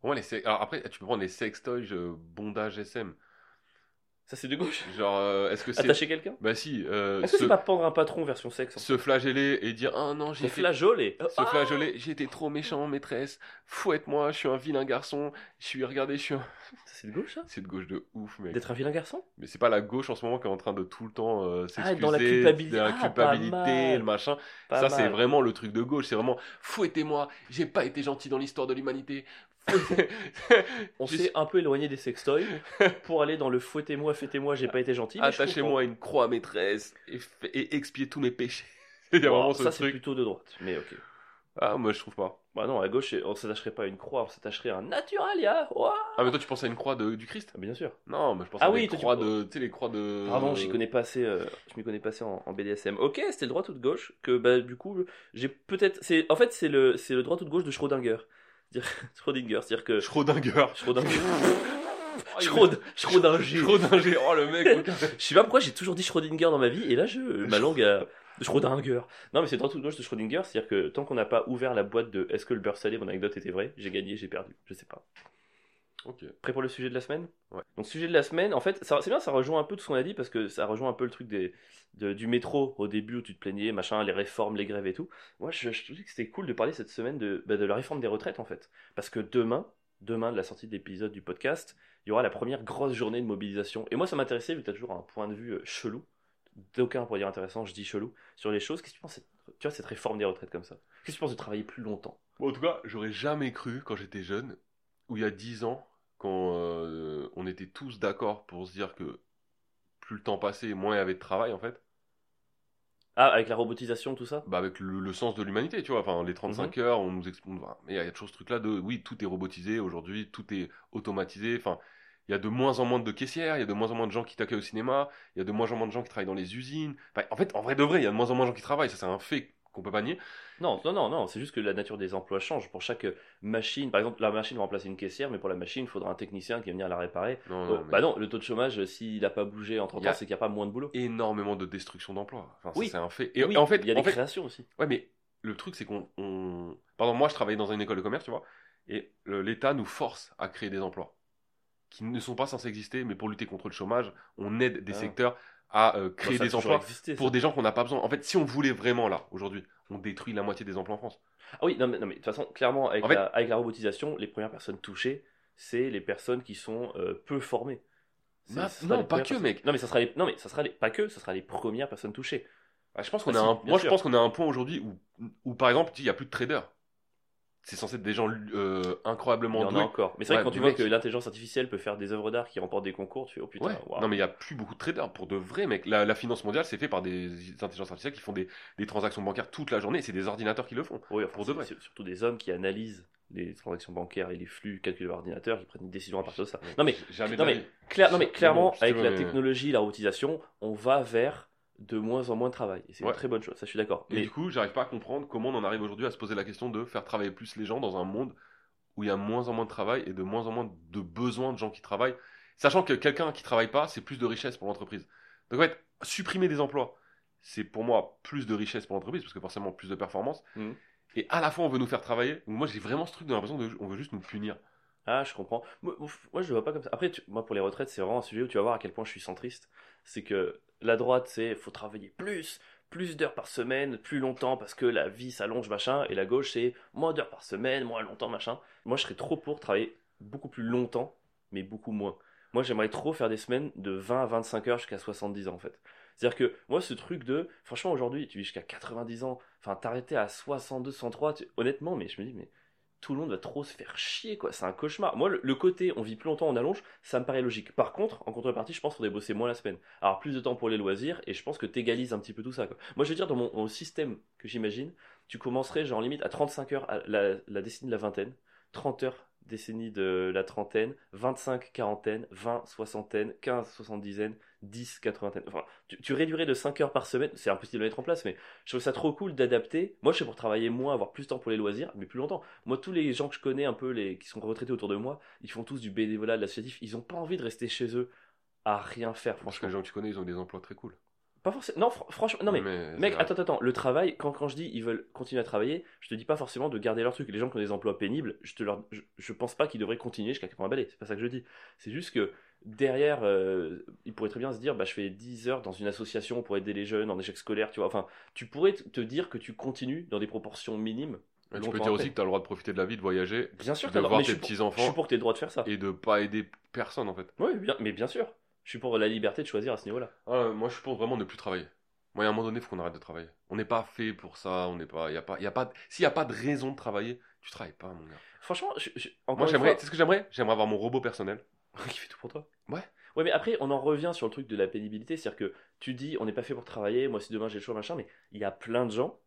Speaker 1: Pour moi, les sex- Alors après, tu peux prendre les sextoys euh, bondage SM.
Speaker 2: Ça, c'est de gauche.
Speaker 1: Genre, euh, est-ce que c'est.
Speaker 2: Attacher quelqu'un
Speaker 1: Bah si, euh,
Speaker 2: Est-ce que
Speaker 1: se,
Speaker 2: c'est pas pendre un patron version sexe en fait
Speaker 1: se flageller et dire Ah non, j'ai
Speaker 2: C'est
Speaker 1: été-
Speaker 2: flageoler. Ah,
Speaker 1: se flageoler, j'ai été trop méchant, maîtresse, fouette-moi, je suis un vilain garçon, je suis, regardez, je suis un...
Speaker 2: Ça, c'est de gauche, ça
Speaker 1: C'est de gauche de ouf, mec.
Speaker 2: D'être un vilain garçon
Speaker 1: Mais c'est pas la gauche en ce moment qui est en train de tout le temps euh, s'excuser,
Speaker 2: Ah, dans la culpabilité.
Speaker 1: de la
Speaker 2: Ah, pas
Speaker 1: culpabilité,
Speaker 2: mal.
Speaker 1: le machin.
Speaker 2: Pas
Speaker 1: ça, c'est
Speaker 2: mal.
Speaker 1: vraiment le truc de gauche. C'est vraiment fouettez-moi, j'ai pas été gentil dans l'histoire de l'humanité. Fouettez-
Speaker 2: On
Speaker 1: Juste-
Speaker 2: s'est un peu éloigné des sextoys pour aller dans le fouettez-moi, fêtez-moi, j'ai pas été gentil. mais je
Speaker 1: Attachez-moi à une croix, maîtresse, et, f- et expiez tous mes péchés. Il y a
Speaker 2: comprends.
Speaker 1: vraiment
Speaker 2: Bon,
Speaker 1: ce
Speaker 2: ça, c'est
Speaker 1: truc.
Speaker 2: plutôt de droite. Mais ok.
Speaker 1: Ah, moi, je trouve pas.
Speaker 2: Bah non, à gauche, on s'attacherait pas à une croix, on s'attacherait à un naturalia. Ouah
Speaker 1: Ah, mais toi, tu penses à une croix de- du Christ
Speaker 2: Ah, bien sûr.
Speaker 1: Non, mais je pense
Speaker 2: Ah
Speaker 1: à
Speaker 2: oui,
Speaker 1: des
Speaker 2: toi, tu-
Speaker 1: croix de. Tu sais, les croix de.
Speaker 2: Pardon, j'y connais pas assez. euh, je m'y connais pas assez en, en BDSM. Ok, c'était le droit ou de gauche que bah du coup j'ai peut-être. C'est en fait c'est le c'est le droit ou de gauche de Schrödinger. Dire Schrödinger, c'est-à-dire que
Speaker 1: Schrödinger.
Speaker 2: Schrödinger.
Speaker 1: Oh, il-
Speaker 2: Schröd- Schrödinger.
Speaker 1: Schrödinger. Oh, le mec. aucun-
Speaker 2: Je sais pas pourquoi j'ai toujours dit Schrödinger dans ma vie et là je ma langue a Schrödinger. Non mais c'est le droit ou de gauche de Schrödinger, c'est-à-dire que tant qu'on n'a pas ouvert la boîte de est-ce que le beurre salé mon anecdote était vrai, j'ai gagné, j'ai perdu, je sais pas.
Speaker 1: Ok.
Speaker 2: Prêt pour le sujet de la semaine
Speaker 1: Ouais.
Speaker 2: Donc sujet de la semaine, en fait, ça- c'est bien, ça rejoint un peu tout ce qu'on a dit parce que ça rejoint un peu le truc des, de- du métro au début où tu te plaignais, machin, les réformes, les grèves et tout. Moi, je, je trouvais que c'était cool de parler cette semaine de, bah, de la réforme des retraites en fait, parce que demain, demain de la sortie de l'épisode du podcast, il y aura la première grosse journée de mobilisation. Et moi, ça m'intéressait vu que t'as toujours un point de vue euh, chelou, d'aucuns pour dire intéressant, je dis chelou sur les choses. Qu'est-ce que tu penses de cette- tu vois, cette réforme des retraites comme ça Qu'est-ce que tu penses de travailler plus longtemps
Speaker 1: Bon, en tout cas, j'aurais jamais cru quand j'étais jeune, ou il y a 10 ans, quand euh, on était tous d'accord pour se dire que plus le temps passait, moins il y avait de travail en fait.
Speaker 2: Ah, avec la robotisation, tout ça
Speaker 1: Bah, avec le, le sens de l'humanité, tu vois. Enfin, les 35
Speaker 2: Mhm.
Speaker 1: heures, on nous explique. enfin, Mais il y a toujours ce truc-là de oui, tout est robotisé aujourd'hui, tout est automatisé. Enfin, il y a de moins en moins de caissières, il y a de moins en moins de gens qui t'accueillent au cinéma, il y a de moins en moins de gens qui travaillent dans les usines. Enfin, en fait, en vrai de vrai, il y a de moins en moins de gens qui travaillent. Ça, c'est un fait qu'on peut pas nier.
Speaker 2: Non, non, non, non, c'est juste que la nature des emplois change. Pour chaque euh, machine, par exemple, la machine va remplacer une caissière, mais pour la machine, il faudra un technicien qui va venir la réparer.
Speaker 1: Non,
Speaker 2: Oh,
Speaker 1: non, mais
Speaker 2: Bah non, le taux de chômage, euh, s'il n'a pas bougé en 30
Speaker 1: Il y a-
Speaker 2: ans, c'est qu'il n'y a pas moins de boulot.
Speaker 1: énormément de destruction d'emplois. Enfin, ça,
Speaker 2: Oui.
Speaker 1: c'est un fait. Et,
Speaker 2: Oui,
Speaker 1: et en fait,
Speaker 2: il y a
Speaker 1: en
Speaker 2: des
Speaker 1: fait,
Speaker 2: créations aussi.
Speaker 1: Ouais, mais le truc, c'est qu'on. on- Pardon, moi, je travaillais dans une école de commerce, tu vois, et le- l'État nous force à créer des emplois qui ne sont pas censés exister, mais pour lutter contre le chômage, on aide des
Speaker 2: Ah.
Speaker 1: secteurs à euh, créer
Speaker 2: Bah, ça a
Speaker 1: des
Speaker 2: toujours
Speaker 1: emplois
Speaker 2: existé, ça.
Speaker 1: pour des gens qu'on n'a pas besoin. En fait, si on voulait vraiment, là, aujourd'hui, on détruit la moitié des emplois en France.
Speaker 2: Ah oui, non, mais non, mais de toute façon, clairement, avec,
Speaker 1: En fait-
Speaker 2: la, avec la robotisation, les premières personnes touchées, c'est les personnes qui sont euh, peu formées. C'est-
Speaker 1: Ma-
Speaker 2: ce sera
Speaker 1: non,
Speaker 2: les
Speaker 1: pas
Speaker 2: premières
Speaker 1: que,
Speaker 2: personnes-
Speaker 1: mec.
Speaker 2: Non, mais ça sera les, non, mais ça sera les, pas que, ça sera les premières personnes touchées.
Speaker 1: Ah, je pense qu'on
Speaker 2: Ah,
Speaker 1: a
Speaker 2: si,
Speaker 1: un...
Speaker 2: bien
Speaker 1: Moi, je
Speaker 2: sûr.
Speaker 1: pense qu'on a un point aujourd'hui où, où, par exemple, tu dis, il n'y a plus de traders. C'est censé être des gens euh,
Speaker 2: il y
Speaker 1: incroyablement
Speaker 2: en a
Speaker 1: doués.
Speaker 2: encore. Mais c'est vrai
Speaker 1: Ouais,
Speaker 2: que quand tu
Speaker 1: mais
Speaker 2: vois
Speaker 1: mec.
Speaker 2: que l'intelligence artificielle peut faire des œuvres d'art qui remportent des concours, tu fais oh putain,
Speaker 1: Ouais.
Speaker 2: waouh.
Speaker 1: Non, mais il n'y a plus beaucoup de traders pour de vrai, mec. La, la finance mondiale, c'est fait par des intelligences artificielles qui font des, des transactions bancaires toute la journée. C'est des ordinateurs qui le font.
Speaker 2: Oui, enfin,
Speaker 1: Pour de
Speaker 2: c'est-
Speaker 1: vrai.
Speaker 2: c'est surtout des hommes qui analysent les transactions bancaires et les flux calculés par ordinateur, qui prennent des décisions à partir de ça. Non mais,
Speaker 1: jamais
Speaker 2: non,
Speaker 1: de la
Speaker 2: mais-
Speaker 1: vie.
Speaker 2: clair, non, mais
Speaker 1: Je-
Speaker 2: clairement,
Speaker 1: je te
Speaker 2: avec la
Speaker 1: vois, mais-
Speaker 2: technologie, la robotisation, on va vers de moins en moins de travail. Et c'est
Speaker 1: Ouais.
Speaker 2: une très bonne chose, ça je suis d'accord.
Speaker 1: Et
Speaker 2: Mais
Speaker 1: du coup, j'arrive pas à comprendre comment on en arrive aujourd'hui à se poser la question de faire travailler plus les gens dans un monde où il y a moins en moins de travail et de moins en moins de besoins de gens qui travaillent. Sachant que quelqu'un qui travaille pas, c'est plus de richesse pour l'entreprise. Donc en fait, supprimer des emplois, c'est pour moi plus de richesse pour l'entreprise parce que forcément plus de performance.
Speaker 2: Mhm.
Speaker 1: Et à la fois, on veut nous faire travailler. Donc, moi, j'ai vraiment ce truc de l'impression qu'on veut juste nous punir.
Speaker 2: Ah, je comprends. Moi, ouf, moi, je le vois pas comme ça. Après, tu- moi, pour les retraites, c'est vraiment un sujet où tu vas voir à quel point je suis centriste. C'est que la droite, c'est faut travailler plus, plus d'heures par semaine, plus longtemps parce que la vie s'allonge, machin. Et la gauche, c'est moins d'heures par semaine, moins longtemps, machin. Moi, je serais trop pour travailler beaucoup plus longtemps, mais beaucoup moins. Moi, j'aimerais trop faire des semaines de 20 à 25 heures jusqu'à 70 ans, en fait. C'est-à-dire que moi, ce truc de, franchement, aujourd'hui, tu vis jusqu'à 90 ans, enfin, t'arrêter à 62, 103, tu- honnêtement, mais je me dis, mais tout le monde va trop se faire chier, quoi. C'est un cauchemar. Moi, le, le côté on vit plus longtemps, on allonge, ça me paraît logique. Par contre, en contrepartie, je pense qu'on doit bosser moins la semaine. Alors, plus de temps pour les loisirs, et je pense que t'égalises un petit peu tout ça, quoi. Moi, je veux dire, dans mon, mon système que j'imagine, tu commencerais, genre, limite, à 35 heures à la, la décennie de la vingtaine, 30 heures décennie de la trentaine, 25 quarantaine, 20 soixantaine, 15 soixante-dizaine, 10 quatre-vingtaine. Enfin, tu, tu réduirais de 5 heures par semaine, c'est impossible à mettre en place, mais je trouve ça trop cool d'adapter. Moi, je suis pour travailler moins, avoir plus de temps pour les loisirs, mais plus longtemps. Moi, tous les gens que je connais un peu, les, qui sont retraités autour de moi, ils font tous du bénévolat, de l'associatif. Ils n'ont pas envie de rester chez eux à rien faire,
Speaker 1: Je pense que
Speaker 2: franchement.
Speaker 1: les gens que tu connais, ils ont des emplois très cool. euh,
Speaker 2: Pas forcément. Non, fr- franchement, non mais. Mec, attends, attends, attends, le travail, quand, quand je dis ils veulent continuer à travailler, je te dis pas forcément de garder leur truc. Les gens qui ont des emplois pénibles, je, te leur, je, je pense pas qu'ils devraient continuer jusqu'à 80 balais, c'est pas ça que je dis. C'est juste que derrière, euh, ils pourraient très bien se dire, bah, je fais 10 heures dans une association pour aider les jeunes en échec scolaire, tu vois. Enfin, tu pourrais te te dire que tu continues dans des proportions minimes.
Speaker 1: Mais tu
Speaker 2: longtemps
Speaker 1: peux dire
Speaker 2: après.
Speaker 1: aussi que t'as le droit de profiter de la vie, de voyager,
Speaker 2: Bien sûr,
Speaker 1: de
Speaker 2: t'as-
Speaker 1: voir
Speaker 2: mais je
Speaker 1: tes
Speaker 2: suis pour- je suis
Speaker 1: petits-enfants
Speaker 2: pour que t'aies le droit de faire ça.
Speaker 1: et de pas aider personne en fait.
Speaker 2: Oui, bien, mais bien sûr. Je suis pour la liberté de choisir à ce niveau-là.
Speaker 1: Ah, moi, je suis pour vraiment ne plus travailler. Moi, à un moment donné, il faut qu'on arrête de travailler. On n'est pas fait pour ça. On n'est pas. Il y a pas. Il y a pas. S'il y a pas de raison de travailler, tu travailles pas, mon gars.
Speaker 2: Franchement, je, je- encore
Speaker 1: Moi,
Speaker 2: une
Speaker 1: j'aimerais.
Speaker 2: fois-
Speaker 1: Tu sais ce que j'aimerais J'aimerais avoir mon robot personnel.
Speaker 2: qui fait tout pour toi.
Speaker 1: Ouais.
Speaker 2: Ouais, mais après, on en revient sur le truc de la pénibilité. C'est-à-dire que tu dis, on n'est pas fait pour travailler, moi si demain j'ai le choix, machin, mais il y a plein de gens,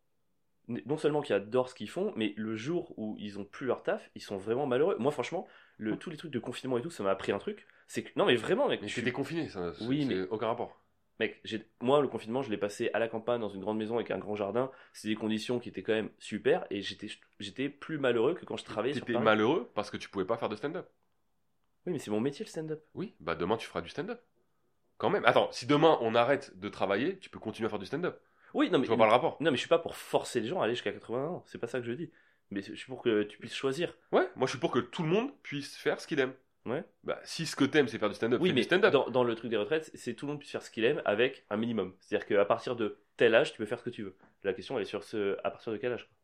Speaker 2: n- non seulement qui adorent ce qu'ils font, mais le jour où ils ont plus leur taf, ils sont vraiment malheureux. Moi, franchement, le, tous les trucs de confinement et tout, ça m'a appris un truc. C'est que, non, mais vraiment, mec,
Speaker 1: Mais
Speaker 2: je
Speaker 1: tu
Speaker 2: suis-
Speaker 1: es déconfiné, ça. c'est-
Speaker 2: Oui,
Speaker 1: c'est
Speaker 2: mais-
Speaker 1: aucun rapport.
Speaker 2: Mec, j'ai- moi, le confinement, je l'ai passé à la campagne, dans une grande maison avec un grand jardin. C'est des conditions qui étaient quand même super et j'étais j'étais plus malheureux que quand je travaillais sur
Speaker 1: T'étais
Speaker 2: Paris.
Speaker 1: malheureux parce que tu pouvais pas faire de stand-up.
Speaker 2: Oui, mais c'est mon métier, le stand-up.
Speaker 1: Oui. Bah demain, tu feras du stand-up. Quand même. Attends, si demain on arrête de travailler, tu peux continuer à faire du stand-up.
Speaker 2: Oui, non, mais
Speaker 1: Je vois pas le rapport.
Speaker 2: Non, mais je suis pas pour forcer les gens à aller jusqu'à 80 ans. C'est pas ça que je dis. Mais je suis pour que tu puisses choisir.
Speaker 1: Ouais. Moi, je suis pour que tout le monde puisse faire ce qu'il aime.
Speaker 2: Ouais.
Speaker 1: Bah si ce que t'aimes, c'est faire du stand-up,
Speaker 2: Oui,
Speaker 1: fais du
Speaker 2: mais
Speaker 1: stand-up.
Speaker 2: dans, dans le truc des retraites, c'est tout le monde puisse faire ce qu'il aime avec un minimum. C'est-à-dire qu'à partir de tel âge, tu peux faire ce que tu veux. La question, elle est sur ce à partir de quel âge. quoi.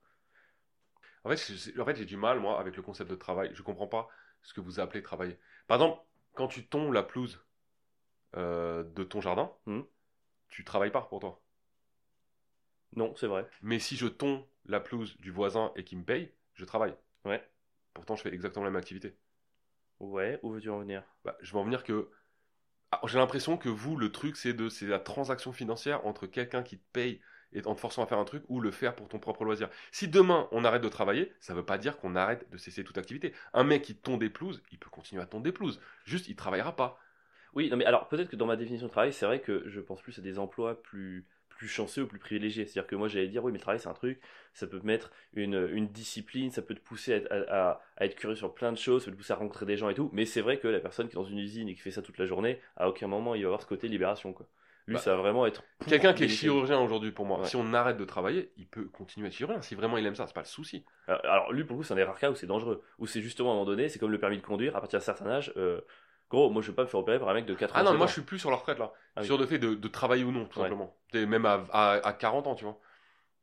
Speaker 1: En fait, c'est- en fait, j'ai du mal, moi, avec le concept de travail. Je comprends pas ce que vous appelez travailler. Par exemple, quand tu tonds la pelouse euh, de ton jardin,
Speaker 2: Mhm.
Speaker 1: tu travailles pas pour toi.
Speaker 2: Non, c'est vrai.
Speaker 1: Mais si je tonds la pelouse du voisin et qu'il me paye, je travaille.
Speaker 2: Ouais.
Speaker 1: Pourtant, je fais exactement la même activité.
Speaker 2: Ouais, où veux-tu en venir
Speaker 1: Bah, je vais en venir que. Ah, j'ai l'impression que vous, le truc, c'est de c'est la transaction financière entre quelqu'un qui te paye et en te forçant à faire un truc ou le faire pour ton propre loisir. Si demain on arrête de travailler, ça veut pas dire qu'on arrête de cesser toute activité. Un mec qui tond des pelouses, il peut continuer à tondre des pelouses. Juste, il travaillera pas.
Speaker 2: Oui, non, mais alors peut-être que dans ma définition de travail, c'est vrai que je pense plus à des emplois plus plus chanceux ou plus privilégiés. C'est-à-dire que moi, j'allais dire, oui, mais le travail, c'est un truc, ça peut te mettre une, une discipline, ça peut te pousser à, être- à- à- à être curieux sur plein de choses, ça peut te pousser à rencontrer des gens et tout. Mais c'est vrai que la personne qui est dans une usine et qui fait ça toute la journée, à aucun moment, il va avoir ce côté libération, quoi. Lui,
Speaker 1: Bah,
Speaker 2: ça va vraiment être... pour
Speaker 1: Quelqu'un qui est
Speaker 2: bénéficier.
Speaker 1: chirurgien aujourd'hui, pour moi,
Speaker 2: Ouais.
Speaker 1: si on arrête de travailler, il peut continuer à être chirurgien. Si vraiment il aime ça, c'est pas le souci.
Speaker 2: Alors, alors, lui, pour le coup, c'est un des rares cas où c'est dangereux. Où c'est justement, à un moment donné, c'est comme le permis de conduire, à partir d'un certain âge... euh, Gros, moi je vais pas me faire opérer par un mec de 4
Speaker 1: Ah non, moi je suis plus sur la retraite là.
Speaker 2: Ah oui.
Speaker 1: Sur le fait de, de travailler ou non, tout
Speaker 2: Ouais.
Speaker 1: simplement. T'es même à, à, à 40 ans, tu vois.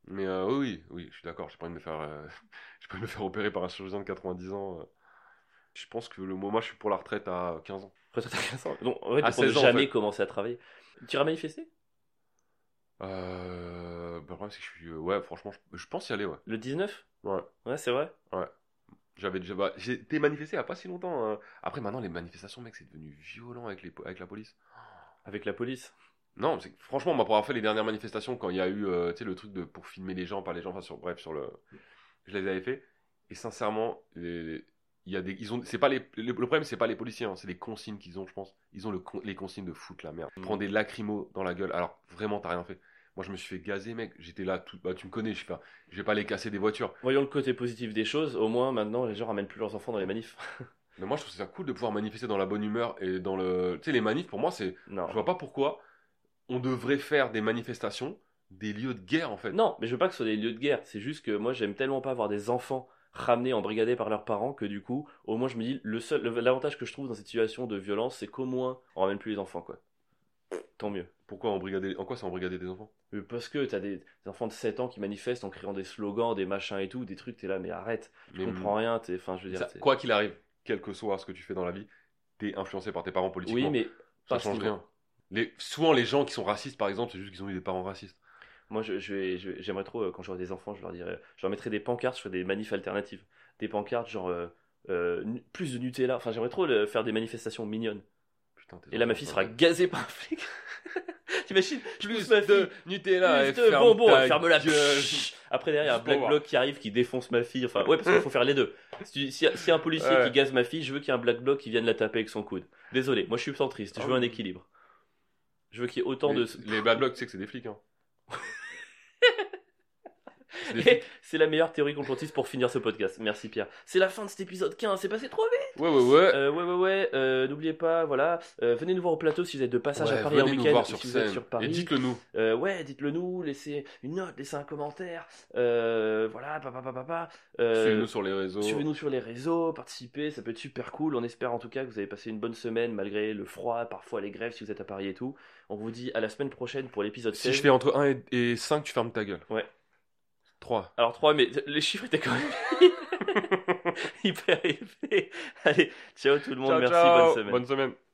Speaker 1: Mais euh, oui, oui, oui, je suis d'accord, j'ai pas envie de me faire, euh, j'ai pas envie de me faire opérer par un chirurgien de 90 ans. euh. Je pense que le moment, je suis pour la retraite à 15 ans.
Speaker 2: Retraite à 15 ans. Donc, en fait,
Speaker 1: À
Speaker 2: pour ne
Speaker 1: 16 ans, en
Speaker 2: jamais
Speaker 1: fait.
Speaker 2: commencer à travailler. Tu iras manifester
Speaker 1: Euh, bah, le problème, c'est que je suis. euh, Ouais, franchement, je, je pense y aller, ouais.
Speaker 2: Le 19
Speaker 1: Ouais.
Speaker 2: Ouais, c'est vrai.
Speaker 1: J'avais déjà. bah, j'ai été manifesté il y a pas si longtemps. hein. Après, maintenant, les manifestations, mec, c'est devenu violent avec, les, po- avec la police.
Speaker 2: Avec la police.
Speaker 1: Non, c'est que, franchement, moi, pour avoir fait les dernières manifestations, quand il y a eu, euh, tu sais, le truc de pour filmer les gens, par les gens, enfin, sur, bref, sur le, je les avais fait. Et sincèrement, les- il y a des, ils ont, c'est pas les, le le problème, c'est pas les policiers, hein, c'est les consignes qu'ils ont, je pense. Ils ont le, con- les consignes de foot, la merde.
Speaker 2: Mm.
Speaker 1: Prends des lacrymos dans la gueule. Alors vraiment, t'as rien fait. Moi, je me suis fait gazer, mec. J'étais là, tout, bah, tu me connais, je suis pas, je vais pas les casser des voitures.
Speaker 2: Voyons le côté positif des choses. Au moins, maintenant, les gens ramènent plus leurs enfants dans les manifs.
Speaker 1: Mais moi, je trouve ça cool de pouvoir manifester dans la bonne humeur et dans le, tu sais, les manifs. Pour moi, c'est,
Speaker 2: non.
Speaker 1: je vois pas pourquoi on devrait faire des manifestations des lieux de guerre, en fait.
Speaker 2: Non, mais je veux pas que ce soit des lieux de guerre. C'est juste que moi, j'aime tellement pas avoir des enfants ramenés, embrigadés par leurs parents que du coup, au moins, je me dis, le seul, le- l'avantage que je trouve dans cette situation de violence, c'est qu'au moins, on ramène plus les enfants, quoi. Tant mieux.
Speaker 1: Pourquoi embrigader En quoi c'est embrigader des enfants
Speaker 2: Mais Parce que t'as des, des enfants de 7 ans qui manifestent en créant des slogans, des machins et tout, des trucs, t'es là, mais arrête, je
Speaker 1: Mais
Speaker 2: comprends rien, t'es, enfin, je veux dire.
Speaker 1: ça-
Speaker 2: c'est-
Speaker 1: quoi qu'il arrive, quel que soit ce que tu fais dans la vie, t'es influencé par tes parents politiquement.
Speaker 2: oui, mais
Speaker 1: ça
Speaker 2: pas
Speaker 1: change
Speaker 2: si-
Speaker 1: rien. Les, souvent, les gens qui sont racistes, par exemple, c'est juste qu'ils ont eu des parents racistes.
Speaker 2: Moi, je, je vais- je vais- j'aimerais trop, euh, quand j'aurai des enfants, je leur dirais, je leur mettrais des pancartes, je ferais des manifs alternatives. Des pancartes genre euh, euh, nu- plus de Nutella. Enfin, j'aimerais trop le- faire des manifestations mignonnes.
Speaker 1: Putain, tes
Speaker 2: Et là, ma
Speaker 1: enfants
Speaker 2: fille
Speaker 1: sont
Speaker 2: sera
Speaker 1: racistes.
Speaker 2: gazée par un flic. T'imagines Je pousse
Speaker 1: Plus
Speaker 2: ma fille.
Speaker 1: de Nutella
Speaker 2: plus
Speaker 1: et
Speaker 2: de
Speaker 1: ferme
Speaker 2: bonbons,
Speaker 1: ta
Speaker 2: elle ferme la
Speaker 1: gueule.
Speaker 2: Après, derrière, il y
Speaker 1: Juste
Speaker 2: a
Speaker 1: pour
Speaker 2: Black
Speaker 1: voir.
Speaker 2: Bloc qui arrive, qui défonce ma fille. Enfin, ouais, parce qu'il faut faire les deux. Si, tu- si- si y a un policier
Speaker 1: Ouais.
Speaker 2: qui gaze ma fille, je veux qu'il y ait un Black Bloc qui vienne la taper avec son coude. Désolé, moi, je suis centriste. Je
Speaker 1: Ah
Speaker 2: veux
Speaker 1: oui.
Speaker 2: un équilibre. Je veux qu'il y ait autant
Speaker 1: les,
Speaker 2: de.
Speaker 1: les bad blocs, tu sais que c'est des flics. Hein.
Speaker 2: Et c'est la meilleure théorie complotiste pour finir ce podcast. Merci Pierre. C'est la fin de cet épisode 15, c'est passé trop vite.
Speaker 1: Ouais, ouais, ouais.
Speaker 2: Euh, ouais, ouais, ouais. euh, N'oubliez pas, voilà. euh, venez nous voir au plateau si vous êtes de passage
Speaker 1: Ouais,
Speaker 2: à Paris un
Speaker 1: venez nous
Speaker 2: week-end,
Speaker 1: voir
Speaker 2: ou
Speaker 1: sur
Speaker 2: si vous êtes
Speaker 1: scène.
Speaker 2: sur
Speaker 1: Et
Speaker 2: Paris.
Speaker 1: dites-le nous.
Speaker 2: Euh, ouais, dites-le nous, laissez une note, laissez un commentaire. Euh, voilà, papa, papa, papa.
Speaker 1: Suivez-nous sur les réseaux.
Speaker 2: Euh, Suivez-nous sur les réseaux, participez, ça peut être super cool. On espère en tout cas que vous avez passé une bonne semaine malgré le froid, parfois les grèves si vous êtes à Paris et tout. On vous dit à la semaine prochaine pour l'épisode
Speaker 1: Si
Speaker 2: 16.
Speaker 1: je fais entre 1 et, 5, tu fermes ta gueule.
Speaker 2: Ouais.
Speaker 1: 3.
Speaker 2: Alors 3, mais les chiffres étaient quand même hyper élevés. Allez, ciao tout le monde, merci, bonne semaine.
Speaker 1: Bonne semaine.